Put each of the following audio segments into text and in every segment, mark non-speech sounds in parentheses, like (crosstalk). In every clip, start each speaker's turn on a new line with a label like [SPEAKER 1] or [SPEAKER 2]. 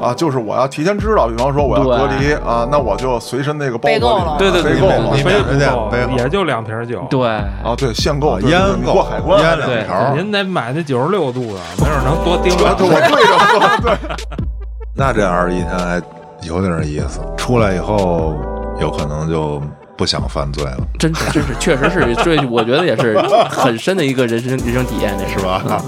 [SPEAKER 1] 啊，就是我要提前知道，比方说我要隔离啊，那我就随身那个包裹里
[SPEAKER 2] 对对
[SPEAKER 1] 飞
[SPEAKER 2] 对，
[SPEAKER 1] 够
[SPEAKER 2] 你
[SPEAKER 1] 背
[SPEAKER 2] 背
[SPEAKER 1] 回去背
[SPEAKER 2] 不
[SPEAKER 1] 好
[SPEAKER 2] 够，也就两瓶酒。
[SPEAKER 3] 对，
[SPEAKER 4] 哦
[SPEAKER 1] 啊，对，限购
[SPEAKER 5] 啊
[SPEAKER 1] 对
[SPEAKER 5] 烟
[SPEAKER 1] 对对你
[SPEAKER 5] 够
[SPEAKER 1] 过海关
[SPEAKER 5] 烟
[SPEAKER 1] 两
[SPEAKER 3] 对
[SPEAKER 1] 条儿，
[SPEAKER 2] 您得买那九十六度的，没准能多盯
[SPEAKER 1] 啊
[SPEAKER 2] 两
[SPEAKER 1] 对我对着喝，对。
[SPEAKER 5] 那这二十一天还有点意思，出来以后有可能就不想犯罪了，
[SPEAKER 3] 真是真是，确实是，这我觉得也是很深的一个人生人生体验，这是嗯
[SPEAKER 5] 是吧？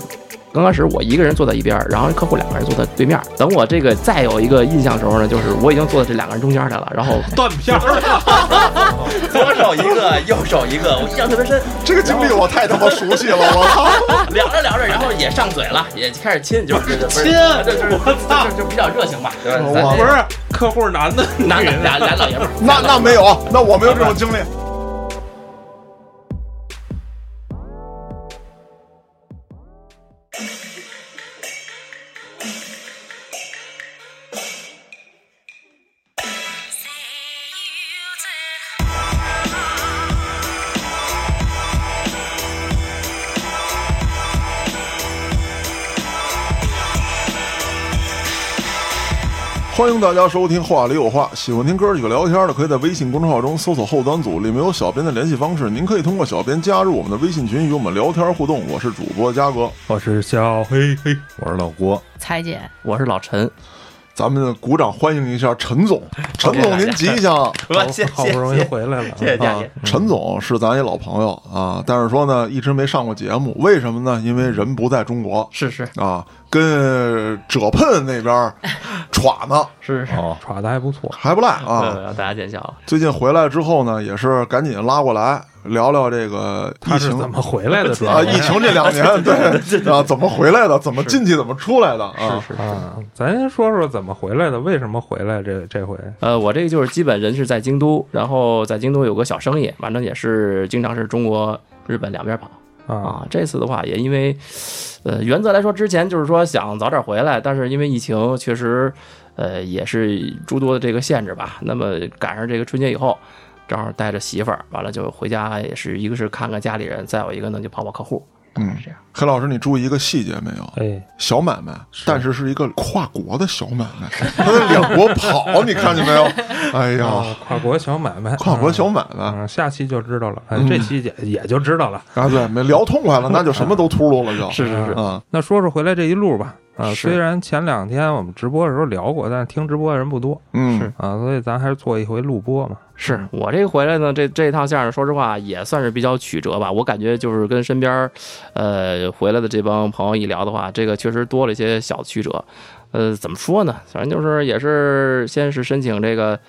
[SPEAKER 3] 刚开始我一个人坐在一边儿，然后客户两个人坐在对面儿。等我这个再有一个印象的时候呢，就是我已经坐在这两个人中间儿来了，然后
[SPEAKER 2] 断片儿啊 (laughs) 了。
[SPEAKER 4] (laughs) 左手一个，右手一个，我印象特别深。
[SPEAKER 1] 这个经历我太他妈熟悉了，我操！
[SPEAKER 4] 聊着聊着，然后也上嘴了，也开始亲，就是亲，就是我操，就比较热情吧，对吧？咱
[SPEAKER 1] 我
[SPEAKER 2] 不是客户男的，
[SPEAKER 4] 男的俩俩老爷们儿，
[SPEAKER 1] 那那没有，啊那我没有这种经历。欢迎大家收听《话里有话》，喜欢听哥几个聊天的，可以在微信公众号中搜索“后端组”，里面有小编的联系方式，您可以通过小编加入我们的微信群，与我们聊天互动。我是主播嘉哥，
[SPEAKER 2] 我是小黑黑，
[SPEAKER 5] 我是老郭，
[SPEAKER 6] 裁姐，
[SPEAKER 3] 我是老陈，
[SPEAKER 1] 咱们鼓掌欢迎一下陈总，陈总您吉祥。
[SPEAKER 4] 我谢
[SPEAKER 2] 好
[SPEAKER 4] 谢
[SPEAKER 2] 不容易
[SPEAKER 4] 谢
[SPEAKER 2] 回来了。
[SPEAKER 4] 谢谢佳
[SPEAKER 1] 啊
[SPEAKER 2] 嗯
[SPEAKER 4] 姐，，
[SPEAKER 1] 陈总是咱一老朋友啊，但是说呢，一直没上过节目，为什么呢？因为人不在中国
[SPEAKER 3] 是是
[SPEAKER 1] 啊，跟者喷那边儿耍呢，
[SPEAKER 3] 是是，
[SPEAKER 5] 哦，
[SPEAKER 2] 啊耍的还不错，
[SPEAKER 1] 还不赖
[SPEAKER 3] 对
[SPEAKER 1] 啊。
[SPEAKER 3] 大家见笑。
[SPEAKER 1] 最近回来之后呢，也是赶紧拉过来聊聊这个疫
[SPEAKER 2] 他是
[SPEAKER 1] 情
[SPEAKER 2] 怎么回来的？主要
[SPEAKER 1] 啊，疫情这
[SPEAKER 2] (laughs)
[SPEAKER 1] 两年，对啊，怎么回来的？怎么进去？怎么出来的？啊，
[SPEAKER 3] 是是
[SPEAKER 2] 啊，咱先说说怎么回来的，为什么回来这这回？
[SPEAKER 3] 呃，我这个就是基本人是在京都，然后在京都有个小生意，反正也是经常是中国、日本两边跑
[SPEAKER 2] 啊，
[SPEAKER 3] 啊。这次的话也因为，呃，原则来说之前就是说想早点回来，但是因为疫情确实，呃，也是诸多的这个限制吧。那么赶上这个春节以后，正好带着媳妇儿，完了就回家，也是一个是看看家里人，再有一个呢就跑跑客户，
[SPEAKER 1] 嗯
[SPEAKER 3] 是这样。
[SPEAKER 1] 黑老师，你注意一个细节没有？
[SPEAKER 2] 哎，
[SPEAKER 1] 小买卖，但是是一个跨国的小买卖，他在两国
[SPEAKER 2] (laughs)
[SPEAKER 1] 跑，你看见没有？哎呀，
[SPEAKER 2] 啊跨国小买卖，
[SPEAKER 1] 跨国小买卖
[SPEAKER 2] 嗯，嗯下期就知道了，哎这期也也就知道了。
[SPEAKER 1] 啊，对，没聊痛快了，那就什么都秃噜了，就
[SPEAKER 3] 是是是
[SPEAKER 1] 啊，
[SPEAKER 2] 那说说回来这一路吧，啊，
[SPEAKER 3] 是
[SPEAKER 2] 虽然前两天我们直播的时候聊过，但是听直播的人不多
[SPEAKER 1] 嗯，
[SPEAKER 2] 啊，所以咱还是做一回录播嘛。
[SPEAKER 3] 是我这个回来呢，这这一趟相声，说实话也算是比较曲折吧。我感觉就是跟身边儿，呃，回来的这帮朋友一聊的话，这个确实多了一些小曲折。呃，怎么说呢？反正就是也是先是申请这个，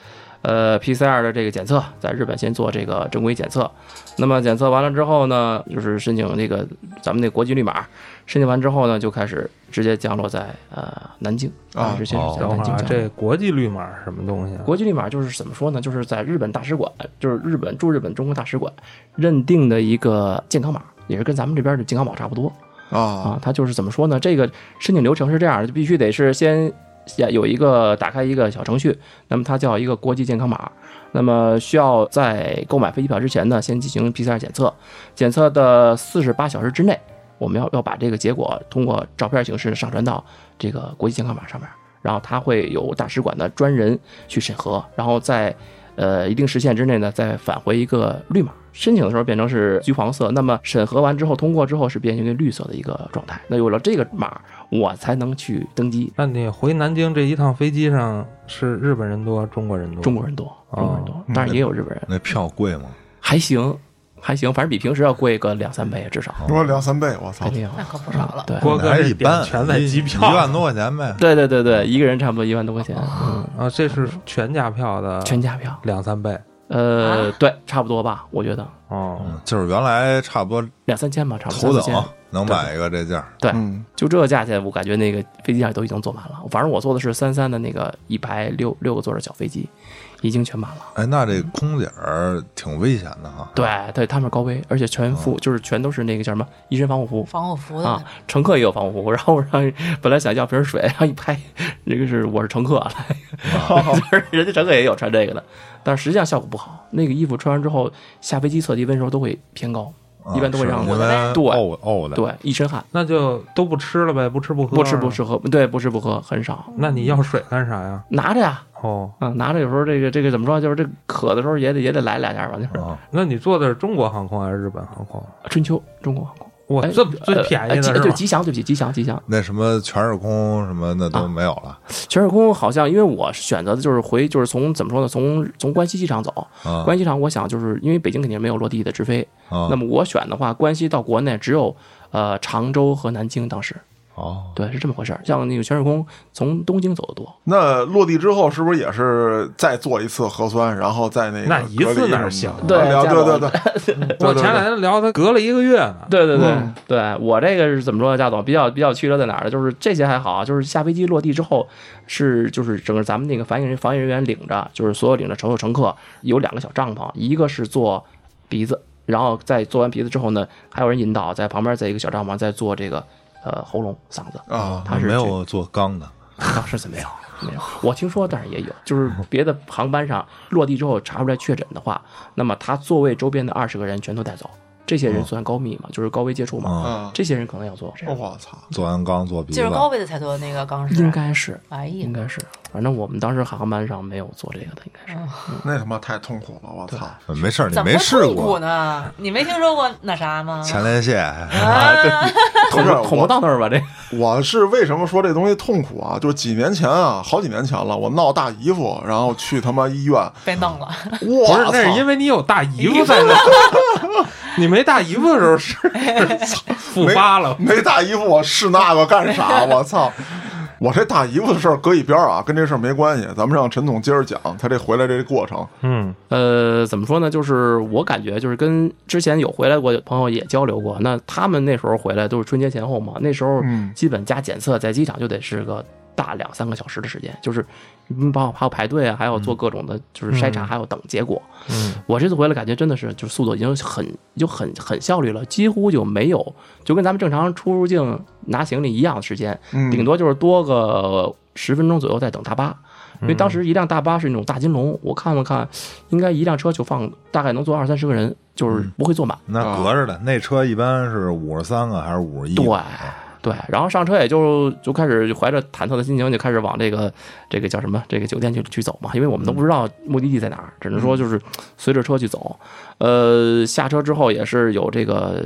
[SPEAKER 3] 呃，PCR 的这个检测，在日本先做这个正规检测。那么检测完了之后呢，就是申请这个咱们那国际绿码。申请完之后呢，就开始直接降落在呃南京
[SPEAKER 1] 啊
[SPEAKER 3] 直接是在
[SPEAKER 2] 等
[SPEAKER 3] 哦南
[SPEAKER 2] 会
[SPEAKER 3] 京
[SPEAKER 2] 儿
[SPEAKER 3] 降
[SPEAKER 2] 啊
[SPEAKER 3] 落
[SPEAKER 2] 这国际绿码是什么东西啊？
[SPEAKER 3] 国际绿码就是怎么说呢？就是在日本大使馆，就是日本驻日本中国大使馆认定的一个健康码，也是跟咱们这边的健康码差不多
[SPEAKER 1] 啊
[SPEAKER 3] 啊。它就是怎么说呢？这个申请流程是这样的，就必须得是先先有一个打开一个小程序，那么它叫一个国际健康码。那么需要在购买飞机票之前呢，先进行 PCR 检测，检测的四十八小时之内，我们要要把这个结果通过照片形式上传到这个国际健康码上面，然后它会有大使馆的专人去审核，然后在呃一定时限之内呢，再返回一个绿码。申请的时候变成是橘黄色，那么审核完之后通过之后是变成一个绿色的一个状态。那有了这个码，我才能去登机。
[SPEAKER 2] 那你回南京这一趟飞机上是日本人多，中国人多？
[SPEAKER 3] 中国人多，中国人多，当然也有日本人，
[SPEAKER 5] 那票贵吗？
[SPEAKER 3] 还行，还行，反正比平时要贵个两三倍至少，
[SPEAKER 1] 多两三倍，我操
[SPEAKER 3] 肯！定有
[SPEAKER 6] 那可不少了。
[SPEAKER 3] 嗯对。
[SPEAKER 2] 郭哥
[SPEAKER 5] 还是
[SPEAKER 2] 这
[SPEAKER 5] 一
[SPEAKER 2] 点
[SPEAKER 5] 般，
[SPEAKER 2] 全在机票
[SPEAKER 5] 一一万多块钱呗。
[SPEAKER 3] 对对对对，一个人差不多一万多块钱，嗯，
[SPEAKER 2] 啊，这是全价票的
[SPEAKER 3] 全价票，
[SPEAKER 2] 两三倍
[SPEAKER 3] 呃，对，差不多吧，我觉得
[SPEAKER 2] 哦。
[SPEAKER 5] 嗯，就是原来差不多
[SPEAKER 3] 两三千吧，差不
[SPEAKER 5] 头
[SPEAKER 3] 多三四
[SPEAKER 5] 等
[SPEAKER 3] 千，
[SPEAKER 5] 能买一个这价儿，
[SPEAKER 1] 嗯，
[SPEAKER 3] 就这价钱，我感觉那个飞机上都已经坐满了。反正我坐的是三三的那个一排六六个座的小飞机，已经全满了。
[SPEAKER 5] 哎，那这空姐儿挺危险的哈。
[SPEAKER 3] 对对，他们是高危，而且全服就是全都是那个叫什么一身防护服
[SPEAKER 6] 防护服的
[SPEAKER 3] 啊，乘客也有防护服。然后让本来想要瓶水，然后一拍，那个是我是乘客， (laughs) 就是人家乘客也有穿这个的，但实际上效果不好。那个衣服穿完之后，下飞机测体温时候都会偏高。
[SPEAKER 5] 啊
[SPEAKER 3] 一般都会让
[SPEAKER 5] 我
[SPEAKER 3] 我
[SPEAKER 5] 们
[SPEAKER 3] 对
[SPEAKER 5] 呕呕的，
[SPEAKER 3] 对一身汗，
[SPEAKER 2] 那就都不吃了呗，不吃不喝，
[SPEAKER 3] 不吃不。吃喝，对，不吃不喝很少，
[SPEAKER 2] 那你要水干啥呀？
[SPEAKER 3] 拿着呀，
[SPEAKER 2] 哦，
[SPEAKER 3] 啊，拿着有时候这个这个怎么说，就是这渴的时候也得也得来两下吧，就是
[SPEAKER 5] 啊，
[SPEAKER 2] 那你坐的是中国航空还是日本航空？
[SPEAKER 3] 春秋中国航空，
[SPEAKER 2] 哇，
[SPEAKER 3] 哎
[SPEAKER 2] 这最便宜
[SPEAKER 3] 呃
[SPEAKER 2] 的是
[SPEAKER 3] 吉对
[SPEAKER 2] 吗？
[SPEAKER 3] 吉祥，对不起，吉祥吉祥，
[SPEAKER 5] 那什么全日空什么的
[SPEAKER 3] 啊
[SPEAKER 5] 都没有了
[SPEAKER 3] 全日空好像因为我选择的就是回，就是从怎么说呢，从从关西机场走，
[SPEAKER 5] 啊
[SPEAKER 3] 关西机场我想就是因为北京肯定没有落地的直飞，
[SPEAKER 5] 啊
[SPEAKER 3] 那么我选的话，关西到国内只有呃常州和南京，当时
[SPEAKER 5] 哦，
[SPEAKER 3] 对是这么回事儿，像那个全日空从东京走的多，
[SPEAKER 1] 那落地之后是不是也是再做一次核酸，然后再那个
[SPEAKER 2] 那一次
[SPEAKER 1] 隔离
[SPEAKER 2] 哪儿啊
[SPEAKER 1] 什么的啊
[SPEAKER 3] 行对
[SPEAKER 1] 聊
[SPEAKER 3] 加
[SPEAKER 1] 对对
[SPEAKER 3] 盟
[SPEAKER 1] 对，
[SPEAKER 2] (laughs) 我前两天聊他隔了一个月呢，
[SPEAKER 3] 对对对、
[SPEAKER 1] 嗯
[SPEAKER 3] 对，我这个是怎么说呢？贾总比较比较曲折在哪儿呢？就是这些还好啊，就是下飞机落地之后是就是整个咱们那个防疫人防疫人员领着，就是所有领着所有乘客有两个小帐篷，一个是做鼻子，然后在做完鼻子之后呢，还有人引导在旁边在一个小帐篷在做这个呃喉咙嗓子
[SPEAKER 1] 啊
[SPEAKER 3] 他是
[SPEAKER 5] 没
[SPEAKER 3] 这
[SPEAKER 5] 有做钢的，
[SPEAKER 3] 当时怎么样？没有，我听说，但是也有，就是别的航班上落地之后查出来确诊的话，那么他座位周边的二十个人全都带走，这
[SPEAKER 1] 哦
[SPEAKER 3] 些人算高密嘛，就是高危接触嘛，
[SPEAKER 5] 啊，
[SPEAKER 1] 啊，
[SPEAKER 3] 这些人可能要做这样，
[SPEAKER 1] 我操，
[SPEAKER 5] 做完钢做鼻
[SPEAKER 6] 就
[SPEAKER 5] 子
[SPEAKER 6] 是，高位的才做那个钢丝，
[SPEAKER 3] 应该是，
[SPEAKER 6] 哎呀
[SPEAKER 3] 应，该是，反正我们当时航班上没有做这个的，应该是，
[SPEAKER 1] 那他妈太痛苦了，我
[SPEAKER 2] (laughs)
[SPEAKER 1] 操！
[SPEAKER 5] 没事儿，你
[SPEAKER 6] 怎么
[SPEAKER 5] 没
[SPEAKER 6] 会
[SPEAKER 5] 试
[SPEAKER 6] 痛苦
[SPEAKER 5] 过
[SPEAKER 6] 呢？你没听说过那啥吗？
[SPEAKER 5] 前列腺，
[SPEAKER 3] 啊
[SPEAKER 1] 不
[SPEAKER 3] 捅
[SPEAKER 1] 是
[SPEAKER 3] (laughs) 捅不
[SPEAKER 1] 我，
[SPEAKER 3] 到那儿吧？这
[SPEAKER 1] 我是为什么说这东西痛苦啊？就是几年前啊，好几年前了，我闹大姨夫，然后去他妈医院，
[SPEAKER 6] 被弄了，
[SPEAKER 1] 不
[SPEAKER 2] 不是，那是因为你有大姨夫在那儿， (laughs) 你没大姨夫的时候是复发了。
[SPEAKER 1] 没大姨夫，我试那个干啥？我操！我这大姨夫的事儿搁一边儿啊，跟这事儿没关系。咱们让陈总接着讲他这回来这过程。
[SPEAKER 2] 嗯，
[SPEAKER 3] 呃，怎么说呢？就是我感觉，就是跟之前有回来过的朋友也交流过，那他们那时候回来都是春节前后嘛，那时候
[SPEAKER 1] 嗯
[SPEAKER 3] 基本加检测，在机场就得是个大两三个小时的时间，就是嗯包括还要排队啊，还要做各种的，就是筛查，还要等结果。
[SPEAKER 2] 嗯，
[SPEAKER 3] 我这次回来感觉真的是，就速度已经很就很很效率了，几乎就没有，就跟咱们正常出入境拿行李一样的时间，
[SPEAKER 1] 嗯
[SPEAKER 3] 顶多就是多个十分钟左右再等大巴。因为当时一辆大巴是那种大金龙，我看了看，应该一辆车就放大概能坐二三十个人，就是不会坐满。
[SPEAKER 5] 那隔着的，那车一般是五十三个还是五十一？
[SPEAKER 3] 对对，然后上车也就就开始怀着忐忑的心情，就开始往这个这个叫什么这个酒店去去走嘛，因为我们都不知道目的地在哪儿，只能说就是随着车去走。呃，下车之后也是有这个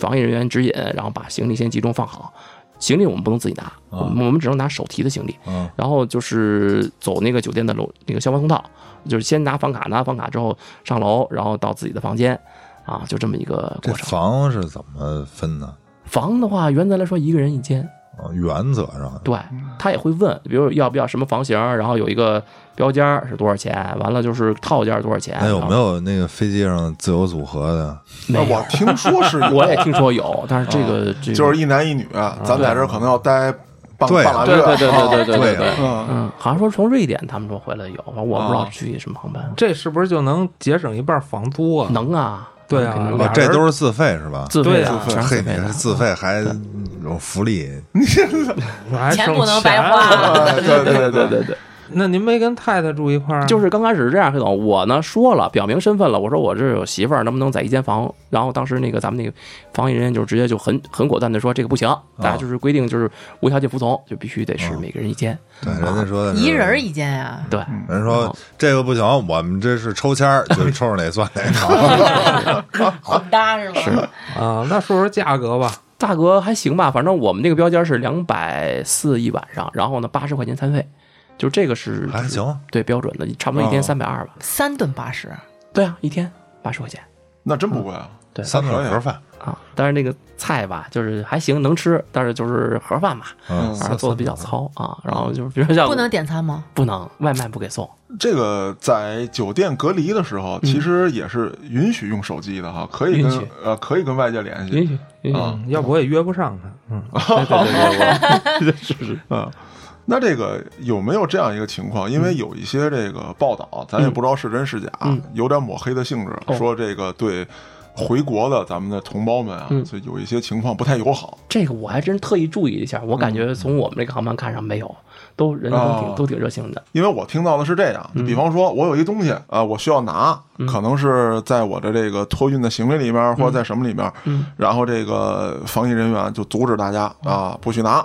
[SPEAKER 3] 防疫人员指引，然后把行李先集中放好。行李我们不能自己拿，我们我们只能拿手提的行李。
[SPEAKER 5] 嗯，
[SPEAKER 3] 然后就是走那个酒店的楼那个消防通道，就是先拿房卡，拿房卡之后上楼，然后到自己的房间，啊，就这么一个
[SPEAKER 5] 这
[SPEAKER 3] 过程。
[SPEAKER 5] 房是怎么分的？
[SPEAKER 3] 房的话，原则来说一个人一间，
[SPEAKER 5] 啊，原则上
[SPEAKER 3] 对他也会问，比如要不要什么房型，然后有一个标间儿是多少钱，完了就是套间儿多少钱。
[SPEAKER 5] 那有哎没
[SPEAKER 3] 然后？
[SPEAKER 5] 有那个飞机上自由组合的？
[SPEAKER 1] 那我听说是
[SPEAKER 3] 我也听说有，但是这
[SPEAKER 5] 啊
[SPEAKER 3] 个这个
[SPEAKER 1] 就是一男一女，咱在这儿可能要待半
[SPEAKER 5] 对
[SPEAKER 1] 半拉
[SPEAKER 3] 对
[SPEAKER 1] 月。
[SPEAKER 3] 对对对对对对
[SPEAKER 5] 对啊
[SPEAKER 3] 对，
[SPEAKER 1] 嗯，
[SPEAKER 3] 嗯，好像说从瑞典他们说回来有，反正我不知
[SPEAKER 1] 啊
[SPEAKER 3] 道具体什么航班。
[SPEAKER 2] 这是不是就能节省一半房租啊？
[SPEAKER 3] 能啊，
[SPEAKER 2] 对啊
[SPEAKER 3] 肯定
[SPEAKER 2] 俩
[SPEAKER 5] 哦
[SPEAKER 2] 人，
[SPEAKER 5] 这都是自费是吧？
[SPEAKER 3] 自费
[SPEAKER 2] 对啊
[SPEAKER 3] 的，全是自
[SPEAKER 5] 嘿，
[SPEAKER 3] 费
[SPEAKER 5] 你
[SPEAKER 3] 的。
[SPEAKER 5] 这
[SPEAKER 3] 啊嗯
[SPEAKER 5] 自费还有福利，
[SPEAKER 2] 我还
[SPEAKER 6] 钱
[SPEAKER 2] 省
[SPEAKER 6] 不能白
[SPEAKER 2] 钱
[SPEAKER 6] 花。
[SPEAKER 1] 啊对对对对，
[SPEAKER 3] 对。
[SPEAKER 2] 那您没跟太太住一
[SPEAKER 5] 嗯
[SPEAKER 2] 块儿啊？
[SPEAKER 3] 就是刚开始是这样，黑总，我呢说了，表明身份了，我说我这有媳妇儿，能不能在一间房？然后当时那个咱们那个防疫人员就直接就很很果断的说，这个不行，
[SPEAKER 5] 啊
[SPEAKER 3] 大家就是规定就是无条件服从，就必须得是每个人一间。
[SPEAKER 5] 对，人家说的是
[SPEAKER 6] 一人儿一间啊，
[SPEAKER 3] 对，
[SPEAKER 5] 人
[SPEAKER 3] 嗯
[SPEAKER 5] 说这个不行，我们这是抽签儿，就是抽着哪算哪个。啊
[SPEAKER 6] 混搭是吗？
[SPEAKER 3] 是
[SPEAKER 2] 啊，那说说价格吧。
[SPEAKER 3] 价格还行吧，反正我们那个标间是两百四一晚上，然后呢八十块钱餐费，就这个是
[SPEAKER 5] 还行，啊
[SPEAKER 3] 对标准的，差不多一天
[SPEAKER 1] 哦
[SPEAKER 3] 三百二吧。
[SPEAKER 6] 三顿八十，
[SPEAKER 3] 对啊，一天八十块钱。
[SPEAKER 1] 那真不贵啊。
[SPEAKER 3] 对
[SPEAKER 5] 三顿盒饭，
[SPEAKER 3] 啊，但是那个菜吧，就是还行，能吃，但是就是盒饭嘛，
[SPEAKER 5] 嗯，
[SPEAKER 3] 反正做的比较糙啊。然后就是比如说像
[SPEAKER 6] 不能点餐吗？
[SPEAKER 3] 不能外卖不给送，
[SPEAKER 1] 这个在酒店隔离的时候，其实也是允许用手机的哈，可以
[SPEAKER 3] 允
[SPEAKER 1] 跟
[SPEAKER 3] 许
[SPEAKER 1] 呃可以跟外界联
[SPEAKER 3] 允
[SPEAKER 1] 系。
[SPEAKER 3] 许允许。
[SPEAKER 1] 啊
[SPEAKER 2] 嗯，要不我也约不上他。嗯，
[SPEAKER 3] 对对对对
[SPEAKER 5] (laughs)
[SPEAKER 3] 对，是 (laughs) 是。
[SPEAKER 1] 嗯，那这个有没有这样一个情况？因为有一些这个报道，咱也不知道是真是假，
[SPEAKER 3] 嗯
[SPEAKER 1] 有点抹黑的性质，
[SPEAKER 3] 哦
[SPEAKER 1] 说这个对回国的咱们的同胞们啊，
[SPEAKER 3] 嗯
[SPEAKER 1] 就有一些情况不太友好。
[SPEAKER 3] 嗯这个我还真特意注意一下，我感觉从我们这个航班看上没有，都人家都挺、
[SPEAKER 5] 啊
[SPEAKER 1] 哦
[SPEAKER 3] 都挺热情的。
[SPEAKER 1] 因为我听到的是这样，
[SPEAKER 3] 嗯
[SPEAKER 1] 就比方说我有一东西啊、我需要拿，可能是在我的这个托运的行李里面，或者在什么里面，
[SPEAKER 3] 嗯哦
[SPEAKER 1] 然后这个防疫人员就阻止大家啊、不许拿，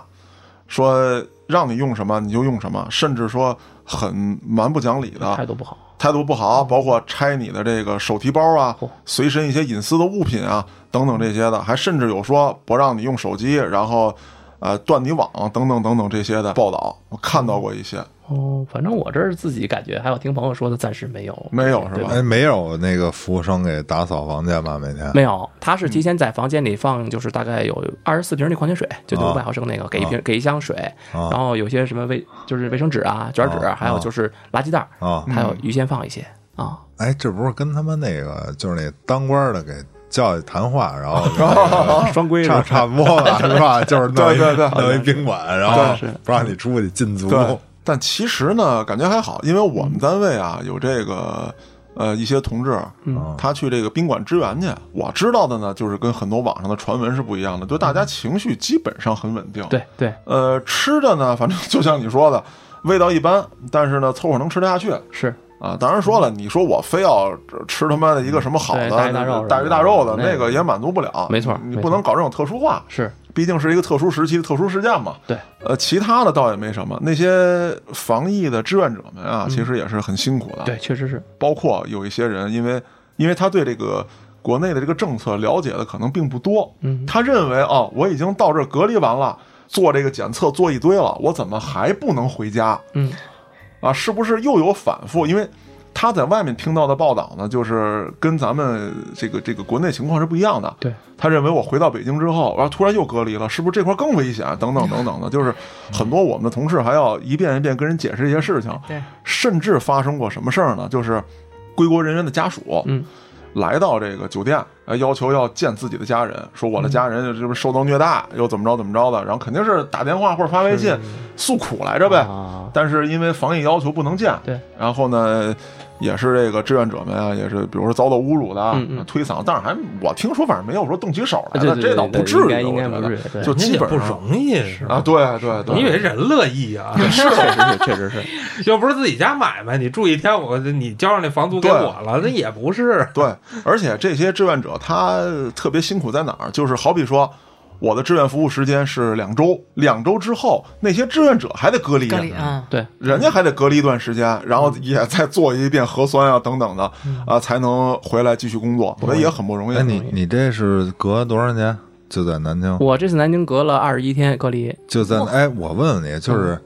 [SPEAKER 1] 说让你用什么你就用什么，甚至说很蛮不讲理
[SPEAKER 5] 啊
[SPEAKER 1] 的
[SPEAKER 3] 态度不好，
[SPEAKER 1] 态度不好，包括拆你的这个手提包啊
[SPEAKER 3] 嚯，
[SPEAKER 1] 随身一些隐私的物品啊，等等这些的，还甚至有说不让你用手机，然后呃断你网等等等等这些的报道，我看到过一些，
[SPEAKER 3] 哦，反正我这儿自己感觉，还有听朋友说的，暂时没有，
[SPEAKER 1] 没有是
[SPEAKER 3] 对
[SPEAKER 1] 吧？
[SPEAKER 5] 哎，没有那个服务生给打扫房间吧？每天
[SPEAKER 3] 没有，他是提前在房间里放，就是大概有二十四瓶那矿泉水，就
[SPEAKER 5] 啊
[SPEAKER 3] 五百毫升那个，给一瓶、给一箱水，
[SPEAKER 5] 啊
[SPEAKER 3] 然后有些什么卫就是卫生纸啊、卷纸，
[SPEAKER 5] 啊
[SPEAKER 3] 还有就是垃圾袋儿，
[SPEAKER 5] 啊，
[SPEAKER 3] 还有鱼先放一些啊。
[SPEAKER 5] 哎，这不是跟他们那个就是那当官的给叫去谈话，然
[SPEAKER 1] (laughs)
[SPEAKER 5] 后
[SPEAKER 3] 双规是
[SPEAKER 5] 差
[SPEAKER 3] 吧
[SPEAKER 5] 差不多
[SPEAKER 3] (laughs)
[SPEAKER 5] 吧，是吧？就是弄一
[SPEAKER 1] 对对对
[SPEAKER 5] 弄一宾馆，然后
[SPEAKER 3] 对是
[SPEAKER 5] 不让你出去禁足。
[SPEAKER 1] 对，但其实呢，感觉还好，因为我们单位啊有这个呃一些同志，
[SPEAKER 5] 啊
[SPEAKER 1] 他去这个宾馆支援去。我知道的呢，就是跟很多网上的传闻是不一样的，就大家情绪基本上很稳定。
[SPEAKER 3] 对，对，
[SPEAKER 1] 呃，吃的呢，反正就像你说的，味道一般，但是呢，凑合能吃得下去。
[SPEAKER 3] 是
[SPEAKER 1] 啊，当然说了，你说我非要吃他妈的一个什么好的
[SPEAKER 3] 对大鱼
[SPEAKER 1] 那
[SPEAKER 3] 大肉是吧
[SPEAKER 1] 个大鱼大肉的
[SPEAKER 3] 那个
[SPEAKER 1] 那个也满足不了，
[SPEAKER 3] 没错
[SPEAKER 1] 你
[SPEAKER 3] 没
[SPEAKER 1] 不
[SPEAKER 3] 错
[SPEAKER 1] 能搞这种特殊化，
[SPEAKER 3] 是，
[SPEAKER 1] 毕竟是一个特殊时期的特殊事件嘛。
[SPEAKER 3] 对，
[SPEAKER 1] 呃，其他的倒也没什么。那些防疫的志愿者们
[SPEAKER 3] 嗯
[SPEAKER 1] 啊，其实也是很辛苦的。
[SPEAKER 3] 对，，确实是，
[SPEAKER 1] 包括有一些人，因为因为他对这个国内的这个政策了解的可能并不多，
[SPEAKER 3] 嗯，
[SPEAKER 1] 他认为哦，我已经到这儿隔离完了，做这个检测做一堆了，我怎么还不能回家？
[SPEAKER 3] 嗯，
[SPEAKER 1] 啊，是不是又有反复？因为他在外面听到的报道呢，就是跟咱们这个这个国内情况是不一样的。
[SPEAKER 3] 对，
[SPEAKER 1] 他认为我回到北京之后，然后突然又隔离了，是不是这块更危险？等等等等的，就是很多我们的同事还要一遍一遍跟人解释这些事情，
[SPEAKER 6] 对，
[SPEAKER 1] 甚至发生过什么事儿呢？就是归国人员的家属，
[SPEAKER 3] 嗯，
[SPEAKER 1] 来到这个酒店，呃，要求要见自己的家人，说
[SPEAKER 3] 嗯
[SPEAKER 1] 我的家人就是受到虐待，又怎么着怎么着的，然后肯定是打电话或者发微信诉苦来着呗。
[SPEAKER 3] 啊，
[SPEAKER 1] 但是因为防疫要求不能见，
[SPEAKER 3] 对，
[SPEAKER 1] 然后呢，也是这个志愿者们啊，也是比如说遭到侮辱的啊、
[SPEAKER 3] 嗯嗯
[SPEAKER 1] 推搿，但是还我听说反正没有说动起手来
[SPEAKER 3] 对
[SPEAKER 1] 的，
[SPEAKER 3] 对对
[SPEAKER 1] 啊这倒
[SPEAKER 3] 对
[SPEAKER 1] 不
[SPEAKER 3] 对
[SPEAKER 1] 至于，
[SPEAKER 3] 应该应该
[SPEAKER 1] 我觉得
[SPEAKER 3] 不至于对
[SPEAKER 1] 就
[SPEAKER 2] 人家
[SPEAKER 1] 基
[SPEAKER 2] 也
[SPEAKER 1] 本
[SPEAKER 2] 不
[SPEAKER 1] 上
[SPEAKER 2] 容易是
[SPEAKER 1] 啊，
[SPEAKER 2] 吧？
[SPEAKER 1] 对对对，
[SPEAKER 2] 你以为人乐意 (laughs) 啊？
[SPEAKER 3] 是，确实是，确实是，
[SPEAKER 2] 要不是自己家买卖，你住一天我你交上那房租给
[SPEAKER 1] 对
[SPEAKER 2] 我了，那也不是。
[SPEAKER 1] 对，而且这些志愿者他特别辛苦在哪儿？就是好比说，我的志愿服务时间是两周，两周之后那些志愿者还得隔离，
[SPEAKER 6] 隔离嗯，
[SPEAKER 3] 对，
[SPEAKER 1] 人家还得隔离一段时间，然后也再做一遍核酸啊等等的，啊，才能回来继续工作，那也很不容易
[SPEAKER 5] 哎，。你你这是隔多少年？就在南京，
[SPEAKER 3] (laughs) 我这次南京隔了二十一天隔离，
[SPEAKER 5] 就在哎，我问问你，
[SPEAKER 3] 嗯
[SPEAKER 5] 就是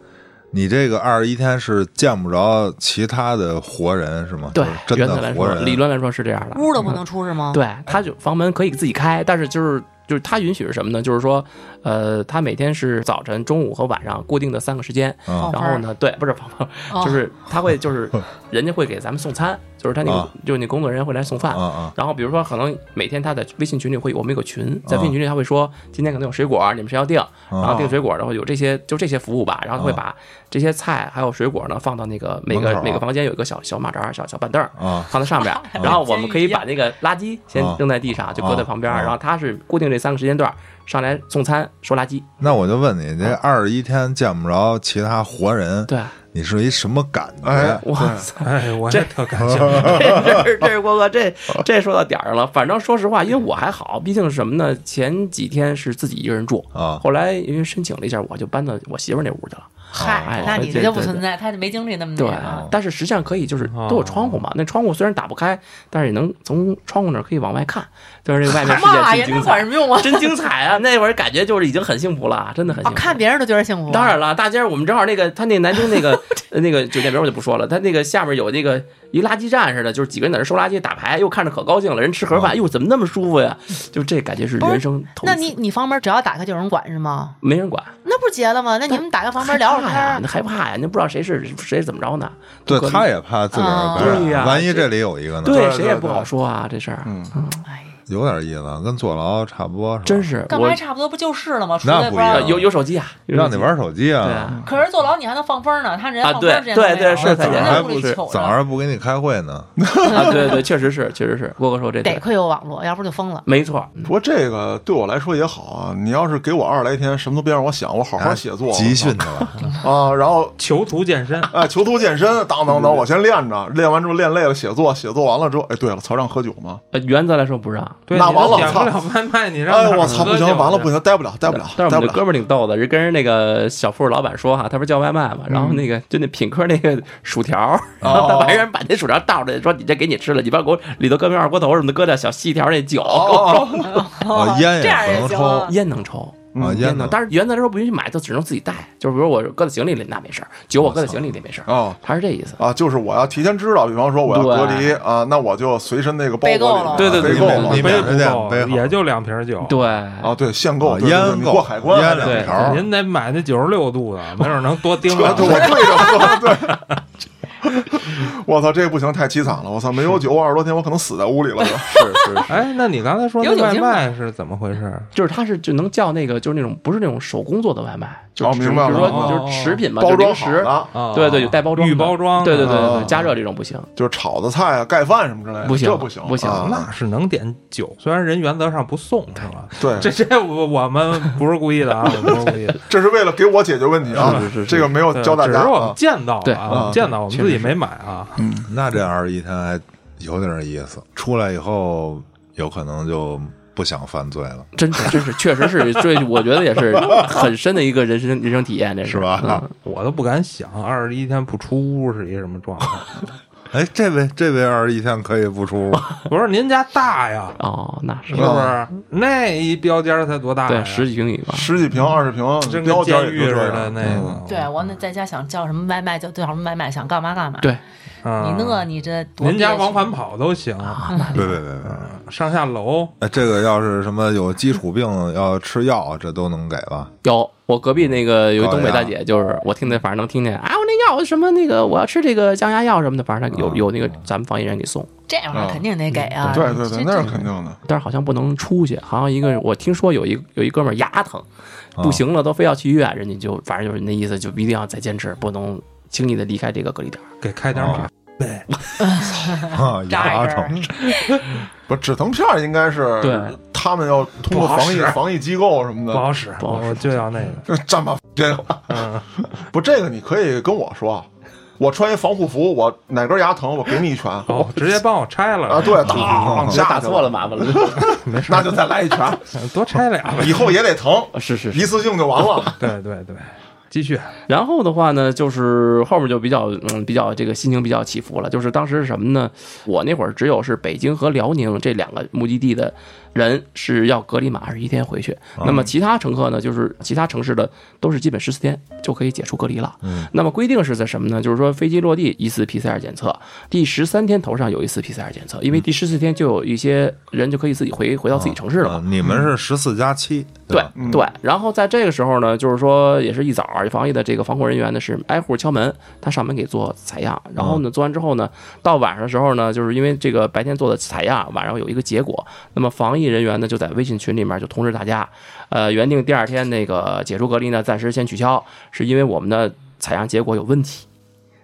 [SPEAKER 5] 你这个二十一天是见不着其他的活人是吗？
[SPEAKER 3] 对
[SPEAKER 5] 就是，真
[SPEAKER 3] 原则
[SPEAKER 5] 的
[SPEAKER 3] 来
[SPEAKER 5] 活
[SPEAKER 3] 说，
[SPEAKER 5] 人，
[SPEAKER 3] 理论来说是这样的，
[SPEAKER 6] 屋都不能出是吗？，
[SPEAKER 3] 嗯对，他就房门可以自己开，但是就是就是他允许是什么呢？就是说，呃，他每天是早晨、中午和晚上固定的三个时间。
[SPEAKER 5] 啊
[SPEAKER 3] 然
[SPEAKER 6] 放花
[SPEAKER 3] 后
[SPEAKER 6] 儿
[SPEAKER 3] 呢，对，不是放放，
[SPEAKER 6] 哦
[SPEAKER 3] 就是他会就是人家会给咱们送餐，就是他那个
[SPEAKER 5] 啊
[SPEAKER 3] 就是那工作人员会来送饭
[SPEAKER 5] 啊。啊
[SPEAKER 3] 然后比如说可能每天他在微信群里会有我们有个群，在
[SPEAKER 5] 啊
[SPEAKER 3] 微信群里他会说今天可能有水果，你们谁要订？然后订水果，然后有这些就这些服务吧，然后他会
[SPEAKER 5] 啊
[SPEAKER 3] 把这些菜还有水果呢放到那个每
[SPEAKER 5] 门
[SPEAKER 3] 个
[SPEAKER 5] 口啊
[SPEAKER 3] 每个房间有一个小小马扎儿小小板凳儿，
[SPEAKER 5] 啊！
[SPEAKER 3] 放在上边儿，然后我们可以把那个垃圾先
[SPEAKER 5] 啊
[SPEAKER 3] 扔在地上，就搁在旁边儿。
[SPEAKER 5] 啊
[SPEAKER 3] 然后他是固定这三个时间段儿上来送餐收垃圾。
[SPEAKER 5] 那我就问你，这二十一天见不着其他活人，
[SPEAKER 3] 对，
[SPEAKER 5] 你是一什么感觉？
[SPEAKER 1] 哎，
[SPEAKER 3] 哇塞，
[SPEAKER 2] 哎，我也特感谢。 (laughs)
[SPEAKER 3] 这 (laughs) 是这是郭哥，这这说到点儿上了。反正说实话，因为我还好，毕竟是什么呢？前几天是自己一个人住，
[SPEAKER 5] 啊
[SPEAKER 3] 后来因为申请了一下，我就搬到我媳妇儿那屋去了。
[SPEAKER 6] 嗨
[SPEAKER 3] 哎，
[SPEAKER 6] 那你这就不
[SPEAKER 3] 对对
[SPEAKER 6] 存在，他就没经历那么那
[SPEAKER 3] 对
[SPEAKER 6] 个啊，
[SPEAKER 3] 但是实际上可以，就是都有窗户嘛。那窗户虽然打不开，但是也能从窗户那儿可以往外看，就是那外
[SPEAKER 6] (laughs)
[SPEAKER 3] 面世
[SPEAKER 6] 妈
[SPEAKER 3] 界
[SPEAKER 6] 呀，
[SPEAKER 3] 真
[SPEAKER 6] 那
[SPEAKER 3] 精
[SPEAKER 6] 管
[SPEAKER 3] 彩，
[SPEAKER 6] 什么用啊？
[SPEAKER 3] 真精彩啊！那会儿感觉就是已经很幸福了，真的很
[SPEAKER 6] 啊，
[SPEAKER 3] 幸福。
[SPEAKER 6] 看别人都觉得幸福，啊
[SPEAKER 3] 当，然了，大街上我们正好那个他那南京那个呃那个酒店名我就不说了，他那个下面有那个一垃圾站似的，就是几个人在那收垃圾打牌，又看着可高兴了，人吃盒饭，哟怎么那么舒服呀？就这感觉是人生头一
[SPEAKER 6] 那
[SPEAKER 3] 次。
[SPEAKER 6] 你你房门只要打开就有人管是吗？
[SPEAKER 3] 没人管，
[SPEAKER 6] 那不是结了吗？那你们打开房门聊会
[SPEAKER 3] 害
[SPEAKER 6] 儿天
[SPEAKER 3] 怕呀， (laughs)
[SPEAKER 6] 儿
[SPEAKER 3] 那，害怕呀，那不知道谁是谁怎么着呢？
[SPEAKER 5] 对
[SPEAKER 3] 都，可
[SPEAKER 5] 他也怕自个儿感
[SPEAKER 3] 啊对呀
[SPEAKER 5] 染，万一这里有一个呢？
[SPEAKER 3] 对
[SPEAKER 1] 对
[SPEAKER 3] 谁
[SPEAKER 1] 对
[SPEAKER 3] 也不
[SPEAKER 1] 对
[SPEAKER 3] 好说啊，这事儿。
[SPEAKER 1] 嗯，
[SPEAKER 6] 哎，
[SPEAKER 5] 有点意思，跟坐牢差不多。
[SPEAKER 3] 真
[SPEAKER 5] 是
[SPEAKER 3] 是
[SPEAKER 6] 干嘛
[SPEAKER 3] 我
[SPEAKER 6] 呀差不多不就是了吗？出
[SPEAKER 5] 那
[SPEAKER 6] 来
[SPEAKER 5] 不
[SPEAKER 6] 玩
[SPEAKER 5] 一
[SPEAKER 3] 呃
[SPEAKER 6] 儿
[SPEAKER 5] 样，
[SPEAKER 3] 有有手机啊，有手
[SPEAKER 5] 让
[SPEAKER 3] 机
[SPEAKER 5] 你玩手机
[SPEAKER 3] 对
[SPEAKER 5] 啊，
[SPEAKER 3] 啊，
[SPEAKER 6] 可是坐牢你还能放风呢，他人
[SPEAKER 4] 啊
[SPEAKER 6] 放
[SPEAKER 4] 对
[SPEAKER 6] 风时间都没有
[SPEAKER 4] 对对是
[SPEAKER 6] 人
[SPEAKER 4] 早
[SPEAKER 6] 在
[SPEAKER 5] 上
[SPEAKER 6] 屋里
[SPEAKER 5] 不
[SPEAKER 6] 糗
[SPEAKER 5] 早
[SPEAKER 6] 着呢。
[SPEAKER 5] 上不给你开会呢，
[SPEAKER 3] 啊对对，确实是确实是郭哥说这
[SPEAKER 6] 得
[SPEAKER 3] 对，
[SPEAKER 6] 亏有网络，要不就疯 (laughs) 了。
[SPEAKER 3] 没错，嗯
[SPEAKER 1] 不过这个对我来说也好啊，你要是给我二十来天，什么都别让我想，我好好写作，
[SPEAKER 5] 哎集训去了，
[SPEAKER 1] 啊，然后
[SPEAKER 2] 囚徒健身，
[SPEAKER 1] 哎，囚徒健身，当当
[SPEAKER 5] 嗯
[SPEAKER 1] 当，我先练着，练完之后练累了写作，写作完了之后，哎，对了，操，让喝酒吗？
[SPEAKER 3] 呃原则来说不让。
[SPEAKER 2] 对，
[SPEAKER 1] 那
[SPEAKER 2] 你都
[SPEAKER 1] 完了
[SPEAKER 2] 点不
[SPEAKER 1] 操
[SPEAKER 2] 了外卖，你让
[SPEAKER 1] 哎，
[SPEAKER 2] 哪儿
[SPEAKER 1] 我操，
[SPEAKER 2] 喝
[SPEAKER 1] 不
[SPEAKER 2] 去
[SPEAKER 1] 行，完了不
[SPEAKER 2] 我
[SPEAKER 1] 行，待不了，待不了，
[SPEAKER 3] 但是
[SPEAKER 1] 待不
[SPEAKER 3] 我们那哥
[SPEAKER 1] 了。
[SPEAKER 3] 们儿挺逗的，是跟人那个小铺老板说哈，他不是叫外卖嘛，
[SPEAKER 1] 嗯
[SPEAKER 3] 然后那个就那品客那个薯条，
[SPEAKER 1] 啊
[SPEAKER 3] 然
[SPEAKER 1] 哦
[SPEAKER 3] (laughs) 后他白人把那薯条倒出来，说你这给你吃了，你把给我里头搁瓶二锅头什么的，搁点小细条那酒，
[SPEAKER 1] 哦，
[SPEAKER 5] 啊烟
[SPEAKER 6] 这
[SPEAKER 5] 也
[SPEAKER 6] 样也
[SPEAKER 5] 不能
[SPEAKER 6] 行
[SPEAKER 5] 抽
[SPEAKER 6] 啊
[SPEAKER 5] 啊，
[SPEAKER 3] 烟能抽。
[SPEAKER 1] 嗯
[SPEAKER 5] 烟呢
[SPEAKER 3] 能，，但是原则来说不允许买，就只能自己带。就是比如我搁在行李里那没事儿，酒我搁在行李里没事儿，
[SPEAKER 1] 哦
[SPEAKER 3] 他是这意思。
[SPEAKER 1] 啊，就是我要提前知道，比方说我要隔离啊，那我就随身那个包
[SPEAKER 6] 备够
[SPEAKER 1] 裹里
[SPEAKER 6] 了
[SPEAKER 3] 对对对
[SPEAKER 1] 备够
[SPEAKER 3] 对
[SPEAKER 1] 了
[SPEAKER 5] 你
[SPEAKER 2] 杯
[SPEAKER 5] 买
[SPEAKER 2] 不
[SPEAKER 5] 人家
[SPEAKER 2] 够
[SPEAKER 5] 杯，好
[SPEAKER 2] 也就两瓶酒。
[SPEAKER 3] 对，
[SPEAKER 1] 啊，对，限购，
[SPEAKER 5] 啊
[SPEAKER 1] 对对对
[SPEAKER 5] 烟
[SPEAKER 1] 你
[SPEAKER 5] 够
[SPEAKER 1] 过海关
[SPEAKER 5] 烟
[SPEAKER 1] 啊
[SPEAKER 5] 两
[SPEAKER 3] 对
[SPEAKER 5] 条儿，
[SPEAKER 2] 您得买那九十六度的，没准能
[SPEAKER 1] (laughs)
[SPEAKER 2] 多 (laughs) 盯
[SPEAKER 1] 对
[SPEAKER 2] 两
[SPEAKER 1] 对，
[SPEAKER 2] 瓶
[SPEAKER 1] 我对着说，对。 (laughs) 我操，这不行，太凄惨了！我操，没有酒，我二十多天，我可能死在屋里了就。
[SPEAKER 5] 是是
[SPEAKER 2] 哎，那你刚才说
[SPEAKER 6] 有
[SPEAKER 2] 那
[SPEAKER 6] 酒
[SPEAKER 2] 外
[SPEAKER 6] 精
[SPEAKER 2] 卖是怎么回事？
[SPEAKER 3] 就是他是就能叫那个就是那种不是那种手工做的外卖，就
[SPEAKER 1] 哦
[SPEAKER 3] 是
[SPEAKER 1] 明白了
[SPEAKER 3] 比如
[SPEAKER 2] 哦
[SPEAKER 3] 说就是食品嘛，
[SPEAKER 1] 包
[SPEAKER 3] 就
[SPEAKER 1] 装
[SPEAKER 3] 零
[SPEAKER 1] 好
[SPEAKER 3] 食，
[SPEAKER 1] 的，
[SPEAKER 2] 啊，
[SPEAKER 3] 对对，有带包装的，
[SPEAKER 2] 预包装的，
[SPEAKER 3] 对对对对
[SPEAKER 1] 啊
[SPEAKER 3] 对，加热这种不行。
[SPEAKER 1] 就是炒的菜啊、盖饭什么之类的，
[SPEAKER 3] 不行
[SPEAKER 1] 这不行，
[SPEAKER 3] 不行
[SPEAKER 1] 啊
[SPEAKER 2] 那是能点酒，虽然人原则上不送，是吧？
[SPEAKER 1] 对，
[SPEAKER 2] 这这我我们不是故意的啊，我们不是故意的，
[SPEAKER 1] (laughs) 这是为了给我解决问题啊，
[SPEAKER 3] 是是是
[SPEAKER 1] 这个没有
[SPEAKER 2] 对
[SPEAKER 1] 教大
[SPEAKER 2] 只
[SPEAKER 1] 家
[SPEAKER 2] 是嗯我们
[SPEAKER 1] 啊。
[SPEAKER 2] 见到
[SPEAKER 3] 对
[SPEAKER 2] 了啊，
[SPEAKER 1] 嗯
[SPEAKER 2] 见到我们
[SPEAKER 3] 确
[SPEAKER 2] 自己
[SPEAKER 3] 实
[SPEAKER 2] 没买啊，
[SPEAKER 5] 那这二十一天还有点意思，出来以后有可能就不想犯罪了，
[SPEAKER 3] 真是真是，确实是，这我觉得也 (laughs) 是很深的一个人生人生体验，这
[SPEAKER 5] 是吧
[SPEAKER 3] 嗯
[SPEAKER 2] 我都不敢想二十一天不出屋是一什么状态。
[SPEAKER 5] 哎，这位这位二十一天可以
[SPEAKER 3] (laughs)
[SPEAKER 5] 不出屋，
[SPEAKER 2] 不是您家大呀，
[SPEAKER 3] 哦，那是
[SPEAKER 2] 是不是？那一标间儿才多大呀？
[SPEAKER 3] 对十几平米吧，
[SPEAKER 1] 十几平、二十平，
[SPEAKER 2] 真
[SPEAKER 1] 标
[SPEAKER 2] 跟
[SPEAKER 1] 间
[SPEAKER 2] 监
[SPEAKER 1] 儿
[SPEAKER 2] 狱
[SPEAKER 1] 也就
[SPEAKER 2] 似
[SPEAKER 1] 这样嗯
[SPEAKER 2] 的那个。
[SPEAKER 6] 对啊我那在家想叫什么外卖就叫什么外卖，想干嘛干嘛。
[SPEAKER 3] 对
[SPEAKER 2] 啊，
[SPEAKER 6] 你那你这多
[SPEAKER 2] 您家
[SPEAKER 6] 憋屈
[SPEAKER 2] 往返跑都行，
[SPEAKER 3] 啊
[SPEAKER 5] 别别别别，
[SPEAKER 2] 上下楼
[SPEAKER 5] 哎，这个要是什么有基础病要吃药，这都能给吧？
[SPEAKER 3] 有，我隔壁那个有一
[SPEAKER 5] 高
[SPEAKER 3] 东北大
[SPEAKER 5] 压
[SPEAKER 3] 姐，就是我听见，反正能听见啊，我那药什么那个，我要吃这个降压药什么的，反正有有那个咱们防疫人给送，
[SPEAKER 6] 这样
[SPEAKER 1] 啊
[SPEAKER 6] 肯定得给啊。
[SPEAKER 1] 对对对，
[SPEAKER 6] 这
[SPEAKER 1] 那是
[SPEAKER 6] 这
[SPEAKER 1] 肯定的。
[SPEAKER 3] 但是好像不能出去，好像一个我听说有一有一哥们儿牙疼，不行了都非要去医院，人家就反正就是那意思，就一定要再坚持，不能轻易的离开这个隔离点儿。
[SPEAKER 2] 给开点码。对，
[SPEAKER 5] 啊，
[SPEAKER 6] 扎
[SPEAKER 5] 牙
[SPEAKER 6] 一根儿
[SPEAKER 5] 疼，
[SPEAKER 1] 不，止疼片儿应该是
[SPEAKER 3] 对
[SPEAKER 1] 他们要通过
[SPEAKER 2] 不好
[SPEAKER 1] 防疫
[SPEAKER 2] 使
[SPEAKER 1] 防疫机构什么
[SPEAKER 2] 不
[SPEAKER 1] 的，
[SPEAKER 2] 好使，哦
[SPEAKER 3] 不好使
[SPEAKER 2] 我就要那个。
[SPEAKER 1] (laughs) 这战吧这个
[SPEAKER 2] 嗯，
[SPEAKER 1] 啊 (laughs) 不这个你可以跟我说，啊我穿一防护服，我哪根牙疼我给你一拳啊，
[SPEAKER 2] 哦，直接帮我拆了
[SPEAKER 1] 对，当
[SPEAKER 3] 你这哎嗯打
[SPEAKER 1] 下去
[SPEAKER 3] 错了，麻烦了，
[SPEAKER 2] 没事，
[SPEAKER 1] 那就再来一拳，
[SPEAKER 2] 多拆俩呗。
[SPEAKER 1] 以后也得疼，
[SPEAKER 3] (laughs) 是是是。
[SPEAKER 1] 一次性就完
[SPEAKER 3] (laughs)
[SPEAKER 1] 了。
[SPEAKER 2] 对对对，继续。
[SPEAKER 3] 然后的话呢，就是后面就比较嗯比较这个心情比较起伏了。就是当时是什么呢？我那会儿只有是北京和辽宁这两个目的地的人是要隔离满二十一天回去，
[SPEAKER 5] 啊
[SPEAKER 3] 那么其他乘客呢，就是其他城市的都是基本十四天就可以解除隔离了。
[SPEAKER 5] 嗯，
[SPEAKER 3] 那么规定是在什么呢？就是说飞机落地一次 PCR 检测，第十三天头上有一次 PCR 检测，因为第十四天就有一些人就可以自己回回到自己城市了嘛。
[SPEAKER 5] 啊你们是十四加七，
[SPEAKER 3] 对
[SPEAKER 5] 吧
[SPEAKER 1] 嗯
[SPEAKER 3] 对，然后在这个时候呢，就是说也是一早儿，防疫的这个防控人员呢是挨户敲门，他上门给做采样，然后呢做完之后呢，到晚上的时候呢，就是因为这个白天做的采样，晚上有一个结果，那么防疫人员呢就在微信群里面就通知大家，呃，原定第二天那个解除隔离呢暂时先取消，是因为我们的采样结果有问题。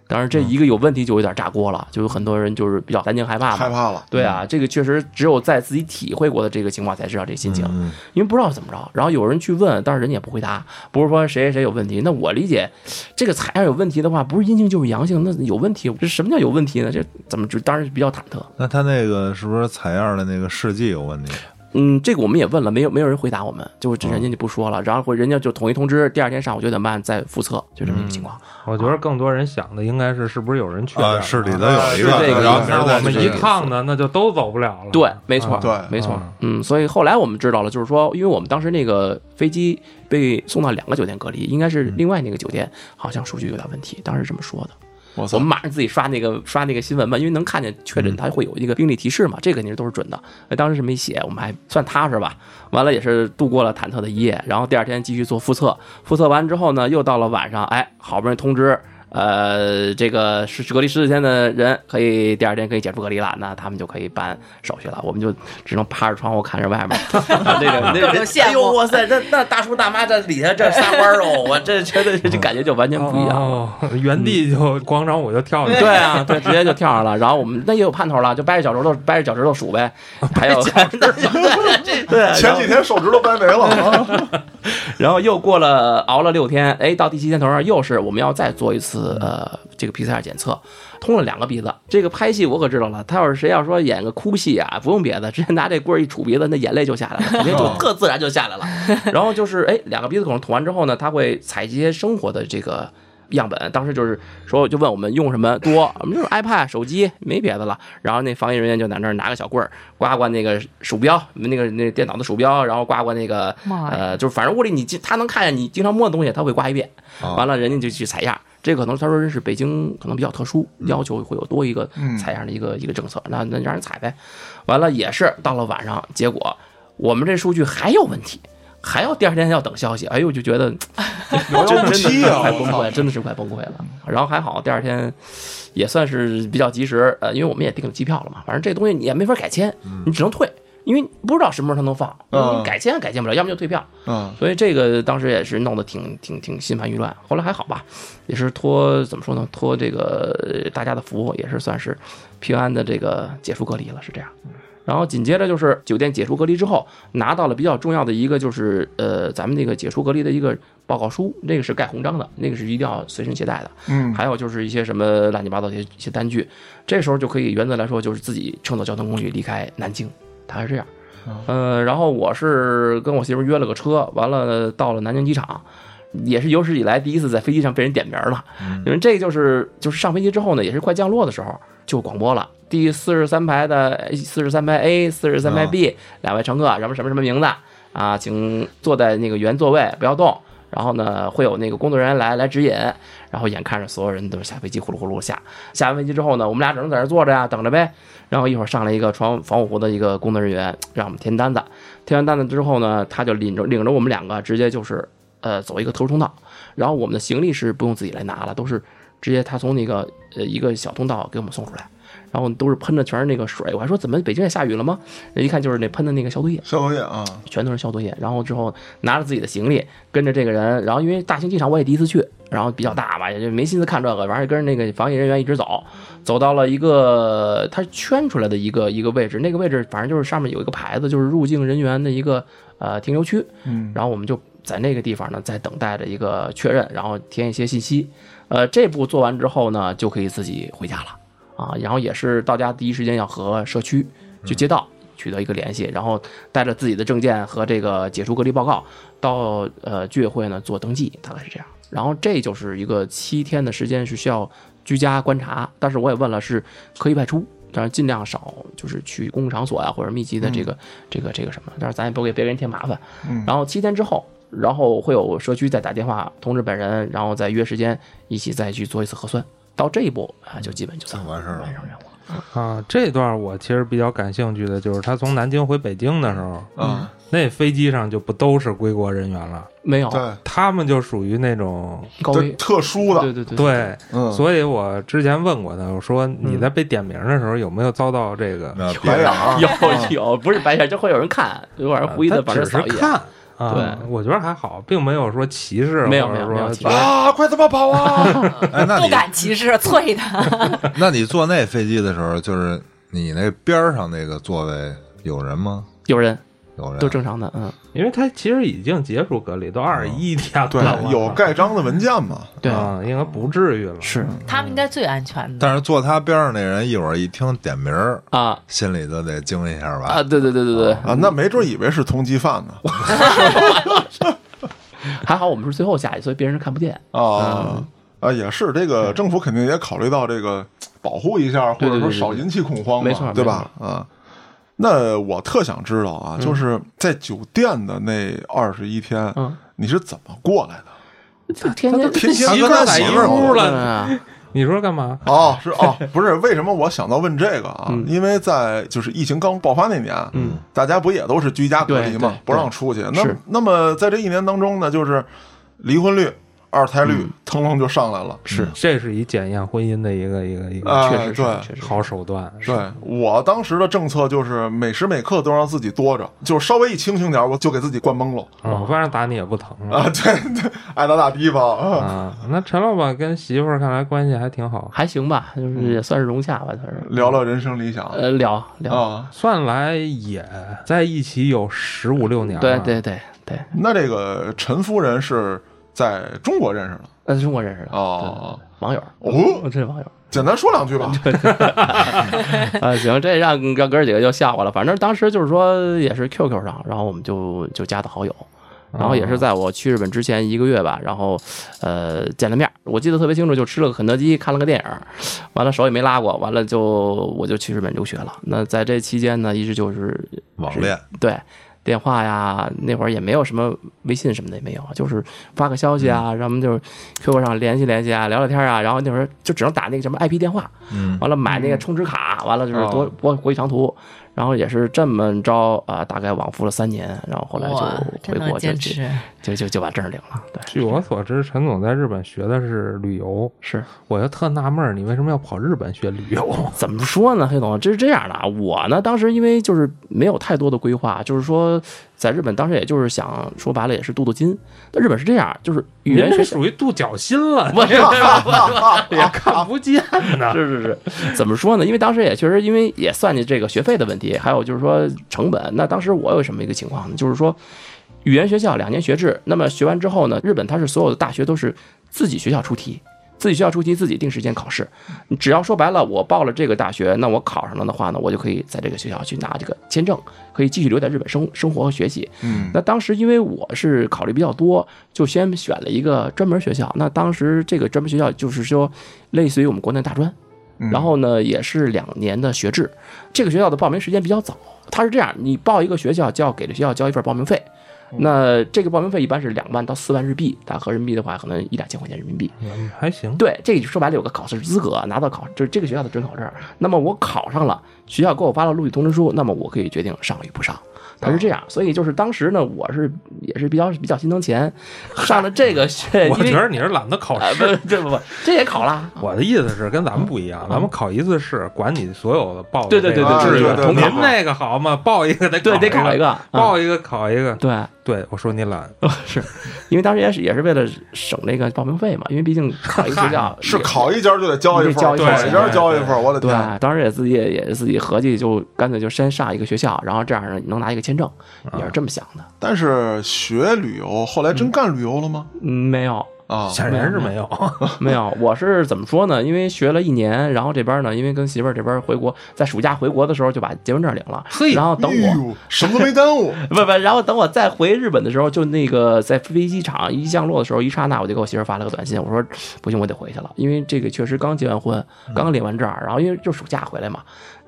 [SPEAKER 3] 当然，这一个有问题就有点炸锅了，就有很多人就是比较担惊害怕
[SPEAKER 1] 害
[SPEAKER 3] 嘛。
[SPEAKER 1] 怕了，
[SPEAKER 3] 对
[SPEAKER 5] 嗯
[SPEAKER 3] 啊，这个确实只有在自己体会过的这个情况才知道这个心情。
[SPEAKER 5] 嗯，
[SPEAKER 3] 因为不知道怎么着，然后有人去问，但是人家也不回答，不是说谁谁谁有问题。那我理解，这个采样有问题的话，不是阴性就是阳性，那有问题，这什么叫有问题
[SPEAKER 5] (laughs)
[SPEAKER 3] 呢？这怎么知？当然比较忐忑。
[SPEAKER 5] 那他那个是不是采样的那个试剂有问题？
[SPEAKER 3] 嗯，这个我们也问了，没有没有人回答我们，就这人
[SPEAKER 5] 嗯
[SPEAKER 3] 家就不说了，然后或者人家就统一通知，第二天上午九点半再复测，就这么一个情况。
[SPEAKER 2] 我觉得更多人想的应该是是不是有人缺
[SPEAKER 5] 啊，
[SPEAKER 2] 氧
[SPEAKER 5] 是里头
[SPEAKER 1] 啊
[SPEAKER 5] 有一
[SPEAKER 1] 是这
[SPEAKER 5] 个，
[SPEAKER 1] 个
[SPEAKER 5] 然后
[SPEAKER 1] 意思
[SPEAKER 5] 明
[SPEAKER 2] 那
[SPEAKER 5] 儿再
[SPEAKER 2] 我们
[SPEAKER 5] 试
[SPEAKER 2] 一趟呢，那就都走不了了。
[SPEAKER 3] 对，没错，
[SPEAKER 2] 啊
[SPEAKER 1] 对
[SPEAKER 3] 没错
[SPEAKER 2] 啊，
[SPEAKER 3] 嗯，所以后来我们知道了，就是说，因为我们当时那个飞机被送到两个酒店隔离，应该是另外那个酒店好像数据有点问题，当时这么说的。
[SPEAKER 1] 我操
[SPEAKER 3] 我们！马上自己刷那个刷那个新闻嘛，因为能看见确诊，它会有那个病例提示嘛，这个肯定都是准的。哎当时是没写，我们还算踏实吧。完了也是度过了忐忑的一夜，然后第二天继续做复测，复测完之后呢，又到了晚上，哎，好不容易通知，呃，这个是隔离十四天的人，可以第二天可以解除隔离了，那他们就可以办手续了。我们就只能爬着窗户看着外面，这个那
[SPEAKER 4] 哎
[SPEAKER 3] 个
[SPEAKER 4] 呦
[SPEAKER 6] 羡慕
[SPEAKER 4] 哎呦，哇塞，这那大叔大妈这底下这仨弯儿哦，我这
[SPEAKER 3] 觉得这感觉就完全不一样。
[SPEAKER 2] 哦，原地就广场舞就跳了。
[SPEAKER 3] 对啊，对，直接就跳上了。然后我们那也有盼头了，就掰着脚趾头掰着脚趾头数呗。还有对，
[SPEAKER 1] 前几天手指头掰没了
[SPEAKER 3] (laughs)
[SPEAKER 1] 啊！
[SPEAKER 3] 然后又过了熬了六天，哎，到第七天头上又是我们要再做一次呃这个 PCR 检测，通了两个鼻子。这个拍戏我可知道了，他要是谁要说演个哭戏啊，不用别的，直接拿这棍儿一杵鼻子，那眼泪就下来了，肯定就
[SPEAKER 4] 就特自然就下来了。
[SPEAKER 6] (laughs)
[SPEAKER 3] 然后就是哎，两个鼻子孔捅完之后呢，他会采集一些生活的这个样本。当时就是说，就问我们用什么多， (laughs) 我们就是 iPad、手机，没别的了。然后那防疫人员就在那儿拿个小棍儿刮刮那个鼠标，那个那电脑的鼠标，然后刮刮那个
[SPEAKER 6] 妈呀
[SPEAKER 3] 呃，就是反正屋里你经他能看见你经常摸的东西，他会刮一遍。完了，人家就去采样。这个可能他说是北京可能比较特殊，要求会有多一个采样的一个、一个政策，那那让人采呗。完了也是到了晚上，结果我们这数据还有问题，还要第二天要等消息。哎呦，就觉得真真的
[SPEAKER 1] 期
[SPEAKER 3] 是
[SPEAKER 1] 啊
[SPEAKER 3] 快
[SPEAKER 1] 我
[SPEAKER 3] 崩
[SPEAKER 1] 操
[SPEAKER 3] 溃，真的是快崩溃了。然后还好第二天也算是比较及时，呃，因为我们也订了机票了嘛，反正这东西你也没法改签，你只能退。因为你不知道什么时候它能放，
[SPEAKER 1] 嗯
[SPEAKER 3] 你改签也改签不了，要么就退票。
[SPEAKER 1] 嗯
[SPEAKER 3] 所以这个当时也是弄得挺挺挺心烦意乱。后来还好吧，也是托怎么说呢，托这个呃大家的福，也是算是平安的这个解除隔离了，是这样。嗯然后紧接着就是酒店解除隔离之后，拿到了比较重要的一个就是呃咱们这个解除隔离的一个报告书，那个是盖红章的，那个是一定要随身携带的。
[SPEAKER 1] 嗯，
[SPEAKER 3] 还有就是一些什么乱七八糟的一些一些单据，这时候就可以原则来说就是自己乘坐交通工具离开南京，大概是这样。呃，然后我是跟我媳妇约了个车，完了到了南京机场，也是有史以来第一次在飞机上被人点名了，因为这就是就是上飞机之后呢，也是快降落的时候就广播了，第四十三排的哎四十三排 A、四十三排 B 两位乘客什么什么什么名字啊，请坐在那个原座位不要动。然后呢，会有那个工作人员来来指引，然后眼看着所有人都下飞机，呼噜呼噜下。下完飞机之后呢，我们俩只能在这儿坐着呀，等着呗。然后一会儿上来一个穿防护服的一个工作人员，让我们填单子。填完单子之后呢，他就领着领着我们两个直接就是呃走一个特殊通道，然后我们的行李是不用自己来拿了，都是直接他从那个呃一个小通道给我们送出来，然后都是喷的全是那个水，我还说怎么北京也下雨了吗？人一看就是那喷的那个消毒液，
[SPEAKER 1] 消毒液啊，
[SPEAKER 3] 全都是消毒液。然后之后拿着自己的行李跟着这个人，然后因为大兴机场我也第一次去，然后比较大嘛，也就没心思看这个，完事跟着那个防疫人员一直走，走到了一个他圈出来的一个一个位置，那个位置反正就是上面有一个牌子，就是入境人员的一个呃停留区。
[SPEAKER 1] 嗯，
[SPEAKER 3] 然后我们就在那个地方呢，在等待着一个确认，然后填一些信息。呃，这步做完之后呢，就可以自己回家了啊。然后也是到家第一时间要和社区、就街道取得一个联系，然后带着自己的证件和这个解除隔离报告到呃居委会呢做登记，大概是这样。然后这就是一个七天的时间是需要居家观察，但是我也问了是可以外出。但是尽量少，就是去公共场所啊，或者密集的这个、这个、这个什么，但是咱也不给别人添麻烦。然后七天之后，然后会有社区再打电话通知本人，然后再约时间一起再去做一次核酸。到这一步啊，就基本就算
[SPEAKER 5] 完事儿了
[SPEAKER 3] 完事儿了。
[SPEAKER 2] 啊，这段我其实比较感兴趣的就是他从南京回北京的时候，
[SPEAKER 1] 啊，
[SPEAKER 2] 那飞机上就不都是归国人员了，
[SPEAKER 3] 没有
[SPEAKER 1] 对，
[SPEAKER 2] 他们就属于那种
[SPEAKER 3] 高
[SPEAKER 1] 这
[SPEAKER 3] 危，
[SPEAKER 1] 特殊的，
[SPEAKER 3] 对对对，
[SPEAKER 2] 对。
[SPEAKER 1] 嗯，
[SPEAKER 2] 所以我之前问过他，我说你在被点名的时候有没有遭到这个？
[SPEAKER 5] 那别
[SPEAKER 1] 白眼
[SPEAKER 5] 人
[SPEAKER 1] 儿，
[SPEAKER 3] 有有不是白眼，就会有人看，有人
[SPEAKER 2] 啊
[SPEAKER 3] 故意的
[SPEAKER 2] 他
[SPEAKER 3] 往这
[SPEAKER 2] 只
[SPEAKER 3] 儿
[SPEAKER 2] 是
[SPEAKER 3] 扫一眼。
[SPEAKER 2] 看。啊，
[SPEAKER 3] 对
[SPEAKER 2] 我觉得还好，并没有说歧视，
[SPEAKER 3] 没有
[SPEAKER 2] 或
[SPEAKER 3] 没
[SPEAKER 2] 者
[SPEAKER 3] 有没有
[SPEAKER 2] 说
[SPEAKER 3] 歧视
[SPEAKER 1] 啊，快他妈跑啊！
[SPEAKER 5] 哎，那
[SPEAKER 6] 不
[SPEAKER 5] 你
[SPEAKER 6] 敢歧视，脆的。
[SPEAKER 5] 那你坐那飞机的时候，就是你那边儿上那个座位有人吗？
[SPEAKER 3] 有人
[SPEAKER 5] 有人
[SPEAKER 3] 都正常的，嗯，
[SPEAKER 2] 因为他其实已经结束隔离，都二十一天了，
[SPEAKER 1] 对，有盖章的文件嘛？
[SPEAKER 3] 对，
[SPEAKER 2] 啊，应该不至于了。
[SPEAKER 3] 是
[SPEAKER 6] 他们应该最安全的。
[SPEAKER 5] 但是坐他边上那人一会儿一听点名儿，
[SPEAKER 3] 啊
[SPEAKER 5] 心里都得惊一下吧
[SPEAKER 3] 啊，？对对对对对，
[SPEAKER 1] 啊，那没准以为是通缉犯呢。
[SPEAKER 3] 还好我们是最后下去，所以别人看不见。
[SPEAKER 1] 啊啊，也是这个政府肯定也考虑到这个保护一下，或
[SPEAKER 3] 对
[SPEAKER 1] 者
[SPEAKER 3] 对
[SPEAKER 1] 说
[SPEAKER 3] 对对
[SPEAKER 1] 少引起恐慌
[SPEAKER 3] 没错
[SPEAKER 1] 嘛，对吧？啊，那我特想知道啊，就是在酒店的那二十一天
[SPEAKER 3] 嗯，
[SPEAKER 1] 你是怎么过来的？
[SPEAKER 3] 这天
[SPEAKER 2] 他
[SPEAKER 3] 天
[SPEAKER 2] 都
[SPEAKER 1] 天
[SPEAKER 2] 天媳妇
[SPEAKER 1] 跟
[SPEAKER 2] 儿
[SPEAKER 1] 他
[SPEAKER 2] 在一
[SPEAKER 1] 媳妇儿
[SPEAKER 2] 屋
[SPEAKER 1] 过
[SPEAKER 2] 了，
[SPEAKER 3] 啊，
[SPEAKER 2] 你说干嘛？
[SPEAKER 1] 哦，是哦，不是，为什么我想到问这个啊？
[SPEAKER 3] 嗯
[SPEAKER 1] 因为在就是疫情刚爆发那年，
[SPEAKER 3] 嗯，
[SPEAKER 1] 大家不也都是居家隔离嘛
[SPEAKER 3] 对对，
[SPEAKER 1] 不让出去。那
[SPEAKER 3] 是
[SPEAKER 1] 那么在这一年当中呢，就是离婚率二胎
[SPEAKER 3] 嗯
[SPEAKER 1] 率腾楞就上来了。
[SPEAKER 2] 是，这是一检验婚姻的一个一个一
[SPEAKER 1] 哎
[SPEAKER 2] 个确实是
[SPEAKER 1] 对
[SPEAKER 3] 确实是
[SPEAKER 2] 好手段。
[SPEAKER 1] 对我当时的政策就是每时每刻都让自己多着，就是稍微一清醒点，我就给自己灌懵了
[SPEAKER 2] 啊我反正打你也不疼
[SPEAKER 3] 嗯
[SPEAKER 2] 了
[SPEAKER 1] 啊！对对，爱打打地方啊，
[SPEAKER 2] 啊。那陈老板跟媳妇儿看来关系还挺好，
[SPEAKER 3] 还行吧，就是也算是融洽吧，算是。
[SPEAKER 1] 聊聊人生理想
[SPEAKER 3] 呃，聊
[SPEAKER 2] 哦
[SPEAKER 3] 聊，
[SPEAKER 1] 啊。
[SPEAKER 2] 算来也在一起有十五六年
[SPEAKER 3] 对
[SPEAKER 2] 了。
[SPEAKER 3] 对对对，
[SPEAKER 1] 那这个陈夫人是在中国认识的
[SPEAKER 3] 那呃是我认识的
[SPEAKER 1] 哦
[SPEAKER 3] 对网友，
[SPEAKER 1] 哦，
[SPEAKER 3] 我这是网友。
[SPEAKER 1] 简单说两
[SPEAKER 3] (laughs)
[SPEAKER 1] 句吧。
[SPEAKER 5] (laughs)
[SPEAKER 3] 啊，行，这让让哥儿几个就吓我了。反正当时就是说也是 QQ 上，然后我们就就加的好
[SPEAKER 5] 哦
[SPEAKER 3] 友，然后也是在我去日本之前一个月吧，然后呃见了面儿，我记得特别清楚，就吃了个肯德基，看了个电影儿，完了手也没拉过，完了就我就去日本留学了。那在这期间呢，一直就是
[SPEAKER 5] 网恋，
[SPEAKER 3] 对。电话呀，那会儿也没有什么微信什么的也没有，就是发个消息啊，
[SPEAKER 5] 嗯
[SPEAKER 3] 然后我们就是 QQ 上联系联系啊，聊聊天啊，然后那会儿就只能打那个什么 IP 电话，
[SPEAKER 5] 嗯，
[SPEAKER 3] 完了买那个充值卡，完了就是多
[SPEAKER 1] 哦
[SPEAKER 3] 播国际长途，然后也是这么着啊、大概往复了三年，然后后来
[SPEAKER 6] 哇，
[SPEAKER 3] 就
[SPEAKER 6] 真
[SPEAKER 3] 回
[SPEAKER 6] 能
[SPEAKER 3] 国就
[SPEAKER 6] 坚
[SPEAKER 3] 就
[SPEAKER 6] 持，
[SPEAKER 3] 就就就把证领了。对，
[SPEAKER 2] 据我所知，陈总在日本学的是旅游，
[SPEAKER 3] 是
[SPEAKER 2] 我就特纳闷儿，你为什么要跑日本学旅游？
[SPEAKER 3] 怎么说呢，黑总，这是这样的啊，我呢当时因为就是没有太多的规划，就是说在日本当时也就是想说白了也是镀镀金，但日本是这样，就是语言
[SPEAKER 2] 您
[SPEAKER 3] 学
[SPEAKER 2] 这
[SPEAKER 3] 校。
[SPEAKER 2] 属于镀脚心了，
[SPEAKER 3] (laughs) 我
[SPEAKER 2] 这
[SPEAKER 3] (laughs)
[SPEAKER 2] (laughs) 也看不见呢。
[SPEAKER 3] 是是是， (laughs) 怎么说呢？因为当时也确实，因为也算计这个学费的问题，还有就是说成本。那当时我有什么一个情况呢？就是说，语言学校两年学制，那么学完之后呢，日本它是所有的大学都是自己学校出题，自己学校出题，自己定时间考试。你只要说白了，我报了这个大学，那我考上了的话呢，我就可以在这个学校去拿这个签证，可以继续留在日本生生活和学习。
[SPEAKER 1] 嗯，
[SPEAKER 3] 那当时因为我是考虑比较多，就先选了一个专门学校。那当时这个专门学校就是说，类似于我们国内大专，
[SPEAKER 1] 嗯
[SPEAKER 3] 然后呢也是两年的学制。这个学校的报名时间比较早，它是这样，你报一个学校就要给这学校交一份报名费。那这个报名费一般是两万到四万日币，打合人民币的话，可能一两千块钱人民币。
[SPEAKER 2] 嗯还行，
[SPEAKER 3] 对，这说白了有个考试资格，拿到考就是这个学校的准考证。那么我考上了，学校给我发了录取通知书，那么我可以决定上与不上。他是这样，所以就是当时呢，我是也是比较比较心疼钱，上了这个学，
[SPEAKER 2] (laughs) 我
[SPEAKER 3] 因为
[SPEAKER 2] 觉得你是懒得考
[SPEAKER 3] 哎不
[SPEAKER 2] 试。
[SPEAKER 3] 这不不这也考了，
[SPEAKER 2] 我的意思是跟咱们不一样，咱们考一次试，管你所有的报的
[SPEAKER 3] 嗯对对
[SPEAKER 2] 那个
[SPEAKER 3] 对
[SPEAKER 1] 对
[SPEAKER 2] 志愿
[SPEAKER 1] 对对对
[SPEAKER 2] 您那个好嘛，报一个得
[SPEAKER 3] 对得考一
[SPEAKER 2] 个，
[SPEAKER 3] 个，哦啊
[SPEAKER 2] 报一个考一个。
[SPEAKER 3] 对，
[SPEAKER 2] 对，我说你懒，
[SPEAKER 3] 是因为当时也是也是为了省那个报名费嘛，因为毕竟考一个学校
[SPEAKER 1] 是考一家就得交一份，考
[SPEAKER 3] 你得交一份
[SPEAKER 1] 一家交一份，我的
[SPEAKER 3] 对
[SPEAKER 1] 天，，
[SPEAKER 3] 当时也自己也也自己合计，就干脆就先上一个学校，然后这样呢能拿一个签证，也
[SPEAKER 1] 啊
[SPEAKER 3] 是这么想的。
[SPEAKER 1] 但是学旅游，后来真干旅游了吗？
[SPEAKER 3] 嗯，没有，
[SPEAKER 1] 啊，
[SPEAKER 2] 显然是没有。
[SPEAKER 3] (laughs) 没有，我是怎么说呢？因为学了一年，然后这边呢，因为跟媳妇儿这边回国，在暑假回国的时候就把结婚证领了。
[SPEAKER 2] 嘿
[SPEAKER 3] 然后等
[SPEAKER 1] 哎
[SPEAKER 3] 我
[SPEAKER 1] 呦，什么都没耽误，
[SPEAKER 3] 不不，然后等我再回日本的时候，就那个在飞机场一降落的时候，一刹那我就给我媳妇儿发了个短信，我说不行，我得回去了，因为这个确实刚结完婚，
[SPEAKER 1] 嗯
[SPEAKER 3] 刚领完证儿，然后因为就暑假回来嘛，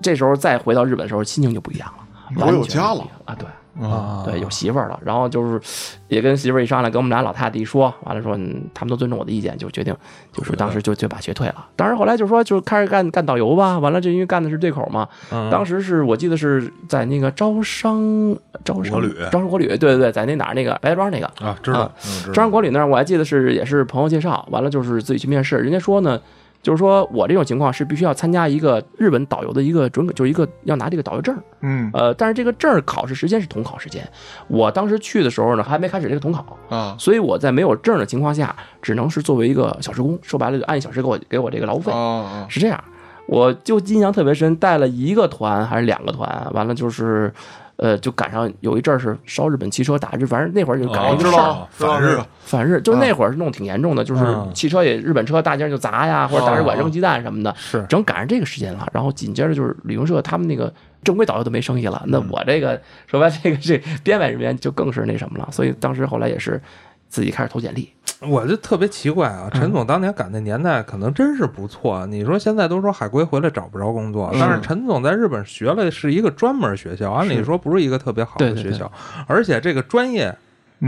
[SPEAKER 3] 这时候再回到日本的时候，心情就不一样了。
[SPEAKER 1] 我
[SPEAKER 3] 完
[SPEAKER 1] 有
[SPEAKER 3] 全
[SPEAKER 1] 家
[SPEAKER 3] 不一
[SPEAKER 1] 了
[SPEAKER 3] 样 (laughs) 啊！对，
[SPEAKER 2] 啊
[SPEAKER 3] 对，有媳妇儿了，然后就是也跟媳妇儿一商量，跟我们俩老太太一说，完了说、嗯他们都尊重我的意见，就决定就是当时就就把学退了。当然后来就说就开始干干导游吧，完了这因为干的是对口嘛，
[SPEAKER 2] 嗯
[SPEAKER 3] 当时是我记得是在那个招商招商
[SPEAKER 5] 国旅
[SPEAKER 3] 招商国旅，对对对，在那哪儿那个白家庄那个。
[SPEAKER 2] 啊，知道
[SPEAKER 3] 啊
[SPEAKER 5] 嗯知道
[SPEAKER 3] 招商国旅那儿，我还记得是也是朋友介绍，完了就是自己去面试，人家说呢，就是说我这种情况是必须要参加一个日本导游的一个准，就是一个要拿这个导游证儿，
[SPEAKER 1] 嗯
[SPEAKER 3] 呃，但是这个证儿考试时间是统考时间，我当时去的时候呢，还没开始这个统考，
[SPEAKER 1] 啊
[SPEAKER 3] 所以我在没有证儿的情况下，只能是作为一个小时工，说白了就按一小时给我给我这个劳务费
[SPEAKER 1] 啊，啊，
[SPEAKER 3] 是这样。我就印象特别深，带了一个团还是两个团，完了就是，呃，就赶上有一阵儿是烧日本汽车打日，反正那会儿就赶上
[SPEAKER 1] 我
[SPEAKER 3] 一个
[SPEAKER 1] 哦啊知
[SPEAKER 3] 哎事儿，啊
[SPEAKER 1] 道，嗯知道
[SPEAKER 5] 反
[SPEAKER 1] 这
[SPEAKER 5] 日
[SPEAKER 1] 个，
[SPEAKER 3] 反正就那会儿是弄挺严重的，就是
[SPEAKER 2] 嗯
[SPEAKER 3] 汽车也日本车大街上就砸呀，或者大使馆
[SPEAKER 1] 哦
[SPEAKER 3] 扔鸡蛋什么的，
[SPEAKER 2] 是
[SPEAKER 3] 正赶上这个时间了，然后紧接着就是旅行社他们那个正规导游都没生意了，那我这个说白了这个这编外人员就更是那什么了，所以当时后来也是自己开始投简历，
[SPEAKER 2] 我就特别奇怪啊，陈总当年赶那年代可能真是不错。啊你说现在都说海归回来找不着工作，但是陈总在日本学了是一个专门学校，按理说不是一个特别好的
[SPEAKER 3] 对对
[SPEAKER 2] 学校，而且这个专业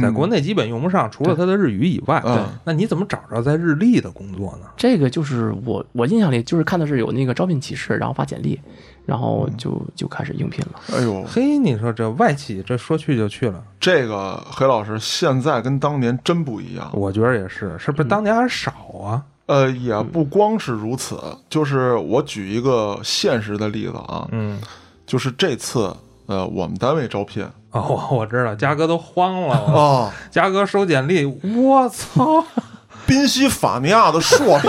[SPEAKER 2] 在国内基本用不上，除了他的日语以外
[SPEAKER 1] 对，
[SPEAKER 2] 那你怎么找着在日立的工作呢？
[SPEAKER 3] 这个就是我我印象里就是看的是有那个招聘启事，然后发简历，然后就就开始应聘了。
[SPEAKER 1] 哎呦，
[SPEAKER 2] 嘿，你说这外企这说去就去了，
[SPEAKER 1] 这个黑老师现在跟当年真不一样。
[SPEAKER 2] 我觉得也是，是不是当年还少啊？
[SPEAKER 1] 呃，也不光是如此，就是我举一个现实的例子啊，
[SPEAKER 2] 嗯，
[SPEAKER 1] 就是这次呃我们单位招聘啊、
[SPEAKER 2] 哦，我我知道，嘉哥都慌了，
[SPEAKER 1] 哦
[SPEAKER 2] 我嘉哥收简历，我操， (laughs)
[SPEAKER 1] 宾夕法尼亚的硕士，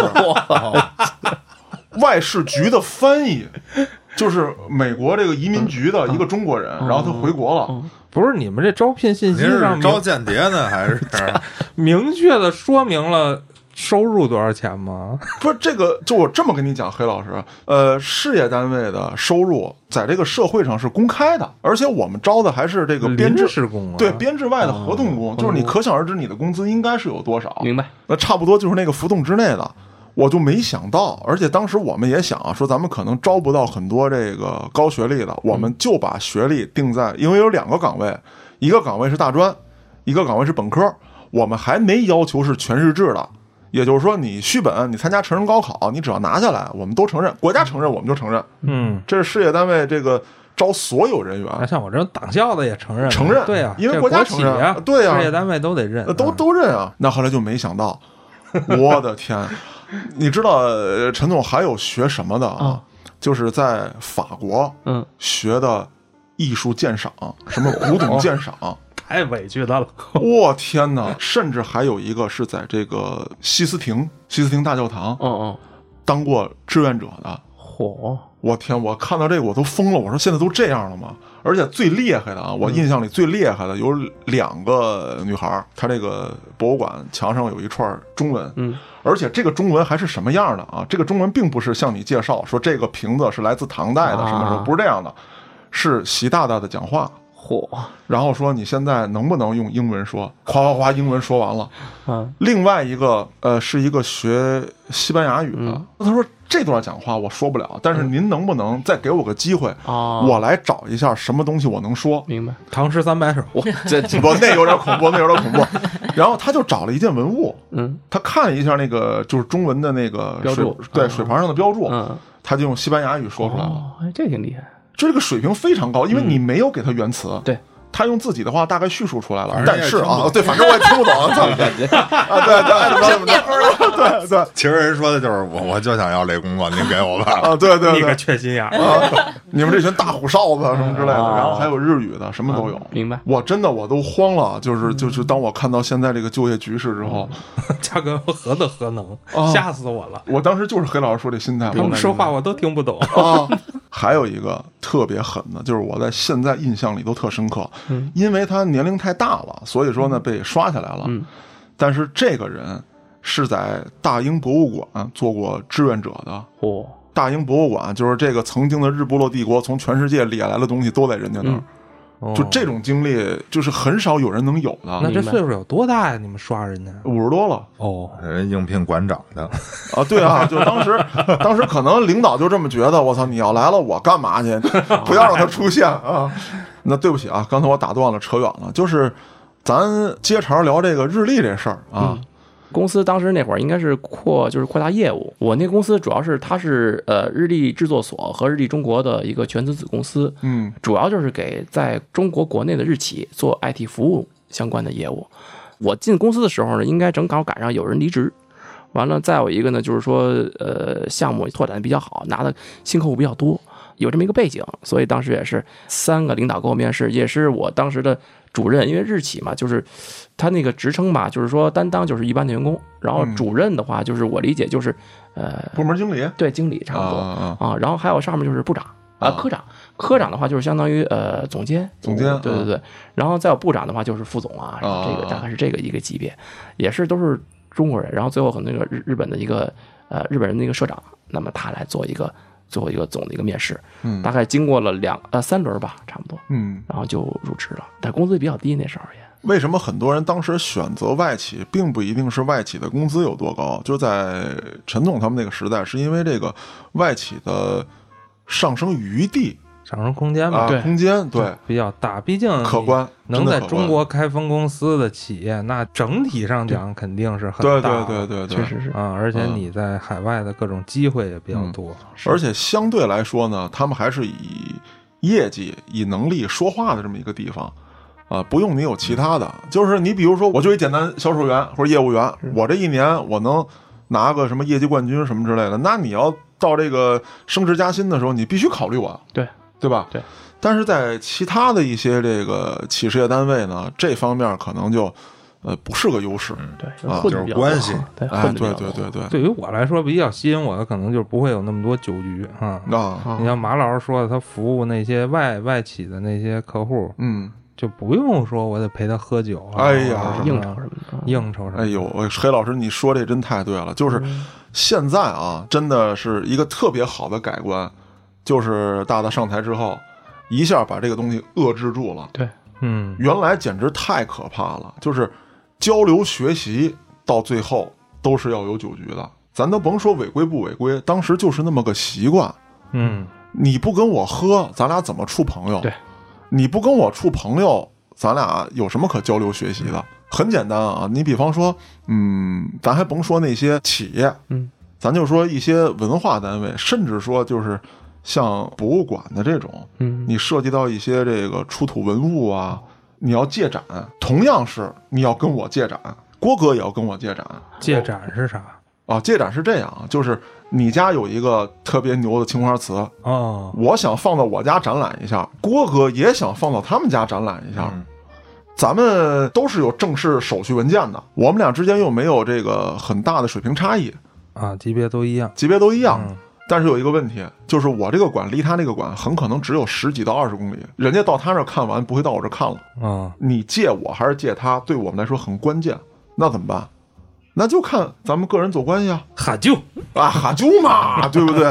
[SPEAKER 1] 外事局的翻译，就是美国这个移民局的一个中国人，然后他回国了。
[SPEAKER 2] 不是你们这招聘信息
[SPEAKER 5] 您是
[SPEAKER 2] 上
[SPEAKER 5] 招
[SPEAKER 2] 明
[SPEAKER 5] 间谍呢，还是啊
[SPEAKER 2] 明确的说明了收入多少钱吗？
[SPEAKER 1] 不是这个，就我这么跟你讲，黑老师，呃，事业单位的收入在这个社会上是公开的，而且我们招的还是这个编制
[SPEAKER 2] 临时工啊，嗯
[SPEAKER 1] 对编制外的合同工，就是你
[SPEAKER 3] 工
[SPEAKER 1] 可想而知你的工资应该是有多少。
[SPEAKER 3] 明白？
[SPEAKER 1] 那差不多就是那个浮动之内的。我就没想到，而且当时我们也想啊，说咱们可能招不到很多这个高学历的，我们就把学历定在，因为有两个岗位，一个岗位是大专，一个岗位是本科，我们还没要求是全日制的，也就是说你续本，你参加成人高考，你只要拿下来，我们都承认，国家承认我们就承认，
[SPEAKER 2] 嗯。
[SPEAKER 1] 这是事业单位这个招所有人员，
[SPEAKER 2] 那啊像我这种党校的也承认了，
[SPEAKER 1] 承认
[SPEAKER 2] 对呀、
[SPEAKER 1] 因为
[SPEAKER 2] 这
[SPEAKER 1] 国
[SPEAKER 2] 国
[SPEAKER 1] 家承认
[SPEAKER 2] 企啊，
[SPEAKER 1] 对呀
[SPEAKER 2] 事业单位都得认
[SPEAKER 1] 呃，，都
[SPEAKER 2] 嗯
[SPEAKER 1] 都认啊。那后来就没想 (laughs) 到，我的天！你知道呃陈总还有学什么的啊
[SPEAKER 3] 啊？
[SPEAKER 1] 就是在法国
[SPEAKER 3] 嗯，
[SPEAKER 1] 学的艺术鉴赏，什 (laughs) 么古董鉴赏。
[SPEAKER 2] 太委屈他了。
[SPEAKER 1] 我天哪！甚至还有一个是在这个西斯廷西斯廷大教堂
[SPEAKER 3] 哦哦，
[SPEAKER 1] 当过志愿者的。
[SPEAKER 3] 火，
[SPEAKER 1] 我天！我看到这个我都疯了。我说现在都这样了吗？而且最厉害的啊，
[SPEAKER 3] 嗯
[SPEAKER 1] 我印象里最厉害的有两个女孩儿，她这个博物馆墙上有一串中文，
[SPEAKER 3] 嗯，
[SPEAKER 1] 而且这个中文还是什么样的啊？这个中文并不是向你介绍说这个瓶子是来自唐代的
[SPEAKER 3] 啊
[SPEAKER 1] 什么什么，不是这样的，是习大大的讲话，
[SPEAKER 3] 火，
[SPEAKER 1] 然后说你现在能不能用英文说，夸夸夸，英文说完了。
[SPEAKER 3] 嗯，
[SPEAKER 1] 另外一个呃是一个学西班牙语的
[SPEAKER 3] 嗯，
[SPEAKER 1] 他说这段讲话我说不了，但是您能不能再给我个机会，
[SPEAKER 3] 哦，
[SPEAKER 1] 我来找一下什么东西我能
[SPEAKER 3] (laughs)
[SPEAKER 1] 说？
[SPEAKER 3] 明白，
[SPEAKER 2] 唐诗三百首，
[SPEAKER 3] 我这
[SPEAKER 1] 不，那有点恐怖，那有点恐
[SPEAKER 3] (laughs)
[SPEAKER 1] 怖。然后他就找了一件文物，
[SPEAKER 3] 嗯
[SPEAKER 1] 他看了一下那个就是中文的那个
[SPEAKER 3] 标
[SPEAKER 1] 水
[SPEAKER 3] 注
[SPEAKER 1] 对
[SPEAKER 3] 啊
[SPEAKER 1] 水盘上的标注，
[SPEAKER 3] 嗯，
[SPEAKER 1] 他就用西班牙语说出来了。
[SPEAKER 3] 哦，哎这挺厉害，
[SPEAKER 1] 这个水平非常高，因为你没有给他原词，
[SPEAKER 3] 对
[SPEAKER 1] 他用自己的话大概叙述出来了
[SPEAKER 5] 反。正
[SPEAKER 1] 但
[SPEAKER 5] 你也
[SPEAKER 1] 是
[SPEAKER 5] 听不
[SPEAKER 1] 啊，
[SPEAKER 5] 懂
[SPEAKER 1] 对，反正我也听不
[SPEAKER 3] (laughs)
[SPEAKER 1] 懂，操，啊，对对，爱怎么着怎么
[SPEAKER 5] (laughs)
[SPEAKER 1] 着，对对
[SPEAKER 5] 其实人说的就是我，我就想要这工作，您给我吧。 (laughs)
[SPEAKER 1] 啊，对对
[SPEAKER 2] 你个
[SPEAKER 1] 对，
[SPEAKER 2] 缺心眼儿。
[SPEAKER 1] 啊， (laughs) 你们这群大虎哨子啊什么之类的，然后还有日语的，什么都有。
[SPEAKER 3] 嗯明白
[SPEAKER 1] 我真的我都慌了，啊就是就是，当我看到现在这个就业局势之后，
[SPEAKER 2] 嘉哥何德何能，
[SPEAKER 1] 哦
[SPEAKER 2] 吓死我了！
[SPEAKER 1] 我当时就是黑老师说这心态，
[SPEAKER 2] 他
[SPEAKER 1] 我
[SPEAKER 2] 们说话我都听不懂。
[SPEAKER 1] (laughs) 啊。还有一个特别狠的，就是我在现在印象里都特深刻，因为他年龄太大了，所以说呢被刷下来了。但是这个人是在大英博物馆做过志愿者的。
[SPEAKER 3] 火，
[SPEAKER 1] 大英博物馆就是这个曾经的日不落帝国，从全世界敛来的东西都在人家那
[SPEAKER 3] 嗯
[SPEAKER 1] 儿。
[SPEAKER 3] 哦
[SPEAKER 1] 就这种经历，就是很少有人能有
[SPEAKER 2] 哦，那
[SPEAKER 1] 的。
[SPEAKER 2] 这岁数有多大呀？你们刷人家？
[SPEAKER 1] 五十多了
[SPEAKER 2] 哦，
[SPEAKER 5] 人应聘馆长的，
[SPEAKER 1] 啊，对啊， (laughs) 就当时，当时可能领导就这么觉得，我操，你要来了，我干嘛去？ (laughs) 不要让他出现啊！那对不起啊，刚才我打断了，扯远了，就是咱接茬聊这个日历这事儿啊，
[SPEAKER 3] 公司当时那会儿应该是扩，就是扩大业务。我那公司主要是它是呃日立制作所和日立中国的一个全资子公司，
[SPEAKER 1] 嗯，
[SPEAKER 3] 主要就是给在中国国内的日企做 IT 服务相关的业务。我进公司的时候呢，应该正好赶上有人离职，完了再有一个呢，就是说呃项目拓展的比较好，拿的新客户比较多，有这么一个背景，所以当时也是三个领导给我面试，也是我当时的主任，因为日企嘛，就是他那个职称吧，就是说担当就是一般的员工，然后
[SPEAKER 1] 嗯
[SPEAKER 3] 主任的话，就是我理解就是呃
[SPEAKER 1] 部门经理啊
[SPEAKER 3] 对经理差不多，
[SPEAKER 1] 啊，
[SPEAKER 3] 啊，然后还有上面就是部长
[SPEAKER 1] 啊
[SPEAKER 3] 啊，科长，科长的话就是相当于呃总监，
[SPEAKER 1] 总监
[SPEAKER 3] 对
[SPEAKER 1] 啊
[SPEAKER 3] 对对，然后再有部长的话就是副总啊，
[SPEAKER 1] 啊
[SPEAKER 3] 这个大概是这个一个级别，也是都是中国人，然后最后可能那个日日本的一个呃日本人的一个社长，那么他来做一个最后一个总的一个面试，
[SPEAKER 1] 嗯
[SPEAKER 3] 大概经过了两呃三轮吧，差不多，
[SPEAKER 1] 嗯，
[SPEAKER 3] 然后就入职了，但工资比较低那时候也，
[SPEAKER 1] 为什么很多人当时选择外企，并不一定是外企的工资有多高？就在陈总他们那个时代，是因为这个外企的上升余地
[SPEAKER 2] 上升空间吧，
[SPEAKER 1] 啊，
[SPEAKER 3] 对
[SPEAKER 1] 空间对
[SPEAKER 2] 比较大，毕竟
[SPEAKER 1] 可观，
[SPEAKER 2] 嗯能
[SPEAKER 1] 真的
[SPEAKER 2] 在
[SPEAKER 1] 可观
[SPEAKER 2] 中国开分公司的企业，那整体上讲肯定是很
[SPEAKER 1] 对
[SPEAKER 2] 大的，
[SPEAKER 1] 对对对对，
[SPEAKER 3] 确实是。
[SPEAKER 2] 啊，而且
[SPEAKER 1] 嗯
[SPEAKER 2] 你在海外的各种机会也比较多，
[SPEAKER 1] 而且相对来说呢，他们还是以业绩、以能力说话的这么一个地方啊，不用你有其他的，就是你比如说，我就一简单销售员或者业务员，我这一年我能拿个什么业绩冠军什么之类的，那你要到这个升职加薪的时候，你必须考虑我，
[SPEAKER 3] 对
[SPEAKER 1] 对吧？
[SPEAKER 3] 对。
[SPEAKER 1] 但是在其他的一些这个企事业单位呢，这方面可能就呃不是个优势。
[SPEAKER 3] 对，
[SPEAKER 1] 啊
[SPEAKER 3] 混的
[SPEAKER 5] 就是
[SPEAKER 3] 比较
[SPEAKER 5] 关
[SPEAKER 3] 多
[SPEAKER 5] 系，
[SPEAKER 3] 对，
[SPEAKER 1] 哎，
[SPEAKER 3] 嗯混的比
[SPEAKER 1] 对
[SPEAKER 3] 较
[SPEAKER 1] 对
[SPEAKER 3] 多。
[SPEAKER 1] 对对，
[SPEAKER 2] 对于我来说比较吸引我的，可能就是不会有那么多酒局啊。
[SPEAKER 1] 啊，
[SPEAKER 3] 啊
[SPEAKER 2] 你像马老师说的，他服务那些外外企的那些客户，
[SPEAKER 1] 嗯，
[SPEAKER 2] 就不用说我得陪他喝酒啊，
[SPEAKER 1] 哎呀
[SPEAKER 2] 或者什么
[SPEAKER 3] 应酬什么的啊，
[SPEAKER 2] 应酬什么的，
[SPEAKER 1] 哎呦，我黑老师，你说这真太对了，就是现在啊，真的是一个特别好的改观，就是大大上台之后，一下把这个东西遏制住了。
[SPEAKER 3] 对，
[SPEAKER 2] 嗯，
[SPEAKER 1] 原来简直太可怕了，就是交流学习到最后都是要有酒局的，咱都甭说违规不违规，当时就是那么个习惯。
[SPEAKER 2] 嗯，
[SPEAKER 1] 你不跟我喝，咱俩怎么处朋友？
[SPEAKER 3] 对，
[SPEAKER 1] 你不跟我处朋友，咱俩有什么可交流学习的？很简单啊，你比方说，嗯，咱还甭说那些企业，
[SPEAKER 3] 嗯，
[SPEAKER 1] 咱就说一些文化单位，甚至说就是像博物馆的这种，
[SPEAKER 3] 嗯，
[SPEAKER 1] 你涉及到一些这个出土文物啊，你要借展，同样是你要跟我借展，郭哥也要跟我借展，
[SPEAKER 2] 借展是啥？
[SPEAKER 1] 啊，借展是这样啊，就是你家有一个特别牛的青花瓷，
[SPEAKER 2] 哦，
[SPEAKER 1] 我想放到我家展览一下，郭哥也想放到他们家展览一下。
[SPEAKER 5] 嗯
[SPEAKER 1] 咱们都是有正式手续文件的，我们俩之间又没有这个很大的水平差异，
[SPEAKER 2] 啊，级别都一样，
[SPEAKER 1] 级别都一样。
[SPEAKER 2] 嗯
[SPEAKER 1] 但是有一个问题，就是我这个馆离他那个馆很可能只有十几到二十公里，人家到他那儿看完不会到我这儿看了。
[SPEAKER 2] 啊，
[SPEAKER 1] 你借我还是借他，对我们来说很关键。那怎么办？那就看咱们个人走关系啊，
[SPEAKER 2] 喊舅。
[SPEAKER 1] 啊哈就嘛，对不对？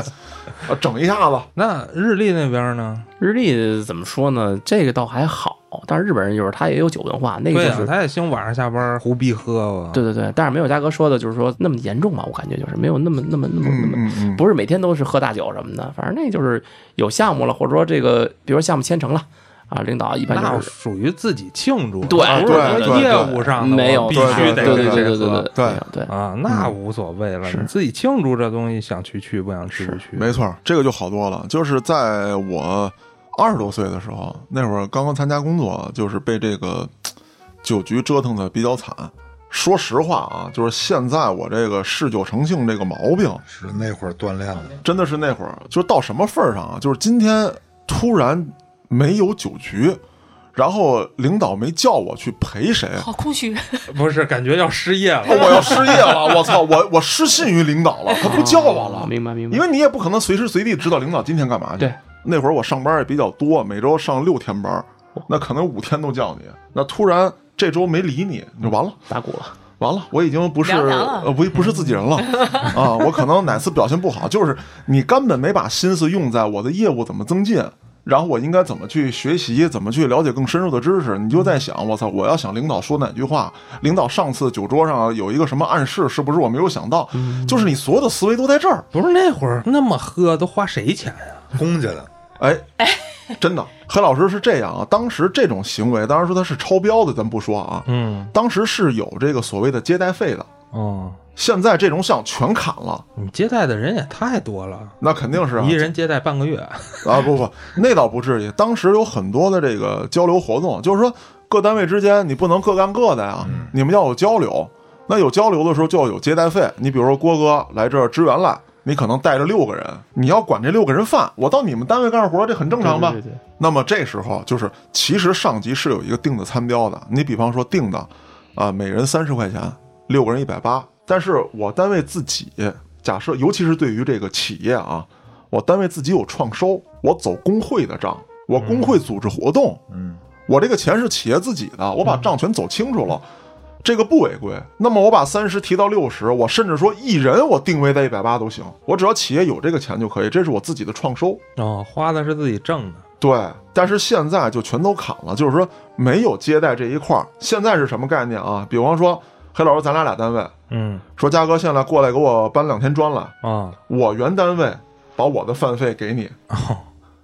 [SPEAKER 1] 啊，整一下子，
[SPEAKER 2] 那日历那边呢？
[SPEAKER 3] 日历怎么说呢？这个倒还好，但是日本人就是他也有酒文
[SPEAKER 1] 哎
[SPEAKER 3] 化，那个
[SPEAKER 2] 对
[SPEAKER 3] 就
[SPEAKER 2] 呀、
[SPEAKER 1] 啊
[SPEAKER 3] 是
[SPEAKER 2] 他也兴晚上下班胡逼喝啊吧。
[SPEAKER 3] 对对对，但是没有嘉哥说的，就是说那么严重吧，我感觉就是没有那么那么那么那么，
[SPEAKER 1] 嗯嗯，
[SPEAKER 3] 不是每天都是喝大酒什么的，反正那就是有项目了，或者说这个，比如说项目签成了啊，领导一般
[SPEAKER 2] 那
[SPEAKER 3] 就是
[SPEAKER 2] 属于自己庆祝，啊
[SPEAKER 3] 对
[SPEAKER 2] 不是
[SPEAKER 1] 对
[SPEAKER 2] 说
[SPEAKER 1] 对
[SPEAKER 2] 业
[SPEAKER 1] 对
[SPEAKER 2] 务上的
[SPEAKER 3] 没
[SPEAKER 2] 我
[SPEAKER 3] 有
[SPEAKER 2] 必
[SPEAKER 3] 对
[SPEAKER 2] 须得
[SPEAKER 3] 对
[SPEAKER 2] 跟
[SPEAKER 3] 对
[SPEAKER 2] 谁
[SPEAKER 3] 对对
[SPEAKER 2] 喝
[SPEAKER 3] 对对对，
[SPEAKER 2] 啊，那无所谓了，你自己庆祝这东西，想去去，不想去不去。
[SPEAKER 1] 没错儿，这个就好多了。就是在我二十多岁的时候，那会儿刚刚参加工作，就是被这个酒局折腾的比较惨。说实话啊，就是现在我这个嗜酒成性这个毛病，
[SPEAKER 5] 是那会儿锻炼 (laughs) 的，
[SPEAKER 1] 真的是那会儿就是到什么份儿上啊？就是今天突然没有酒局，然后领导没叫我去陪谁，哦
[SPEAKER 6] 好空虚，
[SPEAKER 2] 不是，感觉要失业
[SPEAKER 1] (laughs)
[SPEAKER 2] 了。
[SPEAKER 1] 我要失业了，我操，我我失信于领导了，他不叫我了
[SPEAKER 3] 啊，明白明白，
[SPEAKER 1] 因为你也不可能随时随地知道领导今天干嘛去。
[SPEAKER 3] 对，
[SPEAKER 1] 那会儿我上班也比较多，每周上六天班，那可能五天都叫你。那突然这周没理你，你就完了，
[SPEAKER 3] 打鼓了，
[SPEAKER 1] 完了，我已经不是
[SPEAKER 6] 凉凉了
[SPEAKER 1] 呃不不是自己人了啊！我可能哪次表现不好，就是你根本没把心思用在我的业务怎么增进。然后我应该怎么去学习，怎么去了解更深入的知识？你就在想，我操，我要想领导说哪句话，领导上次酒桌上有一个什么暗示，是不是我没有想到？就是你所有的思维都在这儿，
[SPEAKER 2] 不是那会儿那么喝都花谁钱呀、
[SPEAKER 5] 公家 (laughs) 的，
[SPEAKER 1] 哎，真的，黑老师是这样啊。当时这种行为，当然说他是超标的，咱不说啊。
[SPEAKER 2] 嗯，
[SPEAKER 1] 当时是有这个所谓的接待费的，
[SPEAKER 2] 哦，
[SPEAKER 1] 现在这种项全砍了，
[SPEAKER 2] 你接待的人也太多了，
[SPEAKER 1] 那肯定是啊
[SPEAKER 2] 一人接待半个月。
[SPEAKER 1] 啊不不，那倒不至于。当时有很多的这个交流活动，就是说各单位之间你不能各干各的呀，
[SPEAKER 3] 嗯
[SPEAKER 1] 你们要有交流。那有交流的时候就要有接待费。你比如说郭哥来这儿支援来，你可能带着六个人，你要管这六个人饭。我到你们单位干活，这很正常吧？
[SPEAKER 3] 对对对对
[SPEAKER 1] 那么这时候就是，其实上级是有一个定的餐标的，你比方说定的，啊，每人三十块钱，六个人一百八。但是我单位自己，假设尤其是对于这个企业啊，我单位自己有创收，我走工会的账，我工会组织活动，
[SPEAKER 5] 嗯，
[SPEAKER 1] 我这个钱是企业自己的，我把账全走清楚了，这个不违规。那么我把三十提到六十，我甚至说一人我定位在一百八都行，我只要企业有这个钱就可以，这是我自己的创收。
[SPEAKER 2] 哦，花的是自己挣的。
[SPEAKER 1] 对，但是现在就全都砍了，就是说没有接待这一块儿。现在是什么概念啊？比方说，黑老师，咱俩俩单位，
[SPEAKER 2] 嗯，
[SPEAKER 1] 说嘉哥现在过来给我搬两天砖来，
[SPEAKER 2] 哦，
[SPEAKER 1] 我原单位把我的饭费给你，
[SPEAKER 2] 哦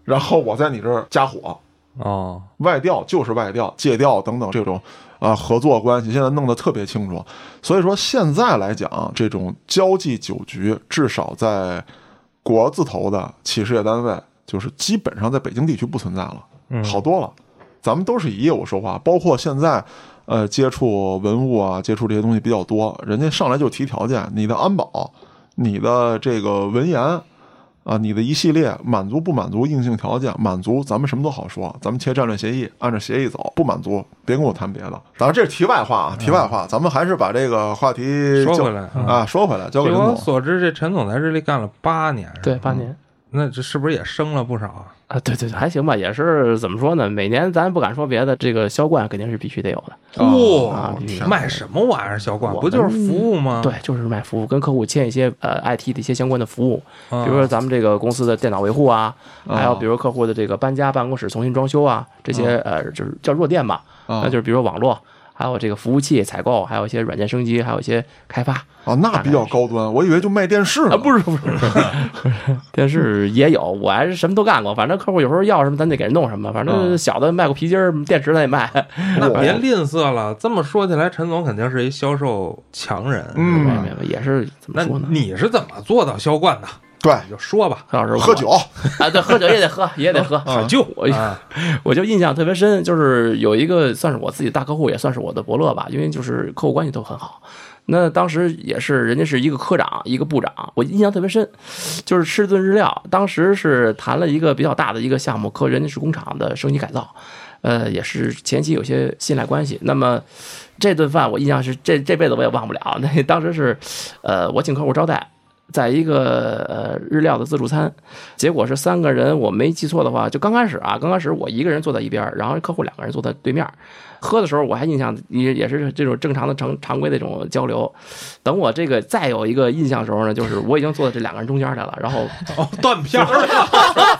[SPEAKER 1] 然后我在你这儿加火，
[SPEAKER 2] 哦，
[SPEAKER 1] 外调就是外调、借调等等这种啊合作关系，现在弄得特别清楚。所以说现在来讲，这种交际酒局，至少在国字头的企事业单位，就是基本上在北京地区不存在了，好多了。咱们都是以业务说话，包括现在，呃，接触文物啊，接触这些东西比较多，人家上来就提条件，你的安保，你的这个文言。啊，你的一系列满足不满足硬性条件，满足咱们什么都好说，咱们签战略协议，按照协议走，不满足别跟我谈别的。当然这是题外话啊，题外话，咱们还是把这个话题
[SPEAKER 2] 说
[SPEAKER 1] 交
[SPEAKER 2] 回来嗯
[SPEAKER 1] 啊，说回来，交给
[SPEAKER 2] 据
[SPEAKER 1] 陈
[SPEAKER 2] 我
[SPEAKER 1] 总。
[SPEAKER 2] 所知，这陈总在这里干了八年，是吧
[SPEAKER 3] 对，八年。
[SPEAKER 2] 那这是不是也升了不少啊？
[SPEAKER 3] 啊，对对对，还行吧，也是怎么说呢？每年咱不敢说别的，这个销冠肯定是必须得有的。
[SPEAKER 2] 哇
[SPEAKER 3] 啊天哪
[SPEAKER 2] 卖什么玩意儿？小馆
[SPEAKER 3] 我
[SPEAKER 2] 不就是服务吗？
[SPEAKER 3] 对，就是卖服务，跟客户签一些呃 IT 的一些相关的服务，
[SPEAKER 2] 啊，
[SPEAKER 3] 比如说咱们这个公司的电脑维护啊，还有比如客户的这个搬家、办公室重新装修啊，这些呃就是叫弱电吧，
[SPEAKER 1] 啊
[SPEAKER 3] 那就是比如说网络，还有这个服务器采购，还有一些软件升级，还有一些开发
[SPEAKER 1] 啊，那比较高端，我以为就卖电视
[SPEAKER 3] 啊，
[SPEAKER 1] 呢。
[SPEAKER 3] 不
[SPEAKER 2] (laughs)
[SPEAKER 3] 是不是， (laughs) 电视也有，我还是什么都干过，反正客户有时候要什么咱得给人弄什么，反正小的卖过皮筋儿、电池咱也 (laughs) 卖，
[SPEAKER 2] 那别吝啬了。这么说起来，陈总肯定是一销售强人。
[SPEAKER 1] 嗯
[SPEAKER 3] 没有没有也是怎么
[SPEAKER 2] 那
[SPEAKER 3] 说呢？
[SPEAKER 2] 你是怎么做到销冠的？
[SPEAKER 1] 对，
[SPEAKER 2] 你就说吧，
[SPEAKER 3] 何老师我
[SPEAKER 1] 啊喝酒
[SPEAKER 3] 啊，对，喝酒也得喝，也得喝。
[SPEAKER 2] 喊舅
[SPEAKER 3] 我
[SPEAKER 2] 啊
[SPEAKER 3] 我就印象特别深，就是有一个算是我自己大客户，也算是我的伯乐吧，因为就是客户关系都很好。那当时也是，人家是一个科长，一个部长，我印象特别深，就是吃顿日料。当时是谈了一个比较大的一个项目，和人家是工厂的升级改造，呃，也是前期有些信赖关系。那么这顿饭我印象是这这辈子我也忘不了。 (laughs) 那当时是，呃，我请客户招待，在一个呃日料的自助餐，结果是三个人，我没记错的话，就刚开始啊，刚开始我一个人坐在一边儿，然后客户两个人坐在对面儿。喝的时候我还印象也也是这种正常的常常规的这种交流。等我这个再有一个印象的时候呢，就是我已经坐在这两个人中间儿来了，然后
[SPEAKER 2] 哦，断片儿了。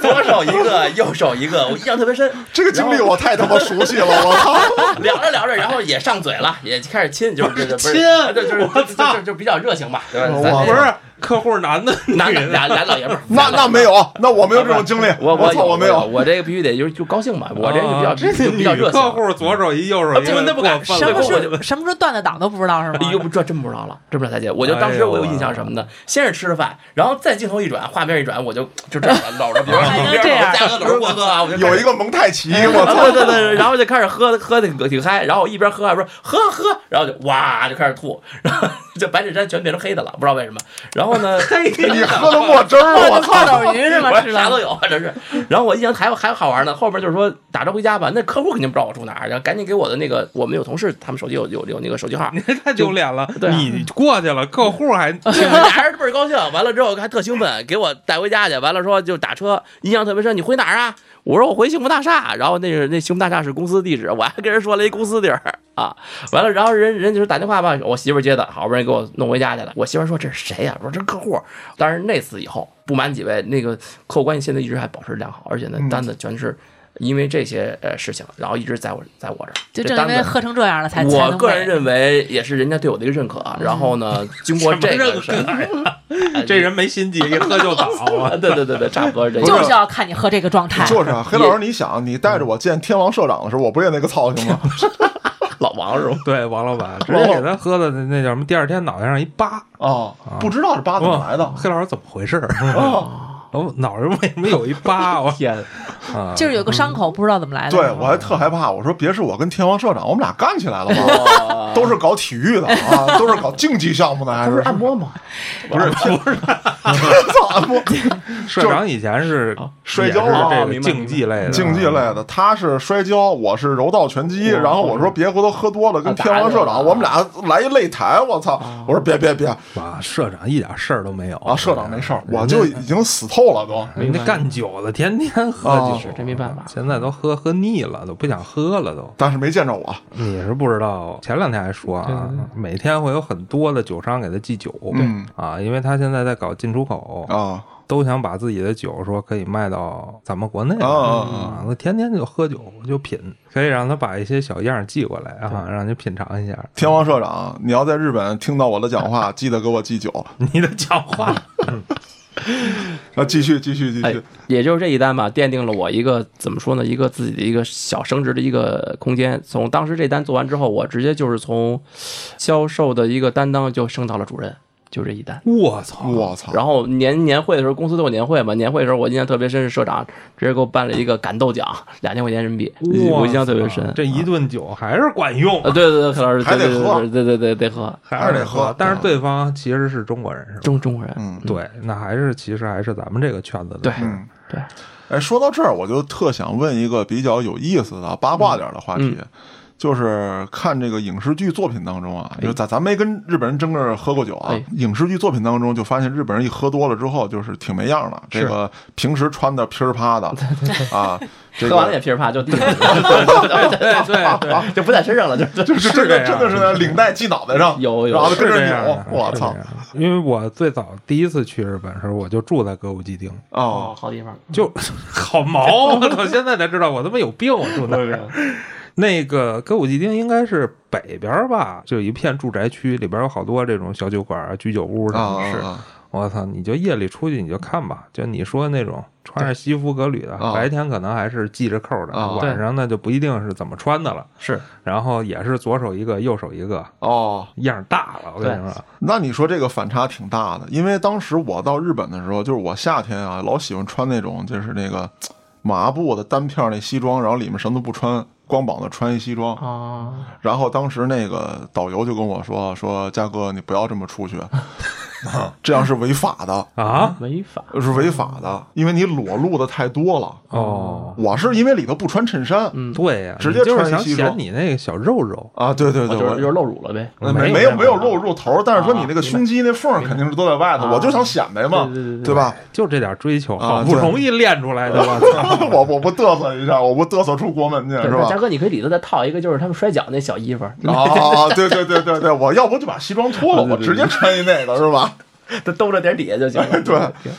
[SPEAKER 4] 左手一个，右手一个，我印象特别深。
[SPEAKER 1] 这个经历我太他妈熟悉了，我操！
[SPEAKER 3] (laughs)
[SPEAKER 4] 聊着聊着，然后也上嘴了，也开始亲，就是这亲，这就是就就就就比较热情嘛，对吧？
[SPEAKER 1] 哇
[SPEAKER 4] 咱
[SPEAKER 3] 哎
[SPEAKER 2] 不是客户男的，
[SPEAKER 4] 男
[SPEAKER 2] 女
[SPEAKER 4] 的
[SPEAKER 2] 的，
[SPEAKER 4] 俩俩老爷们儿，
[SPEAKER 1] 那那没有，那我没有这种经历，
[SPEAKER 3] 我
[SPEAKER 1] 我操，
[SPEAKER 3] 我
[SPEAKER 1] 没
[SPEAKER 3] 有，
[SPEAKER 1] 有。
[SPEAKER 3] 我这个必须得就就高兴嘛， (laughs) 我这个就比较、
[SPEAKER 2] 啊这
[SPEAKER 3] 就比较
[SPEAKER 2] 女
[SPEAKER 3] 热
[SPEAKER 2] 客
[SPEAKER 3] 情。啊
[SPEAKER 2] 户左手一右手一，
[SPEAKER 4] 这不那不敢
[SPEAKER 2] 过分
[SPEAKER 6] 什
[SPEAKER 2] 了
[SPEAKER 6] 么
[SPEAKER 4] 我
[SPEAKER 6] 时
[SPEAKER 4] 就
[SPEAKER 6] 候什么时候断的档都不知道是吗？
[SPEAKER 3] 哎呦，不这真不知道了，真不知道大姐。我就当
[SPEAKER 2] 哎
[SPEAKER 3] 时
[SPEAKER 2] 呦
[SPEAKER 3] 我有印象什么呢？先是吃着饭，然后再镜头一转，画面一转，我就就这样了，搂着别人，
[SPEAKER 2] 啊
[SPEAKER 6] 还能
[SPEAKER 4] 边
[SPEAKER 6] 这
[SPEAKER 4] 儿
[SPEAKER 6] 样
[SPEAKER 4] 大哥搂着郭哥啊，我就
[SPEAKER 1] 有一个蒙太奇，我操！
[SPEAKER 3] 对对对，然后就开始喝喝的挺嗨，然后我一边喝还不是喝喝，然后就哇就开始吐，然后这白衬衫全变成黑的了，不知道为什么。然后
[SPEAKER 2] (laughs)
[SPEAKER 3] 呢，黑
[SPEAKER 1] 你喝
[SPEAKER 3] (laughs)
[SPEAKER 1] 的墨汁
[SPEAKER 6] (laughs)
[SPEAKER 1] 儿，我
[SPEAKER 6] 泡
[SPEAKER 1] 操！
[SPEAKER 6] 斗鱼是吗？吃
[SPEAKER 3] 啥
[SPEAKER 6] 了
[SPEAKER 3] 都有，这是。然后我印象还有还有好玩呢，后边就是说打车回家吧，那客户肯定不知道我住哪儿，然后赶紧给我的那个我们有同事，他们手机有有有那个手机号，
[SPEAKER 2] 这太丢脸了
[SPEAKER 3] (laughs) 对。啊
[SPEAKER 2] 你过去了，客
[SPEAKER 3] (laughs)
[SPEAKER 2] 户还
[SPEAKER 3] 俩人倍儿高兴，完了之后还特兴奋，给我带回家去。完了说就打车，印象特别深。你回哪儿啊？我说我回幸福大厦，然后那是那幸福大厦是公司地址，我还跟人说了一公司地儿啊。完了，然后人人就是打电话吧，我媳妇儿接的，好不容易给我弄回家去了。我媳妇儿说这是谁呀、我说这是客户。但是那次以后，不瞒几位，那个客户关系现在一直还保持良好，而且呢单子全是因为这些呃事情，然后一直在我在我这儿。
[SPEAKER 6] 就
[SPEAKER 3] 这
[SPEAKER 6] 正
[SPEAKER 3] 单
[SPEAKER 6] 因
[SPEAKER 3] 子
[SPEAKER 6] 为喝成这样了才才
[SPEAKER 3] 我
[SPEAKER 6] 能
[SPEAKER 3] 个人
[SPEAKER 6] 喂
[SPEAKER 3] 认为也是人家对我的一个认可，啊然后呢，经过这个事儿， (laughs)
[SPEAKER 2] 这人没心机，一喝就倒啊 (laughs)
[SPEAKER 3] 啊，。对对对对，差不多是这
[SPEAKER 6] 就
[SPEAKER 3] 个
[SPEAKER 6] 是。要看你喝这个状态。
[SPEAKER 1] 就是啊，黑老师，你想，你带着我见天王社长的时候，我不也那个操性吗？
[SPEAKER 3] 老王是吧？
[SPEAKER 2] 对，王老板直接给他喝的那那叫什么？第二天脑袋上一疤，
[SPEAKER 3] 哦
[SPEAKER 1] 啊，不知道这疤怎么来的
[SPEAKER 2] 黑老师怎么回事儿？ (laughs)
[SPEAKER 3] 哦
[SPEAKER 1] 啊？
[SPEAKER 2] 我脑上为什么有一疤？ (laughs) 我
[SPEAKER 3] 天，
[SPEAKER 2] 啊，
[SPEAKER 6] 就是有个伤口，不知道怎么来的。
[SPEAKER 1] 嗯对，我还特害怕，我说别是我跟天王社长，我们俩干起来了吗？都是搞体育的啊，都是搞竞技项目的，还
[SPEAKER 3] 他不
[SPEAKER 1] 是
[SPEAKER 3] 是按摩吗？
[SPEAKER 1] (laughs) 不是 (laughs) 不是操按摩
[SPEAKER 2] 社长以前是
[SPEAKER 1] 摔跤
[SPEAKER 2] 也是
[SPEAKER 1] 啊
[SPEAKER 2] 这个
[SPEAKER 3] 明白
[SPEAKER 2] 竞技类的，
[SPEAKER 1] 竞技类的，他是摔跤，我是柔道拳击。
[SPEAKER 3] 哇
[SPEAKER 1] 然后我说别回头喝多了，跟天王社长
[SPEAKER 3] 打起来了
[SPEAKER 1] 我们俩来一擂台，我操！我说别别别啊，
[SPEAKER 2] 哇，社长一点事儿都啊没有
[SPEAKER 1] 社长没事儿，哦我
[SPEAKER 2] 人
[SPEAKER 1] 就
[SPEAKER 2] 家
[SPEAKER 1] 已经死透了都。
[SPEAKER 2] 人家干酒的，天天喝酒
[SPEAKER 1] 哦，
[SPEAKER 3] 这没办法
[SPEAKER 2] 现在都喝喝腻了，都不想喝了都。
[SPEAKER 1] 但是没见着我，
[SPEAKER 2] 你是不知道，前两天还说啊，每天会有很多的酒商给他寄酒，
[SPEAKER 1] 嗯
[SPEAKER 2] 啊，因为他现在在搞进出口，
[SPEAKER 1] 啊
[SPEAKER 2] 都想把自己的酒说可以卖到咱们国内
[SPEAKER 1] 啊
[SPEAKER 2] 来
[SPEAKER 1] 啊啊！
[SPEAKER 2] 啊，那天天就喝酒就品，可以让他把一些小样儿寄过来啊，让你品尝一下。
[SPEAKER 1] 天王社长，你要在日本听到我的讲话，记得给我寄酒。
[SPEAKER 2] 你的讲话，
[SPEAKER 1] 啊，继续继续继
[SPEAKER 3] 哎
[SPEAKER 1] 续，，
[SPEAKER 3] 也就是这一单吧，奠定了我一个怎么说呢，一个自己的一个小升值的一个空间。从当时这单做完之后，我直接就是从销售的一个担当就升到了主任，就这一单。
[SPEAKER 2] 我操！
[SPEAKER 1] 我操！
[SPEAKER 3] 然后年年会的时候，公司都有年会嘛，年会的时候我印象特别深，是社长直接给我颁了一个感动奖，两千块钱人民币，我印象特别深。
[SPEAKER 2] 这一顿酒还是管用
[SPEAKER 3] 啊，，对对对，何老师
[SPEAKER 1] 还得
[SPEAKER 3] 对对
[SPEAKER 1] 喝
[SPEAKER 3] 对对对对得喝。
[SPEAKER 2] 还是得
[SPEAKER 1] 还是得喝
[SPEAKER 2] 但是对方其实是中国人，是吧？
[SPEAKER 3] 中中国人，
[SPEAKER 1] 嗯，
[SPEAKER 2] 对，那还是其实还是咱们这个圈子的。
[SPEAKER 3] 对
[SPEAKER 1] 嗯
[SPEAKER 3] 对，
[SPEAKER 1] 哎，说到这儿，我就特想问一个比较有意思的八卦点儿的话题，就是看这个影视剧作品当中啊，就咱咱没跟日本人争着喝过酒啊
[SPEAKER 3] 哎，
[SPEAKER 1] 影视剧作品当中就发现日本人一喝多了之后，就是挺没样儿的，这个平时穿的噼儿啪的啊，这
[SPEAKER 3] 喝完了也
[SPEAKER 1] 个。
[SPEAKER 3] 噼里啪
[SPEAKER 1] (laughs)
[SPEAKER 3] 啦就，对对对对，就不在身上了，就就
[SPEAKER 1] 就是这
[SPEAKER 2] 是这
[SPEAKER 1] 个真
[SPEAKER 2] 样
[SPEAKER 1] 的是领带系脑袋上，
[SPEAKER 3] 有有
[SPEAKER 1] 然后就跟
[SPEAKER 2] 是
[SPEAKER 1] 着
[SPEAKER 2] 这样
[SPEAKER 1] 扭
[SPEAKER 2] 的，，
[SPEAKER 1] 我
[SPEAKER 2] 是
[SPEAKER 1] 操
[SPEAKER 2] 这！样的！因为我最早第一次去日本的时候，我就住在歌舞伎町，
[SPEAKER 1] 哦
[SPEAKER 3] 哦，，好地方。
[SPEAKER 2] 就 (laughs) 好毛，啊我操！现在才知道我他妈有病，啊我住那儿。那个歌舞伎町应该是北边儿吧，就有一片住宅区，里边有好多这种小酒馆啊、居酒屋什么的。
[SPEAKER 1] 啊
[SPEAKER 2] 是
[SPEAKER 1] 啊，啊
[SPEAKER 2] 我操！你就夜里出去你就看吧，就你说那种穿着西服革履的，
[SPEAKER 1] 啊
[SPEAKER 2] 白天可能还是系着扣的，
[SPEAKER 1] 啊
[SPEAKER 2] 晚上呢就不一定是怎么穿的了。
[SPEAKER 3] 是，
[SPEAKER 2] 然后也是左手一个，右手一个，
[SPEAKER 1] 哦，
[SPEAKER 2] 样儿大了。我跟你说，
[SPEAKER 1] 那你说这个反差挺大的，因为当时我到日本的时候，就是我夏天啊，老喜欢穿那种就是那个嘖麻布的单片儿那西装，然后里面什么都不穿，光膀子穿一西
[SPEAKER 2] 啊
[SPEAKER 1] 装。
[SPEAKER 3] 哦，
[SPEAKER 1] 然后当时那个导游就跟我说说，嘉哥你不要这么出去，
[SPEAKER 2] (laughs)
[SPEAKER 1] 这样是违法的，
[SPEAKER 2] 啊，
[SPEAKER 3] 没法。
[SPEAKER 1] 是违法的，因为你裸露的太多了。
[SPEAKER 2] 哦，
[SPEAKER 1] 我是因为里头不穿衬衫
[SPEAKER 2] 对呀、
[SPEAKER 1] 嗯直接
[SPEAKER 2] 你就
[SPEAKER 1] 穿
[SPEAKER 2] 是想
[SPEAKER 1] 西装
[SPEAKER 2] 显你那个小肉肉，
[SPEAKER 1] 啊，对对
[SPEAKER 3] 我
[SPEAKER 1] 对，
[SPEAKER 3] 就是
[SPEAKER 1] 我
[SPEAKER 3] 就是露乳了呗，
[SPEAKER 1] 呃
[SPEAKER 2] 没
[SPEAKER 1] 没有
[SPEAKER 2] 有没
[SPEAKER 1] 没
[SPEAKER 2] 有
[SPEAKER 1] 有露入头，但是说
[SPEAKER 3] 啊
[SPEAKER 1] 你那个胸肌那缝儿肯定是都在外头，我就想显摆嘛
[SPEAKER 3] 对对对，对啊
[SPEAKER 1] 对吧？
[SPEAKER 2] 就这点追求，
[SPEAKER 1] 啊
[SPEAKER 2] 好不
[SPEAKER 1] 对
[SPEAKER 2] 容易练出来的。我操！
[SPEAKER 1] (laughs) 我我不嘚瑟一下，我不嘚瑟出国门去是
[SPEAKER 3] 对
[SPEAKER 1] 吧
[SPEAKER 3] 嘉？哥，你可以里头再套一个，就是他们摔跤那小衣服，
[SPEAKER 1] 啊，对对对对对，我要不就把西装脱了，
[SPEAKER 3] 对对
[SPEAKER 1] 我
[SPEAKER 3] 对
[SPEAKER 1] 直接穿一那个是吧？
[SPEAKER 3] 都兜着点底下就行 (laughs)
[SPEAKER 1] (laughs)
[SPEAKER 3] 了。
[SPEAKER 1] 对，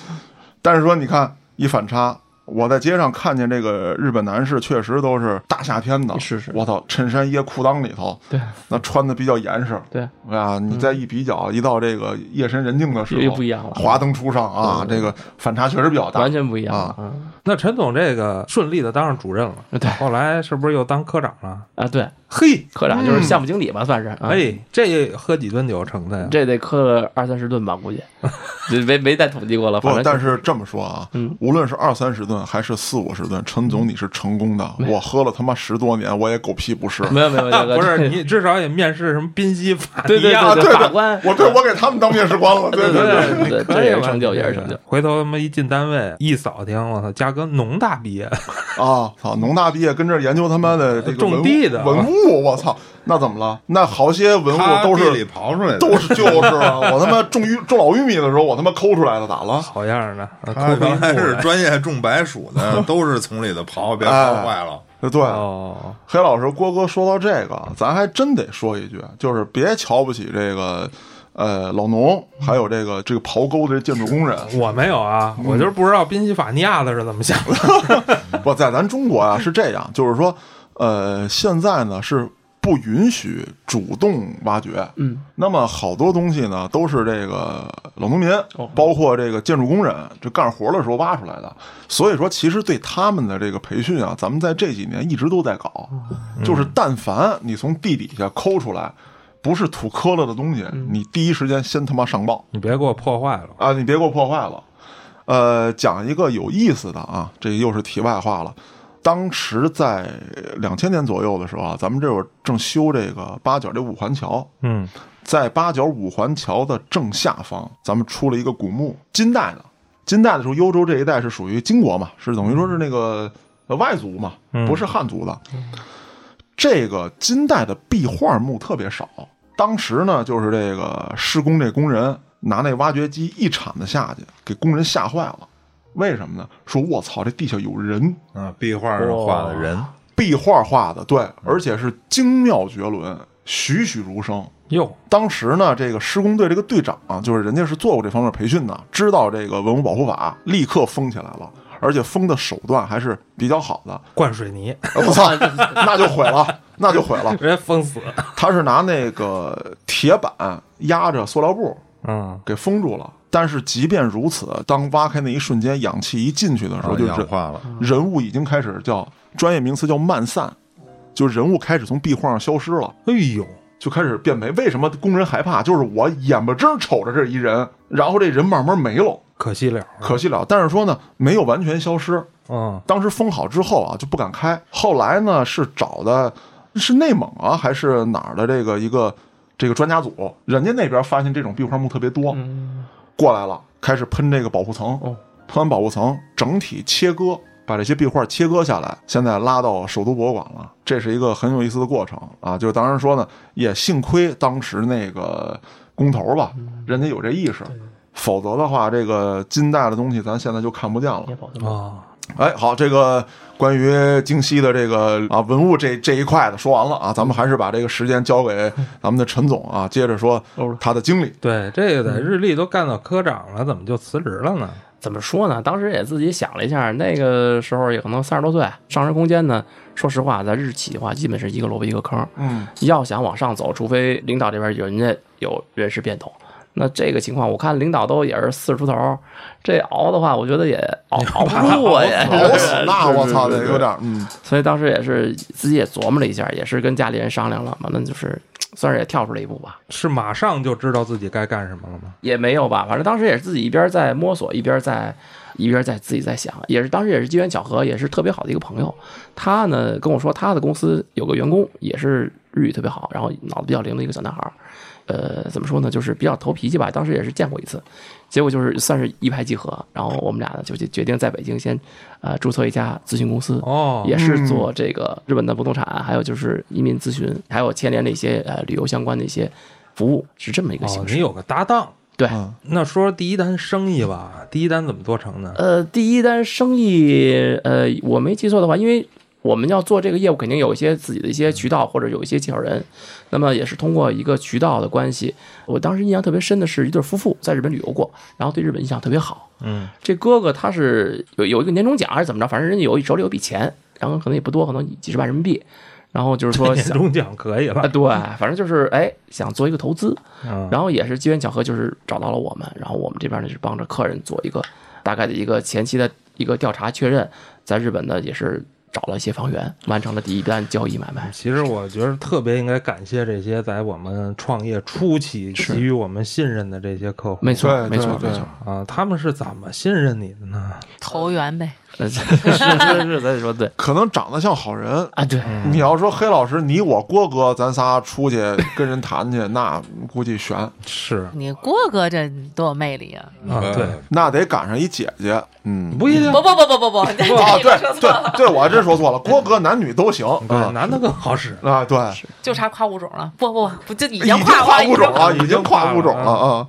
[SPEAKER 1] 但是说你看一反差，我在街上看见这个日本男士确实都是大夏天的，
[SPEAKER 3] 是是
[SPEAKER 1] 我操，衬衫掖裤裆里头，
[SPEAKER 3] 对
[SPEAKER 1] 那穿的比较严实，
[SPEAKER 3] 对
[SPEAKER 1] 啊，你再一比较，一到这个夜深人静的时候
[SPEAKER 3] 又不一样了
[SPEAKER 1] 华灯初上啊，这个反差确实比较大
[SPEAKER 3] 完，全不一样
[SPEAKER 1] 啊
[SPEAKER 3] 了嗯
[SPEAKER 2] 那陈总这个顺利的当上主任了，
[SPEAKER 3] 对
[SPEAKER 2] 后来是不是又当科长了？
[SPEAKER 3] 啊！对，
[SPEAKER 2] 嘿，
[SPEAKER 3] 科
[SPEAKER 1] 嗯
[SPEAKER 3] 长就是项目经理吧，算是。啊，
[SPEAKER 2] 哎，这喝几顿酒成的呀？
[SPEAKER 3] 这得磕个二三十顿吧，
[SPEAKER 1] (laughs)
[SPEAKER 3] 估计这没没再统计过了。反
[SPEAKER 1] 不，
[SPEAKER 3] 正
[SPEAKER 1] 但是这么说啊，
[SPEAKER 3] 嗯
[SPEAKER 1] 无论是二三十吨还是四五十吨，陈总你是成功的。我喝了他妈十多年，我也狗屁不是。
[SPEAKER 3] 没有没有，嘉哥
[SPEAKER 2] 不
[SPEAKER 3] 这
[SPEAKER 2] 是你至少也面试什么宾夕法
[SPEAKER 3] 对
[SPEAKER 2] 尼
[SPEAKER 3] 对
[SPEAKER 2] 亚
[SPEAKER 1] 啊，
[SPEAKER 3] 对
[SPEAKER 1] 对
[SPEAKER 3] 法官
[SPEAKER 1] 我对我给他们当面试官了，对
[SPEAKER 3] 对
[SPEAKER 1] 对。
[SPEAKER 3] 对对对
[SPEAKER 2] 可以
[SPEAKER 3] 这也是
[SPEAKER 2] 吧
[SPEAKER 3] 成就也是
[SPEAKER 2] 这个
[SPEAKER 3] 成就
[SPEAKER 2] 回头他妈一进单位一扫听，我操，嘉哥农大毕业， (laughs)
[SPEAKER 1] 啊，操！农大毕业跟这儿研究他妈的这个文
[SPEAKER 2] 种地的
[SPEAKER 1] 文物，我操！那怎么了？那好些文物都
[SPEAKER 5] 地里
[SPEAKER 1] 是
[SPEAKER 5] 刨出来的，
[SPEAKER 1] 都是就是啊！我他妈种玉种老玉米的时候，我他妈抠出来的，咋了？
[SPEAKER 2] 好样儿的，啊
[SPEAKER 5] 他
[SPEAKER 2] 抠出一
[SPEAKER 5] 原来
[SPEAKER 2] 步
[SPEAKER 5] 是
[SPEAKER 2] 来
[SPEAKER 5] 专业种白薯的，都是从里头刨，别刨坏了。
[SPEAKER 1] 对，
[SPEAKER 2] 哦，
[SPEAKER 1] 黑老师，郭哥说到这个，咱还真得说一句，就是别瞧不起这个，呃，老农，还有这个这个刨沟的这建筑工人。
[SPEAKER 2] 我没有啊，我就是不知道宾夕法尼亚的是怎么想的。 (laughs)
[SPEAKER 1] (laughs) 不，在咱中国啊是这样，就是说，呃，现在呢是不允许主动挖掘，
[SPEAKER 3] 嗯，
[SPEAKER 1] 那么好多东西呢都是这个老农民，包括这个建筑工人，这干活的时候挖出来的。所以说，其实对他们的这个培训啊，咱们在这几年一直都在搞，就是但凡你从地底下抠出来。不是土坷了的东西，你第一时间先他妈上报，
[SPEAKER 2] 你别给我破坏了。
[SPEAKER 1] 啊，你别给我破坏了。呃，讲一个有意思的啊，这又是题外话了。当时在两千年左右的时候啊，咱们这会儿正修这个八角这五环桥，
[SPEAKER 2] 嗯，
[SPEAKER 1] 在八角五环桥的正下方，咱们出了一个古墓，金代的。金代的时候，幽州这一带是属于金国嘛，是等于说是那个呃外族嘛，不是汉族的。这个金代的壁画墓特别少，当时呢，就是这个施工这工人拿那挖掘机一铲子下去，给工人吓坏了。为什么呢？说我操，这地下有人，
[SPEAKER 5] 啊，壁画上画的人，
[SPEAKER 1] 壁画画的，对，而且是精妙绝伦，栩栩如生。
[SPEAKER 2] 哟，
[SPEAKER 1] 当时呢，这个施工队这个队长啊，就是人家是做过这方面培训的，知道这个文物保护法，立刻封起来了，而且封的手段还是比较好的。
[SPEAKER 2] 灌水
[SPEAKER 3] (laughs)
[SPEAKER 2] 泥，
[SPEAKER 1] 呃我操，那就毁了，那就毁了。
[SPEAKER 2] 直接封死。
[SPEAKER 1] 他是拿那个铁板压着塑料布
[SPEAKER 2] 嗯，
[SPEAKER 1] 给封住了，但是即便如此，当挖开那一瞬间，氧气一进去的时候，
[SPEAKER 5] 啊
[SPEAKER 1] 就
[SPEAKER 5] 氧
[SPEAKER 1] 人
[SPEAKER 5] 化了，
[SPEAKER 1] 人物已经开始叫专业名词叫漫散，就人物开始从壁画上消失了。
[SPEAKER 2] 哎呦，
[SPEAKER 1] 就开始变没，为什么工人害怕？就是我眼巴睁瞅着这一人，然后这人慢慢没了，
[SPEAKER 2] 可惜了，
[SPEAKER 1] 可惜了。但是说呢，没有完全消失，
[SPEAKER 2] 嗯，
[SPEAKER 1] 当时封好之后啊，就不敢开。后来呢，是找的是内蒙啊，还是哪儿的这个一个这个专家组，人家那边发现这种壁画墓特别多，过来了，开始喷这个保护层。喷完保护层，整体切割，把这些壁画切割下来，现在拉到首都博物馆了。这是一个很有意思的过程啊！就当然说呢，也幸亏当时那个工头吧，人家有这意识，否则的话，这个金代的东西咱现在就看不见了。
[SPEAKER 2] 啊，
[SPEAKER 1] 哎，好，这个关于京西的这个啊文物这这一块的说完了啊，咱们还是把这个时间交给咱们的陈总啊，接着说他的经历。
[SPEAKER 2] 对，这个
[SPEAKER 3] 嗯
[SPEAKER 2] 在日历都干到科长了，怎么就辞职了呢？
[SPEAKER 3] 怎么说呢？当时也自己想了一下，那个时候也可能三十多岁，上升空间呢，说实话，在日企的话，基本是一个萝卜一个坑。
[SPEAKER 1] 嗯，
[SPEAKER 3] 要想往上走，除非领导这边有人家有人事变动。那这个情况，我看领导都也是四十出头，这熬的话，我觉得也 (laughs) 熬熬不住啊，也
[SPEAKER 1] 老死哦那
[SPEAKER 3] 是
[SPEAKER 1] 我操
[SPEAKER 3] 是
[SPEAKER 1] 的
[SPEAKER 3] 是
[SPEAKER 1] 有点儿嗯
[SPEAKER 3] 所以当时也是自己也琢磨了一下，也是跟家里人商量了，反正就是算是也跳出了一步吧，
[SPEAKER 2] 是马上就知道自己该干什么了吗？
[SPEAKER 3] 也没有吧，反正当时也是自己一边在摸索，一边在一边在自己在想，也是当时也是机缘巧合，也是特别好的一个朋友，他呢跟我说他的公司有个员工也是日语特别好，然后脑子比较灵的一个小男孩儿，呃，怎么说呢，就是比较投脾气吧，当时也是见过一次，结果就是算是一拍即合，然后我们俩呢就决决定在北京先呃注册一家咨询公司，
[SPEAKER 2] 哦，
[SPEAKER 3] 也是做这个日本的不动产，还有就是移民咨询，还有牵连的一些呃旅游相关的一些服务，是这么一个
[SPEAKER 2] 哦
[SPEAKER 3] 形，式。
[SPEAKER 2] 你嗯有个搭档。
[SPEAKER 3] 对，
[SPEAKER 2] 那说说第一单生意吧，第一单怎么做成的？
[SPEAKER 3] 呃，第一单生意，呃，我没记错的话，因为我们要做这个业务，肯定有一些自己的一些渠道或者有一些介绍人，那么也是通过一个渠道的关系。我当时印象特别深的是一对夫妇在日本旅游过，然后对日本印象特别好，
[SPEAKER 2] 嗯，
[SPEAKER 3] 这哥哥他是有有一个年终奖还是怎么着，反正人家有手里有笔钱，然后可能也不多，可能几十万人民币。然后就是说
[SPEAKER 2] 年
[SPEAKER 3] 呃想
[SPEAKER 2] 终奖可以
[SPEAKER 3] 啊，
[SPEAKER 2] 了。
[SPEAKER 3] 对，反正就是哎，想做一个投资，
[SPEAKER 2] 嗯，
[SPEAKER 3] 然后也是机缘巧合，就是找到了我们，然后我们这边呢是帮着客人做一个大概的一个前期的一个调查确认，在日本呢也是找了一些房源，完成了第一单交易买卖。
[SPEAKER 2] 其实我觉得特别应该感谢这些在我们创业初期
[SPEAKER 3] 是嗯
[SPEAKER 2] 给予我们信任的这些客户
[SPEAKER 3] 没错
[SPEAKER 1] 对，
[SPEAKER 3] 没错，
[SPEAKER 1] 对
[SPEAKER 3] 没错。
[SPEAKER 2] 啊，他们是怎么信任你的呢？
[SPEAKER 6] 投缘呗。
[SPEAKER 3] 呃是是是是，咱得说对
[SPEAKER 1] 可能长得像好人。
[SPEAKER 3] 啊，对，
[SPEAKER 1] 你要说黑老师，你我郭哥，咱仨出去跟人谈去，那估计悬，
[SPEAKER 2] 是
[SPEAKER 6] 你郭哥这多有魅力啊！
[SPEAKER 2] 啊，对，
[SPEAKER 1] 那得赶上一姐姐。嗯，
[SPEAKER 2] 不一
[SPEAKER 6] (laughs)
[SPEAKER 2] 定
[SPEAKER 6] 不不不不
[SPEAKER 1] (laughs)
[SPEAKER 6] 不不，你
[SPEAKER 1] 啊，对
[SPEAKER 6] 你别说错了，
[SPEAKER 1] 对对，我还真说错了，郭哥男女都行
[SPEAKER 2] 对，
[SPEAKER 1] 啊
[SPEAKER 2] 男的更好使。
[SPEAKER 1] 啊，对，
[SPEAKER 6] 就差跨物种了。不不不，就
[SPEAKER 1] (laughs)
[SPEAKER 6] 已
[SPEAKER 1] 已经
[SPEAKER 6] 经跨
[SPEAKER 1] 跨物种了，
[SPEAKER 2] 已经
[SPEAKER 1] 已经跨物种了啊。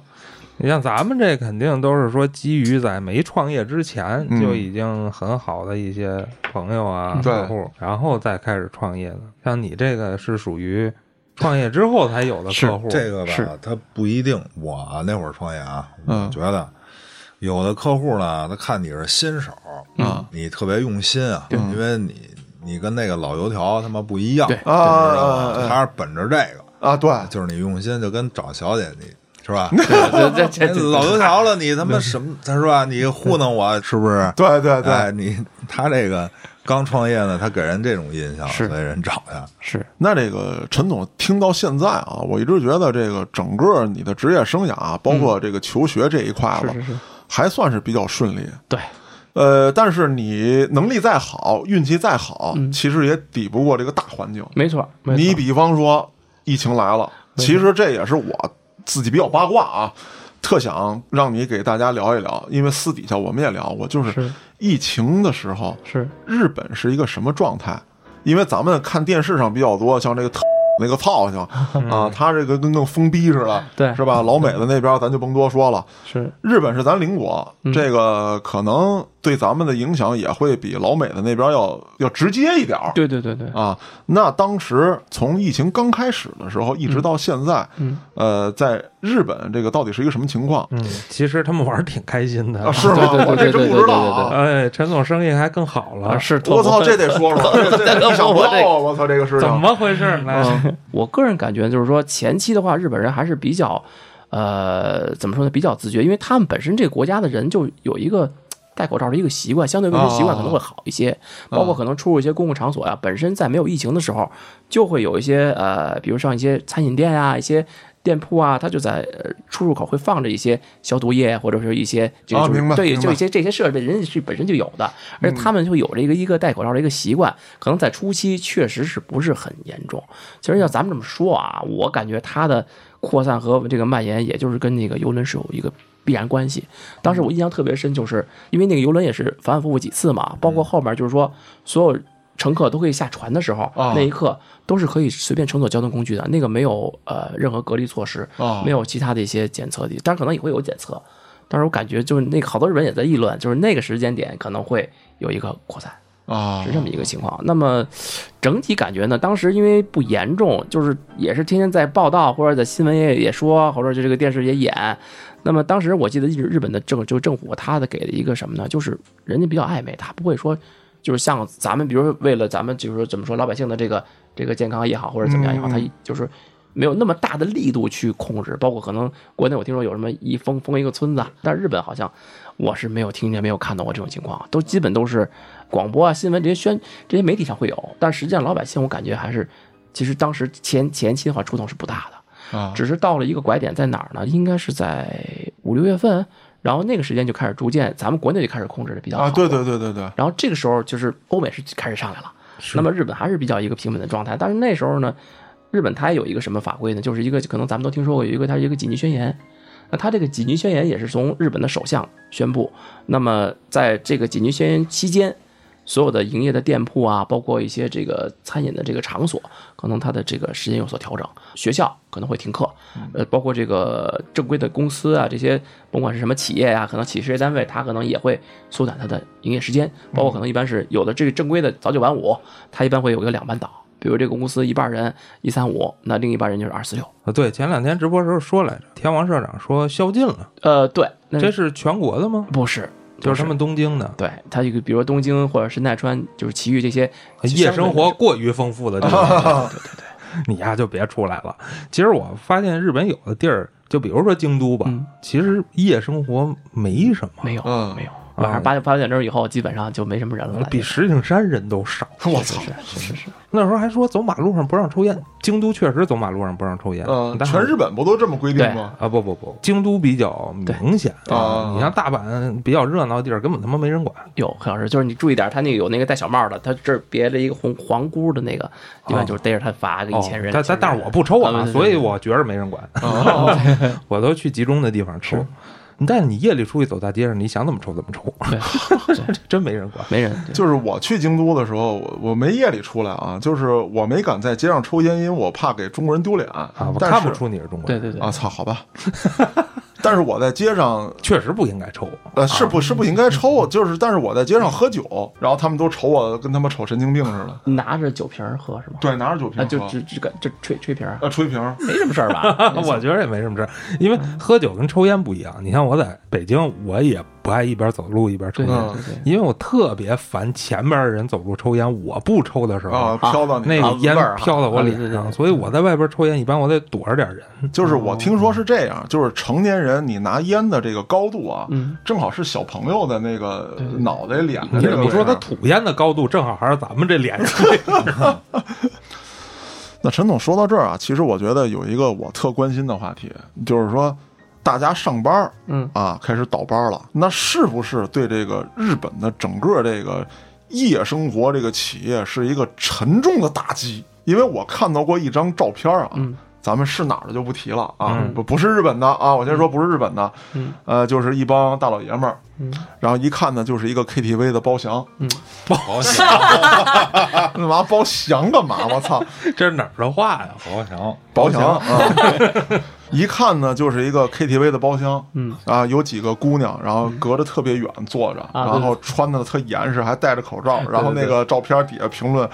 [SPEAKER 2] 你像咱们这肯定都是说基于在没创业之前
[SPEAKER 1] 嗯
[SPEAKER 2] 就已经很好的一些朋友啊、
[SPEAKER 1] 对
[SPEAKER 2] 客户，然后再开始创业的。像你这个是属于创业之后才有的客户，
[SPEAKER 5] 这个
[SPEAKER 3] 是
[SPEAKER 5] 吧，它不一定。我那会儿创业啊，
[SPEAKER 1] 嗯
[SPEAKER 5] 我觉得有的客户呢，他看你是新手，
[SPEAKER 1] 嗯
[SPEAKER 5] 你特别用心啊，因为你你跟那个老油条他妈不一样，
[SPEAKER 3] 对
[SPEAKER 5] 你知道
[SPEAKER 1] 啊啊啊
[SPEAKER 5] 吗？他是本着这个，
[SPEAKER 1] 啊，对，
[SPEAKER 5] 就是你用心，就跟找小姐你是吧？
[SPEAKER 3] 对对
[SPEAKER 5] 哎
[SPEAKER 3] 对对，
[SPEAKER 5] 老油条了，你他妈什么？他说啊你糊弄我是不是？
[SPEAKER 1] 对对对，
[SPEAKER 5] 哎，你他这个刚创业呢，他给人这种印象，
[SPEAKER 3] 是
[SPEAKER 5] 所以人找他。
[SPEAKER 3] 是
[SPEAKER 1] 那这个陈总听到现在啊，我一直觉得这个整个你的职业生涯、啊，包括这个求学这一块吧，
[SPEAKER 3] 嗯是是是
[SPEAKER 1] 还算是比较顺利。
[SPEAKER 3] 对，
[SPEAKER 1] 呃，但是你能力再好，运气再好，其实也抵不过这个大环境。
[SPEAKER 3] 没错，嗯没
[SPEAKER 1] 你
[SPEAKER 3] 错。
[SPEAKER 1] 比方说疫情来了，其实这也是我自己比较八卦啊，特想让你给大家聊一聊，因为私底下我们也聊过，就是
[SPEAKER 3] 是
[SPEAKER 1] 疫情的时候，
[SPEAKER 3] 是
[SPEAKER 1] 日本是一个什么状态？因为咱们看电视上比较多，像这个 (laughs) 那个操性啊，他这个跟跟疯逼似的，
[SPEAKER 3] 对
[SPEAKER 1] 是吧？老美的那边咱就甭多说了。
[SPEAKER 3] 是，
[SPEAKER 1] 日本是咱邻国，这个可能对咱们的影响也会比老美的那边要要直接一点儿。
[SPEAKER 3] 对对对对，
[SPEAKER 1] 啊，那当时从疫情刚开始的时候，一直到现在，
[SPEAKER 3] 嗯
[SPEAKER 1] 呃，在日本这个到底是一个什么情况
[SPEAKER 2] 嗯，其实他们玩儿挺开心的
[SPEAKER 1] 啊？是吗？
[SPEAKER 3] 对对对
[SPEAKER 1] 我这真不知道啊！
[SPEAKER 2] 哎，陈总生意还更好了，
[SPEAKER 3] 啊是，
[SPEAKER 1] (laughs) 我操，这得说说， (laughs) 这这这意想不到啊！嗯我操，这个事
[SPEAKER 2] 怎
[SPEAKER 1] 情
[SPEAKER 2] 么回事？来，
[SPEAKER 3] 我个人感觉就是说，前期的话，日本人还是比较呃，怎么说呢，比较自觉，因为他们本身这个国家的人就有一个。戴口罩的一个习惯，相对卫生习惯可能会好一些，包括可能出入一些公共场所呀、本身在没有疫情的时候，就会有一些呃，比如像一些餐饮店啊，一些店铺啊，它就在呃出入口会放着一些消毒液，或者是一些这个
[SPEAKER 1] 哦
[SPEAKER 3] 就是
[SPEAKER 1] 明白
[SPEAKER 3] 对，
[SPEAKER 1] 明白嗯
[SPEAKER 3] 就一些这些设备，人家是本身就有的，而且他们就有这个一个戴口罩的一个习惯，可能在初期确实是不是很严重。其实要咱们这么说啊，我感觉它的扩散和这个蔓延，也就是跟那个游轮是有一个必然关系。当时我印象特别深，就是因为那个游轮也是反反复复几次嘛，包
[SPEAKER 1] 嗯
[SPEAKER 3] 括后面就是说所有乘客都可以下船的时候，
[SPEAKER 1] 啊
[SPEAKER 3] 那一刻都是可以随便乘坐交通工具的，那个没有呃任何隔离措施，
[SPEAKER 1] 啊
[SPEAKER 3] 没有其他的一些检测的，当然可能也会有检测。但是我感觉就是那个好多日本也在议论，就是那个时间点可能会有一个扩散。
[SPEAKER 1] 啊
[SPEAKER 3] 是这么一个情况。那么整体感觉呢？当时因为不严重，就是也是天天在报道或者在新闻也也说，或者就这个电视也演。那么当时我记得日日本的政就政府他的给的一个什么呢？就是人家比较暧昧，他不会说。就是像咱们，比如说为了咱们，就是说怎么说老百姓的这个这个健康也好，或者怎么样也好，他就是没有那么大的力度去控制。包括可能国内我听说有什么一封封一个村子啊，但日本好像我是没有听见、没有看到过这种情况，啊都基本都是广播啊、新闻这些宣这些媒体上会有，但实际上老百姓我感觉还是，其实当时前前期的话触动是不大的，
[SPEAKER 1] 啊
[SPEAKER 3] 只是到了一个拐点在哪儿呢？应该是在五六月份，然后那个时间就开始逐渐咱们国内就开始控制的比较好
[SPEAKER 1] 啊，对对对对对，
[SPEAKER 3] 然后这个时候就是欧美是开始上来了，那么日本还是比较一个平稳的状态。但是那时候呢，日本它也有一个什么法规呢？就是一个可能咱们都听说过，有一个它是一个紧急宣言。那它这个紧急宣言也是从日本的首相宣布。那么在这个紧急宣言期间，所有的营业的店铺啊，包括一些这个餐饮的这个场所，可能它的这个时间有所调整，学校可能会停课，呃，包括这个正规的公司啊，这些甭管是什么企业呀、可能企事业单位，它可能也会缩短它的营业时间，包括可能一般是有的这个正规的早九晚五，它一般会有一个两班倒，比如这个公司一半人一三五，那另一半人就是二四六，
[SPEAKER 1] 嗯
[SPEAKER 2] 啊，对，前两天直播时候说来着，天王社长说宵禁了，
[SPEAKER 3] 呃，对，那
[SPEAKER 2] 这是全国的吗？
[SPEAKER 3] 不是
[SPEAKER 2] 就是他们东京的。
[SPEAKER 3] 对它这个，比如说东京或者神奈川，就是埼玉这些
[SPEAKER 2] 呃夜生活过于丰富的地方，
[SPEAKER 3] 啊
[SPEAKER 2] 对对对，你呀就别出来了。其实我发现日本有的地儿，就比如说京都吧，
[SPEAKER 3] 嗯
[SPEAKER 2] 其实夜生活没什么，
[SPEAKER 3] 没有
[SPEAKER 1] 嗯
[SPEAKER 3] 没有，晚上八八九点钟以后基本上就没什么人了，
[SPEAKER 2] 比石景山人都少。
[SPEAKER 1] (laughs) 我操，
[SPEAKER 3] 是是是，
[SPEAKER 2] 那时候还说走马路上不让抽烟，京都确实走马路上不让抽烟，
[SPEAKER 1] 嗯，
[SPEAKER 2] 但
[SPEAKER 1] 全日本不都这么规定吗？
[SPEAKER 2] 啊不不不，京都比较明显
[SPEAKER 1] 对啊
[SPEAKER 2] 你像大阪比较热闹的地儿，根本他妈没人管。
[SPEAKER 3] 有何老师，就是你注意点，他那个有那个戴小帽的，他这儿别了一个红黄箍的那个，一般就是逮着他罚个一千人。
[SPEAKER 2] 哦但但但是我不抽
[SPEAKER 3] 啊
[SPEAKER 2] 啊，
[SPEAKER 3] 对对对
[SPEAKER 2] 所以我觉着没人管，
[SPEAKER 1] 啊
[SPEAKER 2] (laughs) 我都去集中的地方抽。但是你夜里出去走大街上，你想怎么抽怎么抽， (laughs) 真没人管。
[SPEAKER 3] 没人，
[SPEAKER 1] (laughs) 就是我去京都的时候，我我没夜里出来啊，就是我没敢在街上抽烟，因为我怕给中国人丢脸
[SPEAKER 2] 啊，我
[SPEAKER 1] 但是
[SPEAKER 2] 看不出你是中国
[SPEAKER 3] 对
[SPEAKER 2] 人，
[SPEAKER 3] 对对
[SPEAKER 1] 啊，操，好
[SPEAKER 2] (laughs)
[SPEAKER 1] 吧。但是我在街上，
[SPEAKER 2] 确实不应该抽。？
[SPEAKER 1] 呃，是不是不应该抽？就是，但是我在街上喝酒，然后他们都瞅我，跟他妈瞅神经病似的。
[SPEAKER 3] 拿着酒瓶儿喝是吗？
[SPEAKER 1] 对，拿着酒瓶
[SPEAKER 3] 啊，
[SPEAKER 1] 喝，
[SPEAKER 3] 就只只敢就吹吹瓶儿，啊
[SPEAKER 1] 呃吹瓶儿
[SPEAKER 3] 没什么事儿吧
[SPEAKER 2] 我觉得也没什么事儿，因为喝酒跟抽烟不一样。你像我在北京，我也不爱一边走路一边抽
[SPEAKER 3] 对
[SPEAKER 2] 烟，
[SPEAKER 3] 对对对，
[SPEAKER 2] 因为我特别烦前面的人走路抽烟，我不抽的时
[SPEAKER 1] 啊，
[SPEAKER 2] 候，
[SPEAKER 1] 飘到你
[SPEAKER 2] 那个烟
[SPEAKER 3] 哦啊味儿啊
[SPEAKER 2] 飘到我脸上，所以我在外边抽烟，一般我得躲着点人。
[SPEAKER 1] 就是我听
[SPEAKER 2] 哦
[SPEAKER 1] 说是这样，就是成年人你拿烟的这个高度啊，
[SPEAKER 3] 嗯
[SPEAKER 1] 正好是小朋友的那个脑袋脸的
[SPEAKER 2] 你
[SPEAKER 1] 这个位置。
[SPEAKER 2] 你说他吐烟的高度，正好还是咱们这脸上。 (laughs)
[SPEAKER 1] 那陈总说到这儿啊，其实我觉得有一个我特关心的话题，就是说大家上班儿
[SPEAKER 3] 嗯
[SPEAKER 1] 啊开始倒班了，那是不是对这个日本的整个这个夜生活这个企业是一个沉重的打击？因为我看到过一张照片啊。
[SPEAKER 3] 嗯
[SPEAKER 1] 咱们是哪儿的就不提了啊，
[SPEAKER 2] 嗯
[SPEAKER 1] 不不是日本的啊，我先说不是日本的，
[SPEAKER 3] 嗯
[SPEAKER 1] 呃，就是一帮大老爷们儿，
[SPEAKER 3] 嗯
[SPEAKER 1] 然后一看呢就是一个 KTV 的包厢，
[SPEAKER 5] 好强，
[SPEAKER 1] 干嘛包厢干嘛？我操，
[SPEAKER 2] 这是哪儿的话呀？
[SPEAKER 5] 好强，
[SPEAKER 1] 包厢啊， (laughs) 一看呢就是一个 KTV 的包厢，
[SPEAKER 3] 嗯
[SPEAKER 1] 啊，有几个姑娘，然后隔着特别远坐着，
[SPEAKER 3] 啊对
[SPEAKER 1] 然后穿的特严实，还戴着口罩，然后那个照片底下评论。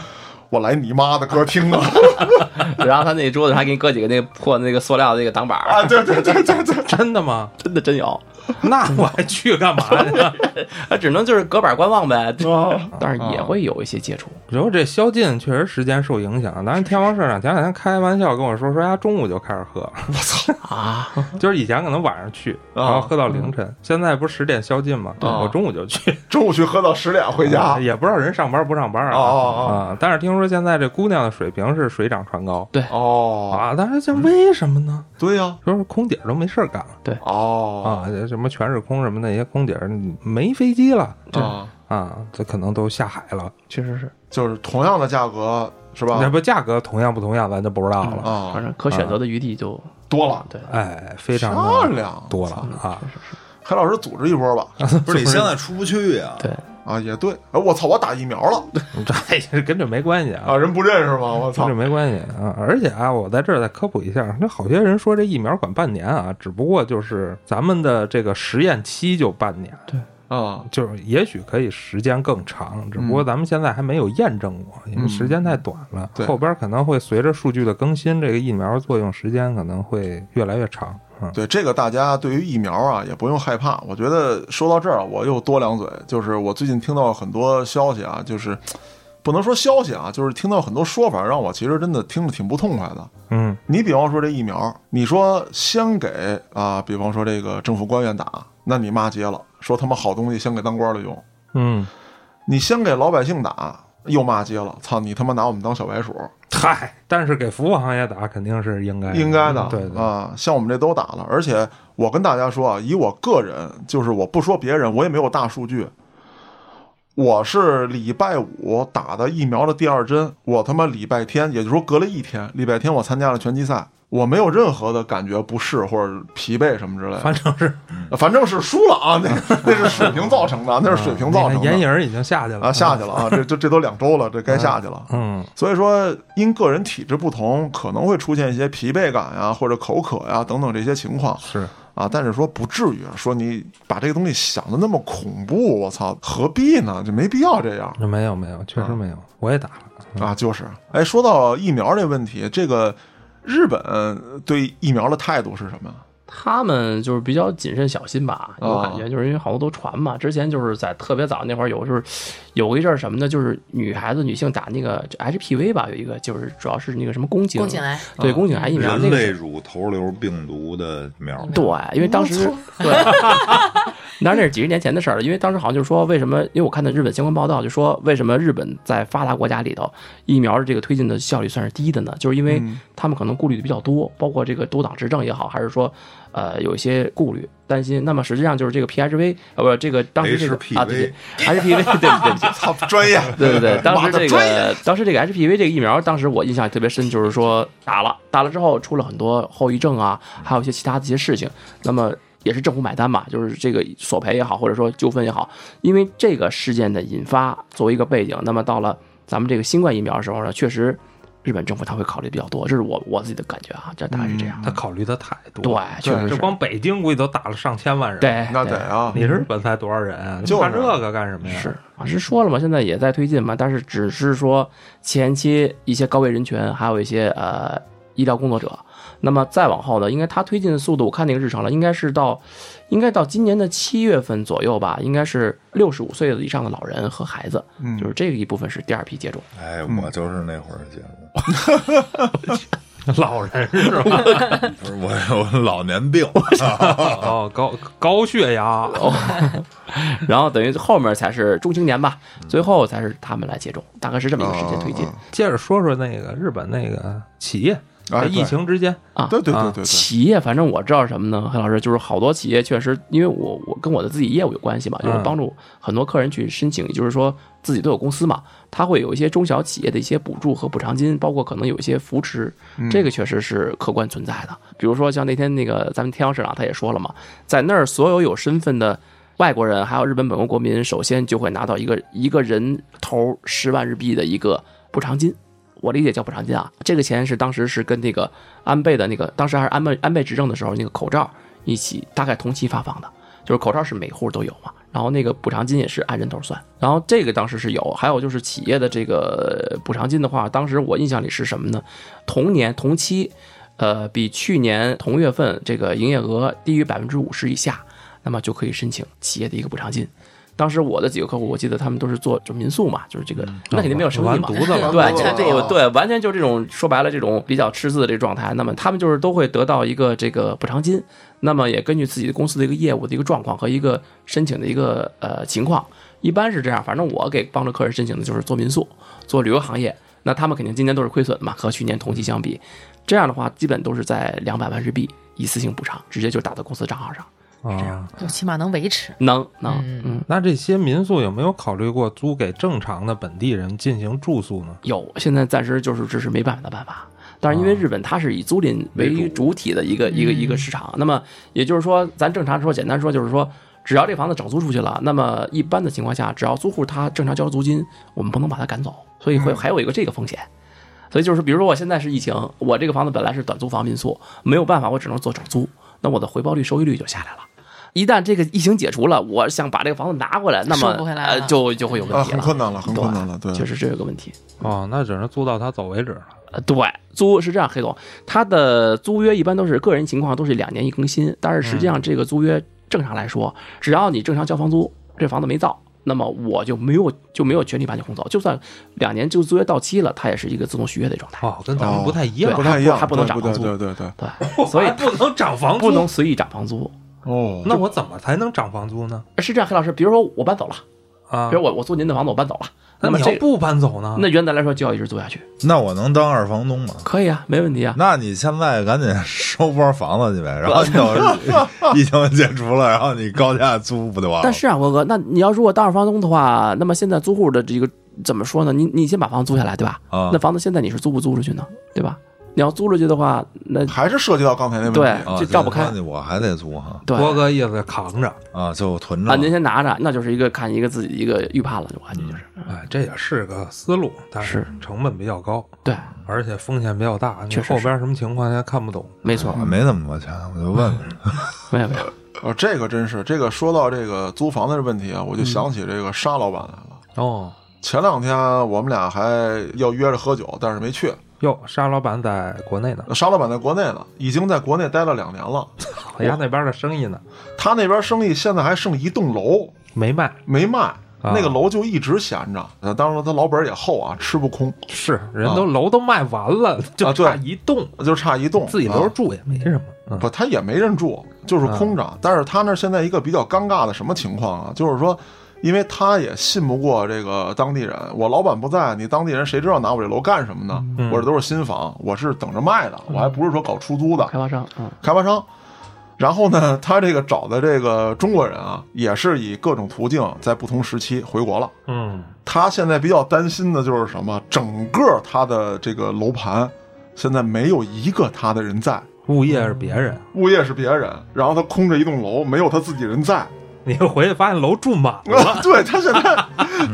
[SPEAKER 1] 我来你妈的歌厅啊！ (laughs)
[SPEAKER 3] (laughs) 然后他那桌子还给你搁几个那个破那个塑料的那个挡板儿，
[SPEAKER 1] 啊，对对对对对，
[SPEAKER 2] 真的吗？
[SPEAKER 3] 真的真有，
[SPEAKER 2] 那 (laughs) 我还去干嘛呀？
[SPEAKER 4] 啊，只能就是隔板观望呗。
[SPEAKER 3] 啊，但是也会有一些接触。
[SPEAKER 2] (laughs) 然后这宵禁确实时间受影响。当然，天王社长前两天开玩笑跟我说，说他中午就开始喝，我 (laughs) 操啊
[SPEAKER 3] 啊！
[SPEAKER 2] 就是以前可能晚上去，然后喝到凌晨，现在不是十点宵禁嘛，
[SPEAKER 1] 啊
[SPEAKER 2] 我中午就去，
[SPEAKER 1] 中午去喝到十点回家，
[SPEAKER 2] (laughs) 也不知道人上班不上班啊。
[SPEAKER 1] 哦哦哦
[SPEAKER 2] 啊！但是听说现在这姑娘的水平是水涨船高
[SPEAKER 1] 哦，
[SPEAKER 2] 啊！但是这为什么呢？
[SPEAKER 1] 对呀，
[SPEAKER 2] 说是空姐都没事儿干了
[SPEAKER 1] 哦
[SPEAKER 2] 啊，这什么全日空什么那些空姐儿没飞机了
[SPEAKER 1] 啊，
[SPEAKER 2] 啊，这可能都下海了。
[SPEAKER 3] 确实是，
[SPEAKER 1] 就是同样的价格是
[SPEAKER 2] 那
[SPEAKER 1] 吧？
[SPEAKER 2] 不价格同样不同样，咱就不知道了。
[SPEAKER 1] 啊
[SPEAKER 3] 反正可选择的余地就
[SPEAKER 1] 多了，
[SPEAKER 3] 对，
[SPEAKER 2] 哎，非常
[SPEAKER 1] 漂
[SPEAKER 2] 的
[SPEAKER 1] 亮，嗯
[SPEAKER 2] 多了啊！
[SPEAKER 1] 海老师组织一波吧，
[SPEAKER 5] (laughs) 不是你现在出不去呀、
[SPEAKER 3] 对
[SPEAKER 1] 啊，也对，哎，我操，我打疫苗了
[SPEAKER 2] (laughs) 这跟这没关系啊
[SPEAKER 1] 啊，，人不认识吗？我
[SPEAKER 2] 跟
[SPEAKER 1] 操
[SPEAKER 2] 这，没关系啊。而且啊，我在这儿再科普一下，那好些人说这疫苗管半年啊，只不过就是咱们的这个实验期就半年，
[SPEAKER 1] 啊，
[SPEAKER 2] 就是也许可以时间更长，只不
[SPEAKER 1] 嗯
[SPEAKER 2] 过咱们现在还没有验证过，因为时间太短了。
[SPEAKER 1] 对
[SPEAKER 2] 后边可能会随着数据的更新，这个疫苗作用时间可能会越来越长。嗯，
[SPEAKER 1] 对这个，大家对于疫苗啊也不用害怕。我觉得说到这儿啊，我又多两嘴，就是我最近听到很多消息啊，就是不能说消息啊，就是听到很多说法，让我其实真的听着挺不痛快的。
[SPEAKER 2] 嗯，
[SPEAKER 1] 你比方说这疫苗，你说先给啊，比方说这个政府官员打，那你骂街了，说他妈好东西先给当官的用，
[SPEAKER 2] 嗯，
[SPEAKER 1] 你先给老百姓打。又骂街了，操你他妈拿我们当小白鼠，
[SPEAKER 2] 嗨，但是给服务行业打肯定是应该
[SPEAKER 1] 应该的，
[SPEAKER 2] 哎对对，
[SPEAKER 1] 啊，像我们这都打了，而且我跟大家说啊，以我个人，就是我不说别人，我也没有大数据，我是礼拜五打的疫苗的第二针，我他妈礼拜天，也就是说隔了一天，礼拜天我参加了拳击赛，我没有任何的感觉不适或者疲惫什么之类的，呃
[SPEAKER 2] 反正是
[SPEAKER 1] 反正是输了啊， (laughs) 那那是水平造成的，那是水平造
[SPEAKER 2] 嗯你
[SPEAKER 1] 成
[SPEAKER 2] 看啊眼
[SPEAKER 1] 的
[SPEAKER 2] 影儿已经下去了
[SPEAKER 1] 啊，下去了啊，这这这都两周了，这该下去了。
[SPEAKER 2] 嗯，
[SPEAKER 1] 所以说，因个人体质不同，可能会出现一些疲惫感呀，或者口渴呀等等这些情况
[SPEAKER 2] 是
[SPEAKER 1] 啊。但是说不至于说你把这个东西想的那么恐怖，我操，何必呢？就没必要这样
[SPEAKER 2] 没有没有，确实没有，我也打了。
[SPEAKER 1] 嗯啊。就是，哎，说到疫苗这问题，这个日本对疫苗的态度是什么呀？
[SPEAKER 3] 他们就是比较谨慎小心吧，
[SPEAKER 1] 哦
[SPEAKER 3] 我感觉就是因为好多都传嘛。之前就是在特别早那会儿有就是有一阵儿什么呢，就是女孩子女性打那个就 HPV 吧，有一个就是主要是那个什么宫颈
[SPEAKER 6] 宫颈癌，
[SPEAKER 3] 对宫颈癌疫苗那
[SPEAKER 5] 人
[SPEAKER 3] 个
[SPEAKER 5] 类
[SPEAKER 3] 是。
[SPEAKER 5] 乳头瘤病毒的苗，
[SPEAKER 3] 对，因为当时 (laughs) 对，当然那是几十年前的事儿了。因为当时好像就是说，为什么？因为我看的日本相关报道，就说为什么日本在发达国家里头疫苗的这个推进的效率算是低的呢？就是因为他们可能顾虑的比较多，包括这个多党执政也好，还是说呃有一些顾虑担心。那么实际上就是这个 PHV 呃不，这个当时这个
[SPEAKER 5] HPV
[SPEAKER 3] 啊对对 HPV 对对对。
[SPEAKER 1] 操，专
[SPEAKER 2] (laughs)
[SPEAKER 1] 业
[SPEAKER 3] (laughs) 对对对，当时
[SPEAKER 1] 妈的
[SPEAKER 3] 这
[SPEAKER 1] 专
[SPEAKER 3] 个当时这个 HPV 这个疫苗，当时我印象特别深，就是说打了打了之后出了很多后遗症啊，还有一些其他的一些事情。那么也是政府买单嘛，就是这个索赔也好，或者说纠纷也好，因为这个事件的引发作为一个背景，那么到了咱们这个新冠疫苗的时候呢，确实日本政府他会考虑比较多，这是我我自己的感觉啊，这大概是这样。
[SPEAKER 2] 他考虑的太
[SPEAKER 3] 嗯
[SPEAKER 2] 多，
[SPEAKER 3] 对，确实
[SPEAKER 2] 这
[SPEAKER 3] 是。
[SPEAKER 2] 光北京估计都打了上千万人。，
[SPEAKER 3] 对，
[SPEAKER 1] 那
[SPEAKER 3] 对
[SPEAKER 1] 得啊
[SPEAKER 2] 你日本才多少人啊？
[SPEAKER 1] 就是
[SPEAKER 2] 怕这个干什么呀？
[SPEAKER 3] 啊是，老师说了嘛，现在也在推进嘛，但是只是说前期一些高危人群，还有一些呃医疗工作者。那么再往后呢，应该它推进的速度，我看那个日程了，应该是到，应该到今年的七月份左右吧，应该是六十五岁以上的老人和孩子，
[SPEAKER 1] 嗯
[SPEAKER 3] 就是这个一部分是第二批接种。
[SPEAKER 5] 哎，我就是那会儿觉得，
[SPEAKER 2] 老人是
[SPEAKER 1] (laughs)
[SPEAKER 2] 吧？
[SPEAKER 5] 不是我 (laughs) 有老年病，
[SPEAKER 2] 哦，高高血压，
[SPEAKER 1] 哦
[SPEAKER 3] 然后等于后面才是中青年吧，最后才是他们来接种，大概是这么一个时间推进。
[SPEAKER 2] 接着说说那个日本那个企业，
[SPEAKER 1] 哎
[SPEAKER 2] 在疫情之间，
[SPEAKER 3] 啊
[SPEAKER 1] 对对对
[SPEAKER 2] 啊
[SPEAKER 1] 对对，
[SPEAKER 3] 企业，反正我知道是什么呢？黑老师就是好多企业确实，因为我我跟我的自己业务有关系嘛，就是
[SPEAKER 2] 嗯
[SPEAKER 3] 帮助很多客人去申请，也就是说自己都有公司嘛，他会有一些中小企业的一些补助和补偿金，包括可能有一些扶持，
[SPEAKER 1] 嗯
[SPEAKER 3] 这个确实是客观存在的。比如说像那天那个咱们天阳市长他也说了嘛，在那儿所有有身份的。外国人还有日本本国国民，首先就会拿到一个一个人头十万日币的一个补偿金，我理解叫补偿金啊。这个钱是当时是跟那个安倍的那个，当时还是安倍安倍执政的时候那个口罩一起，大概同期发放的，就是口罩是每户都有嘛。然后那个补偿金也是按人头算，然后这个当时是有，还有就是企业的这个补偿金的话，当时我印象里是什么呢？同年同期，呃，比去年同月份这个营业额低于百分之五十以下，那么就可以申请企业的一个补偿金。当时我的几个客户，我记得他们都是做就民宿嘛，就是这个，那肯定没有生意
[SPEAKER 2] 完
[SPEAKER 3] 嘛，
[SPEAKER 2] 犊嗯子
[SPEAKER 3] (laughs)
[SPEAKER 2] 了，(laughs)
[SPEAKER 3] 对，
[SPEAKER 1] 哦
[SPEAKER 3] 这个这个对，完全就是这种说白了，这种比较赤字的这个状态。那么他们就是都会得到一个这个补偿金，那么也根据自己的公司的一个业务的一个状况和一个申请的一个呃情况，一般是这样。反正我给帮着客人申请的就是做民宿、做旅游行业，那他们肯定今年都是亏损的嘛，和去年同期相比，这样的话基本都是在两百万日币一次性补偿，直接就打到公司账号上，
[SPEAKER 2] 啊。
[SPEAKER 6] 就起码能维持。
[SPEAKER 3] 能能
[SPEAKER 6] 嗯
[SPEAKER 3] 嗯。
[SPEAKER 2] 那这些民宿有没有考虑过租给正常的本地人进行住宿呢？
[SPEAKER 3] 有，现在暂时就是这是没办法的办法。但是因为
[SPEAKER 2] 啊
[SPEAKER 3] 日本它是以租赁为主体的一个一个一
[SPEAKER 6] 嗯
[SPEAKER 3] 个市场，那么也就是说，咱正常说，简单说就是说，只要这房子整租出去了，那么一般的情况下，只要租户他正常交租金，我们不能把他赶走，所以会
[SPEAKER 6] 嗯
[SPEAKER 3] 还有一个这个风险。所以就是，比如说我现在是疫情，我这个房子本来是短租房民宿，没有办法，我只能做整租，那我的回报率、收益率就下来了。一旦这个疫情解除了，我想把这个房子拿过来，那么
[SPEAKER 6] 收不回来
[SPEAKER 3] 呃
[SPEAKER 6] 了
[SPEAKER 3] 就就会有问
[SPEAKER 1] 啊，
[SPEAKER 3] 题了，
[SPEAKER 1] 很困难了，很困难了，对，
[SPEAKER 3] 确实这有个问题。
[SPEAKER 2] 哦，那只能租到他走为止了。
[SPEAKER 3] 呃，对，租是这样，黑总，他的租约一般都是个人情况都是两年一更新，但是实际
[SPEAKER 2] 嗯
[SPEAKER 3] 上这个租约正常来说，只要你正常交房租，这房子没造，那么我就没有就没有权利把你轰走，就算两年这个租约到期了，它也是一个自动续约的状态，
[SPEAKER 2] 哦，跟咱们不太一
[SPEAKER 1] 对
[SPEAKER 2] 样
[SPEAKER 1] 不，太一样，
[SPEAKER 3] 还不能
[SPEAKER 1] 对
[SPEAKER 3] 涨房租
[SPEAKER 1] 对对对对，
[SPEAKER 3] 对，所以
[SPEAKER 2] 不能涨房租，
[SPEAKER 3] 不能随意涨房租。
[SPEAKER 1] 哦，
[SPEAKER 2] 那我怎么才能涨房租呢？
[SPEAKER 3] 是这样，黑老师，比如说我搬走了，
[SPEAKER 2] 啊
[SPEAKER 3] 比，如我我租您的房子我搬走了，
[SPEAKER 2] 那
[SPEAKER 3] 那么
[SPEAKER 2] 你
[SPEAKER 3] 这
[SPEAKER 2] 要不搬走呢？
[SPEAKER 3] 那原则来说就要一直租下去，
[SPEAKER 5] 那我能当二房东吗？
[SPEAKER 3] 可以啊，没问题啊。
[SPEAKER 5] 那你现在赶紧收包房子去呗，然后你 (laughs) 等疫情解除了，然后你高价租不就
[SPEAKER 1] 哦
[SPEAKER 5] 完了？
[SPEAKER 3] 但是啊，文哥，那你要如果当二房东的话，那么现在租户的这个怎么说呢？你你先把房租下来，对吧？
[SPEAKER 1] 哦
[SPEAKER 5] 啊
[SPEAKER 3] 那，房子现在你是租不租出去呢？对吧？你要租出去的话，那
[SPEAKER 1] 还是涉及到刚才那问题，
[SPEAKER 3] 对
[SPEAKER 5] 啊
[SPEAKER 3] 这照不开
[SPEAKER 5] 那我还得租哈
[SPEAKER 3] 对
[SPEAKER 2] 郭哥意思扛着，
[SPEAKER 5] 啊，就囤着
[SPEAKER 3] 啊，您先拿着，那就是一个看一个自己一个预判了，我感觉就是
[SPEAKER 1] 嗯
[SPEAKER 2] 哎，这也是个思路，但是成本比较高，
[SPEAKER 3] 对，
[SPEAKER 1] 嗯
[SPEAKER 2] 而且风险比较大，你
[SPEAKER 3] 嗯确实是
[SPEAKER 2] 后边什么情况咱看不懂。
[SPEAKER 3] 没错
[SPEAKER 5] 我，啊
[SPEAKER 1] 嗯
[SPEAKER 5] 没那么多钱，我
[SPEAKER 3] (laughs)
[SPEAKER 5] 就 (laughs) 问问。
[SPEAKER 3] 没有没有，
[SPEAKER 1] 啊，这个真是，这个说到这个租房子的问题啊，我就
[SPEAKER 2] 嗯
[SPEAKER 1] 想起这个沙老板来了。
[SPEAKER 2] 哦，
[SPEAKER 1] 前两天我们俩还要约着喝酒，但是没去。
[SPEAKER 2] 哟，沙老板在国内呢，
[SPEAKER 1] 沙老板在国内呢，已经在国内待了两年了。
[SPEAKER 3] 哦
[SPEAKER 2] 我家那边的生意呢
[SPEAKER 1] 他那边生意现在还剩一栋楼
[SPEAKER 2] 没卖，
[SPEAKER 1] 没卖，
[SPEAKER 2] 啊
[SPEAKER 1] 那个楼就一直闲着。呃当然了，他老本儿也厚啊，吃不空，
[SPEAKER 2] 是
[SPEAKER 3] 哦
[SPEAKER 2] 人都楼都卖完
[SPEAKER 3] 啊
[SPEAKER 2] 了， (laughs) 就
[SPEAKER 1] 对
[SPEAKER 2] 差一栋，
[SPEAKER 1] 就差一栋
[SPEAKER 2] 自己留
[SPEAKER 1] 啊
[SPEAKER 2] 着住也没什么。嗯
[SPEAKER 1] 不，他也没人住，就是
[SPEAKER 2] 啊
[SPEAKER 1] 空着。但是他那儿现在一个比较尴尬的什么情况啊？就是说，因为他也信不过这个当地人，我老板不在，你当地人谁知道拿我这楼干什么呢？
[SPEAKER 2] 嗯
[SPEAKER 1] 我这都是新房，我是等着卖的，我还不是说搞出租的
[SPEAKER 3] 开发商，嗯，
[SPEAKER 1] 开发商。然后呢，他这个找的这个中国人啊，也是以各种途径在不同时期回国了。
[SPEAKER 2] 嗯，
[SPEAKER 1] 他现在比较担心的就是什么？整个他的这个楼盘，现在没有一个他的人在。
[SPEAKER 2] 物业是别人，
[SPEAKER 3] 嗯
[SPEAKER 1] 物业是别人，然后他空着一栋楼，没有他自己人在。 (laughs)
[SPEAKER 2] 你回去发现楼住满了，
[SPEAKER 1] 对他现在，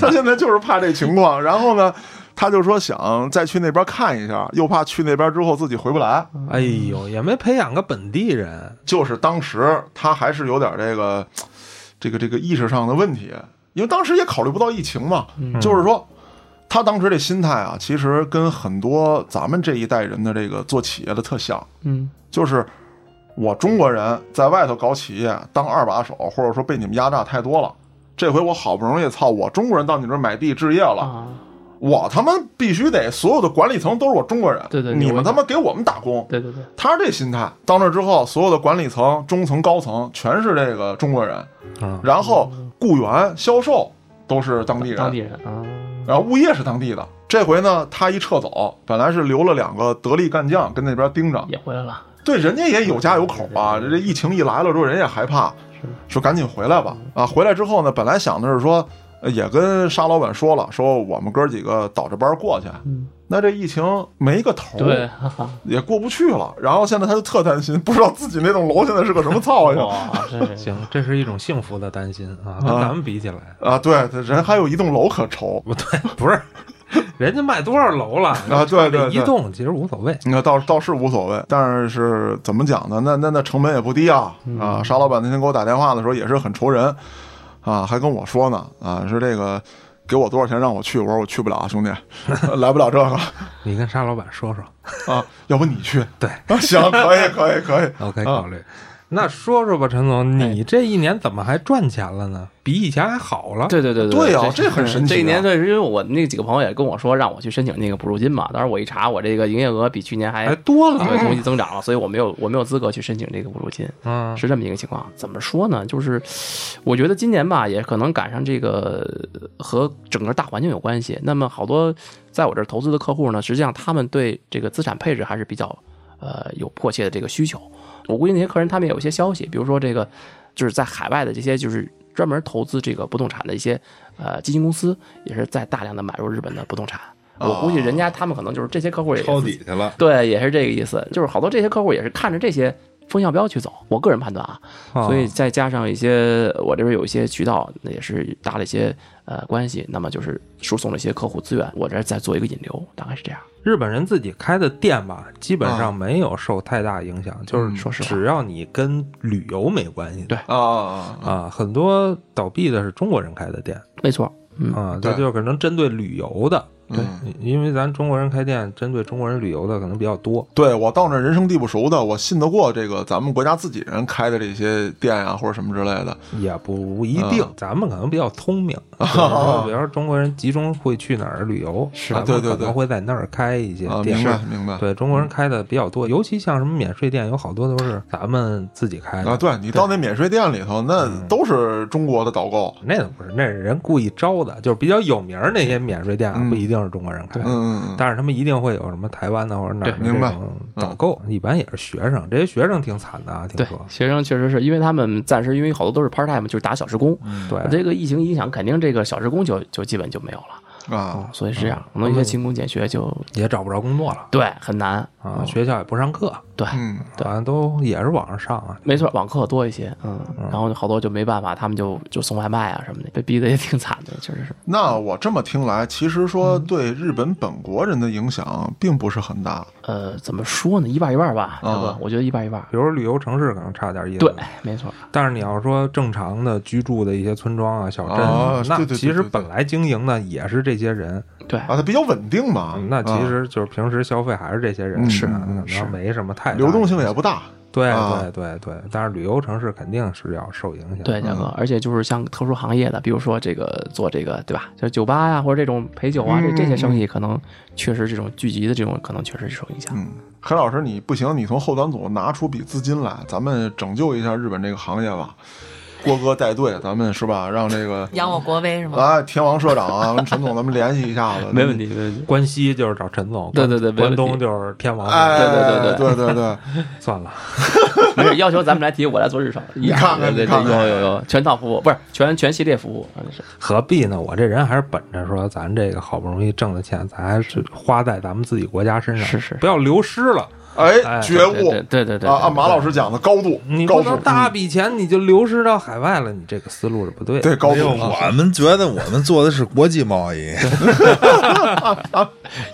[SPEAKER 1] 他现在就是怕这情况。然后呢，他就说想再去那边看一下，又怕去那边之后自己回不来。
[SPEAKER 3] 嗯
[SPEAKER 2] 哎呦，也没培养个本地人，
[SPEAKER 1] 就是当时他还是有点这个，这个这个意识上的问题，因为当时也考虑不到疫情嘛。就是说，他当时这心态啊，其实跟很多咱们这一代人的这个做企业的特像。
[SPEAKER 3] 嗯，
[SPEAKER 1] 就是我中国人在外头搞企业当二把手，或者说被你们压榨太多了。这回我好不容易操，我中国人到你这儿买地置业了，
[SPEAKER 3] 啊，
[SPEAKER 1] 我他妈必须得所有的管理层都是我中国人，
[SPEAKER 3] 对对
[SPEAKER 1] 你
[SPEAKER 3] 我
[SPEAKER 1] 们他妈给我们打工。
[SPEAKER 3] 对对对，
[SPEAKER 1] 他是这心态，到那之后，所有的管理层、中层、高层全是这个中国人，
[SPEAKER 3] 啊
[SPEAKER 2] 嗯
[SPEAKER 1] 然后雇员、销售都是当地人，嗯
[SPEAKER 3] 当地人啊，
[SPEAKER 1] 然后物业是当地的。这回呢，他一撤走，本来是留了两个得力干将跟那边盯着，
[SPEAKER 3] 也回来了，
[SPEAKER 1] 对，人家也有家有口啊。这疫情一来了之后，人也害怕，说赶紧回来吧。
[SPEAKER 3] 嗯
[SPEAKER 1] 啊，回来之后呢，本来想的是说，呃也跟沙老板说了，说我们哥几个倒着班过去。
[SPEAKER 3] 嗯
[SPEAKER 1] 那这疫情没个头， (laughs)
[SPEAKER 3] 对，哈哈，
[SPEAKER 1] 也过不去了。然后现在他就特担心，不知道自己那栋楼现在是个什么操性。
[SPEAKER 3] 哇，真是，
[SPEAKER 2] 行，这是一种幸福的担心啊，跟
[SPEAKER 1] 啊
[SPEAKER 2] 咱们比起来，
[SPEAKER 1] 啊，对，他人还有一栋楼可愁。
[SPEAKER 2] 不对，不是， (laughs) 人家卖多少楼了
[SPEAKER 1] 啊对对
[SPEAKER 2] 这一
[SPEAKER 1] 对
[SPEAKER 2] 栋其实无所谓，
[SPEAKER 1] 那倒倒是无所谓，但是怎么讲呢？那那那成本也不低啊！啊，沙老板那天给我打电话的时候也是很愁人，啊，还跟我说呢，啊，说这个给我多少钱让我去？我说我去不了啊，兄弟，来不了这个
[SPEAKER 2] 你跟沙老板说说，
[SPEAKER 1] 啊，要不你去？
[SPEAKER 2] 对
[SPEAKER 1] 啊，行，可以，可以，可以。
[SPEAKER 2] ，OK，
[SPEAKER 1] 啊
[SPEAKER 2] 考虑。那说说吧，陈总，你这一年怎么还赚钱了呢？比以前还好了。
[SPEAKER 3] 对对对
[SPEAKER 1] 对啊，
[SPEAKER 3] 这
[SPEAKER 1] 这很神奇啊。
[SPEAKER 3] 这一年对，因为我那几个朋友也跟我说，让我去申请那个补助金嘛。当时我一查，我这个营业额比去年还
[SPEAKER 1] 哎
[SPEAKER 2] 还多了
[SPEAKER 3] 因
[SPEAKER 5] 哦
[SPEAKER 3] 为同期增长了，哎所以我没有我没有资格去申请这个补助金，
[SPEAKER 2] 嗯，
[SPEAKER 3] 是这么一个情况。怎么说呢？就是我觉得今年吧，也可能赶上这个呃和整个大环境有关系。那么好多在我这儿投资的客户呢，实际上他们对这个资产配置还是比较呃有迫切的这个需求。我估计那些客人他们也有一些消息，比如说这个就是在海外的这些就是专门投资这个不动产的一些呃基金公司，也是在大量的买入日本的不动产。我估计人家他们可能就是这些客户也
[SPEAKER 5] 哦抄底去了。
[SPEAKER 3] 对，也是这个意思。就是好多这些客户也是看着这些风向标去走，我个人判断啊。
[SPEAKER 2] 啊
[SPEAKER 3] 所以再加上一些我这边有一些渠道，那也是搭了一些呃关系，那么就是输送了一些客户资源，我这儿再做一个引流，大概是这样。
[SPEAKER 2] 日本人自己开的店吧，基本上没有受太大影响，就是
[SPEAKER 3] 说实话
[SPEAKER 2] 只要你跟旅游没关系，
[SPEAKER 3] 嗯对
[SPEAKER 1] 啊啊啊！
[SPEAKER 2] 啊，很多倒闭的是中国人开的店
[SPEAKER 3] 没错，嗯，
[SPEAKER 2] 啊，
[SPEAKER 1] 对
[SPEAKER 2] 这就是可能针对旅游的，
[SPEAKER 1] 对
[SPEAKER 2] 因为咱中国人开店，针对中国人旅游的可能比较多。
[SPEAKER 1] 对我到那人生地不熟的，我信得过这个咱们国家自己人开的这些店啊，或者什么之类的。
[SPEAKER 2] 也不一定，
[SPEAKER 1] 嗯
[SPEAKER 2] 咱们可能比较聪
[SPEAKER 1] (laughs)
[SPEAKER 2] 明，就是比如说中国人集中会去哪儿旅游，是
[SPEAKER 1] 对对
[SPEAKER 2] 可能
[SPEAKER 1] 对
[SPEAKER 2] 会在那儿开一些
[SPEAKER 1] 啊
[SPEAKER 2] 店，
[SPEAKER 1] 明白明白
[SPEAKER 2] 对中国人开的比较多，尤其像什么免税店，有好多都是咱们自己开的
[SPEAKER 1] 啊，对你到那免税店里头，那都是中国的导购。
[SPEAKER 2] 那倒不是，那是人故意招的，就是比较有名儿那些免税店啊，
[SPEAKER 1] 嗯
[SPEAKER 2] 不一定是中国人开的，
[SPEAKER 1] 嗯嗯
[SPEAKER 2] 但是他们一定会有什么台湾的或者哪儿的
[SPEAKER 1] 对明白嗯
[SPEAKER 2] 这种导购，一般也是学生，这些学生挺惨的啊，听
[SPEAKER 3] 对
[SPEAKER 2] 说，，
[SPEAKER 3] 学生确实是因为他们暂时因为好多都是 part time，就是打小时工，
[SPEAKER 2] 对，
[SPEAKER 3] 这个疫情影响，肯定这个小时工就就基本就没有了，
[SPEAKER 1] 嗯啊，
[SPEAKER 3] 所以是这样，可能一些勤工俭学就
[SPEAKER 2] 也找不着工作了
[SPEAKER 3] 对很难，
[SPEAKER 2] 啊，学校也不上课，
[SPEAKER 3] 对。
[SPEAKER 1] 嗯，
[SPEAKER 3] 对
[SPEAKER 2] 反正都也是网上上啊，
[SPEAKER 3] 没错，网课多一些，嗯，然后好多就没办法，他们就就送外卖啊什么的，被逼的也挺惨的，确实是。
[SPEAKER 1] 那我这么听来，其实说对日本本国人的影响并不是很大。
[SPEAKER 3] 呃，怎么说呢？一半一半
[SPEAKER 1] 啊
[SPEAKER 3] 吧，大哥，我觉得一半一半。
[SPEAKER 2] 比如旅游城市可能差点意思，
[SPEAKER 3] 对，没错，
[SPEAKER 2] 但是你要说正常的居住的一些村庄啊、小镇啊，
[SPEAKER 1] 哦
[SPEAKER 2] 那
[SPEAKER 1] 对对对
[SPEAKER 2] 其实
[SPEAKER 1] 对对
[SPEAKER 2] 本来经营的也是这些人，
[SPEAKER 3] 对，
[SPEAKER 1] 啊，它比较稳定嘛。
[SPEAKER 2] 嗯那其
[SPEAKER 1] 啊
[SPEAKER 2] 实就是平时消费还是这些人，
[SPEAKER 1] 嗯
[SPEAKER 2] 啊
[SPEAKER 1] 嗯
[SPEAKER 2] 可能没什么太大
[SPEAKER 1] 流动性
[SPEAKER 2] 影
[SPEAKER 1] 也
[SPEAKER 2] 响
[SPEAKER 1] 不大。
[SPEAKER 2] 对
[SPEAKER 1] 啊
[SPEAKER 2] 对对对，但是旅游城市肯定是要受影
[SPEAKER 1] 嗯
[SPEAKER 2] 响。
[SPEAKER 3] 对，大哥，而且就是像特殊行业的，比如说这个做这个，对吧？像酒吧呀、或者这种陪酒啊，
[SPEAKER 1] 嗯
[SPEAKER 3] 这这些生意，可能确实这种聚集的这种，可能确实受影响。
[SPEAKER 1] 嗯，黑老师，你不行，你从后端组拿出笔资金来，咱们拯救一下日本这个行业吧。郭哥带队，咱们是吧？让这
[SPEAKER 6] (laughs)
[SPEAKER 1] 个
[SPEAKER 6] 扬我国威是吗？
[SPEAKER 1] 啊，天王社长啊，跟陈总咱们联系一下子，
[SPEAKER 3] 没问。题，没问题。
[SPEAKER 2] 关西就是找陈总，
[SPEAKER 3] 对对对没
[SPEAKER 2] 关
[SPEAKER 3] 问题
[SPEAKER 2] 东就是天王，
[SPEAKER 1] 哎，
[SPEAKER 3] 对对
[SPEAKER 1] 对对对对，
[SPEAKER 2] 算了，
[SPEAKER 3] 没事，要求咱们来提，我来做日常。
[SPEAKER 1] 你看看
[SPEAKER 3] 对
[SPEAKER 1] 你看
[SPEAKER 3] 对，
[SPEAKER 1] 看
[SPEAKER 3] 有有有，全套服务，不是全全系列服务，反正是
[SPEAKER 2] 何必呢？我这人还是本着说，咱这个好不容易挣的钱，咱还是花在咱们自己国家身上，
[SPEAKER 3] 是是
[SPEAKER 2] 不要流失了。哎
[SPEAKER 1] 哎，觉
[SPEAKER 3] 对
[SPEAKER 1] 悟
[SPEAKER 3] 对对对对
[SPEAKER 1] 啊！按马老师讲的高度
[SPEAKER 2] 你，
[SPEAKER 1] 高
[SPEAKER 2] 不
[SPEAKER 1] 度嗯
[SPEAKER 2] 能，大笔钱你就流失到海外了，你这个思路是不对的。
[SPEAKER 1] 对高
[SPEAKER 5] 哎呦，
[SPEAKER 1] 度
[SPEAKER 3] 哦
[SPEAKER 1] 啊，
[SPEAKER 5] 我们觉得我们做的是国际贸易，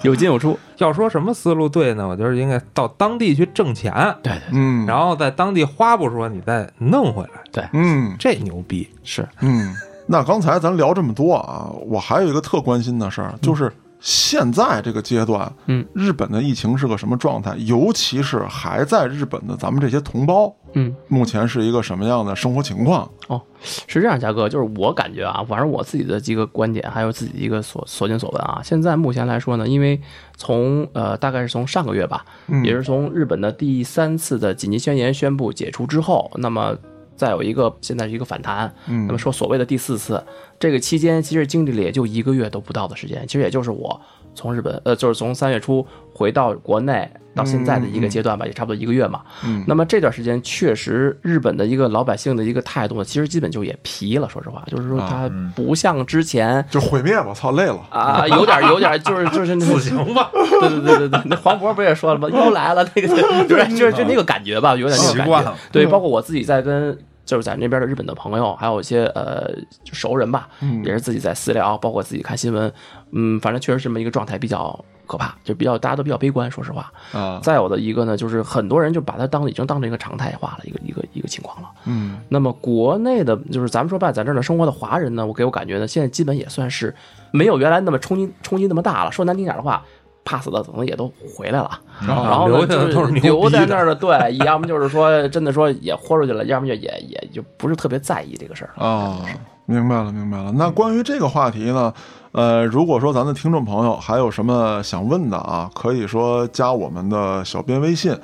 [SPEAKER 3] 有进有出。
[SPEAKER 2] 要说什么思路对呢？我觉得应该到当地去挣钱，
[SPEAKER 3] 对对
[SPEAKER 1] 嗯，
[SPEAKER 2] 然后在当地花不说，你再弄回来，
[SPEAKER 3] 对，
[SPEAKER 1] 嗯
[SPEAKER 2] 这牛逼。
[SPEAKER 3] 是
[SPEAKER 1] 嗯。那刚才咱聊这么多啊，我还有一个特关心的事儿，就是现在这个阶段，
[SPEAKER 3] 嗯，
[SPEAKER 1] 日本的疫情是个什么状态？尤其是还在日本的咱们这些同胞，
[SPEAKER 3] 嗯，
[SPEAKER 1] 目前是一个什么样的生活情况？
[SPEAKER 3] 哦，是这样，嘉哥，就是我感觉啊，反正我自己的几个观点，还有自己一个所所见所闻啊，现在目前来说呢，因为从呃大概是从上个月吧，也是从日本的第三次的紧急宣言宣布解除之后，那么再有一个现在是一个反弹，
[SPEAKER 1] 嗯
[SPEAKER 3] 那么说所谓的第四次，这个期间其实经历了也就一个月都不到的时间，其实也就是我从日本呃就是从三月初回到国内到现在的一个阶段吧，也差不多一个月嘛，
[SPEAKER 1] 嗯
[SPEAKER 3] 那么这段时间确实，日本的一个老百姓的一个态度呢，其实基本就也皮了。说实话，就是说他不像之前
[SPEAKER 1] 就毁灭吧，操，累了。
[SPEAKER 3] 啊，有点有点就是就是那
[SPEAKER 2] 不行吧？
[SPEAKER 3] 对对对对对，那黄渤不也说了吗？又来了，那个就是就是就那个感觉吧，
[SPEAKER 5] (laughs)
[SPEAKER 3] 有点那个
[SPEAKER 5] 习
[SPEAKER 3] 感
[SPEAKER 5] 惯
[SPEAKER 3] 觉
[SPEAKER 5] 了。
[SPEAKER 3] 对，包括我自己在跟就是在那边的日本的朋友，还有一些呃就熟人吧，也是自己在私聊，包括自己看新闻，嗯，反正确实这么一个状态比较可怕，就比较大家都比较悲观，说实话。
[SPEAKER 1] 啊，
[SPEAKER 3] 再有的一个呢，就是很多人就把它当已经当成一个常态化了一个一个一个情况了。
[SPEAKER 1] 嗯，
[SPEAKER 3] 那么国内的，就是咱们说在咱这儿的生活的华人呢，我给我感觉呢，现在基本也算是没有原来那么冲击冲击那么大了。说难听点的话， pass 的可能也都回来了，
[SPEAKER 2] 然
[SPEAKER 3] 然后
[SPEAKER 2] 啊留
[SPEAKER 3] 呢
[SPEAKER 2] 下
[SPEAKER 3] 就
[SPEAKER 2] 的都是牛逼
[SPEAKER 3] 留在那
[SPEAKER 2] 的
[SPEAKER 3] 儿的，对，要么就是说真的说也豁出去了，要么就也也就不是特别在意这个事儿。
[SPEAKER 1] 啊，明白了，明白了。那关于这个话题呢，呃，如果说咱的听众朋友还有什么想问的啊，可以说加我们的小编微信，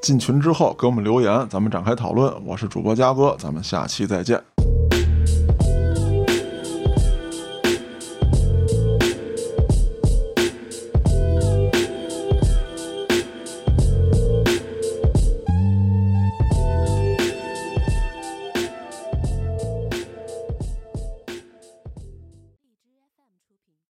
[SPEAKER 1] 进群之后给我们留言，咱们展开讨论。我是主播嘉哥，咱们下期再见。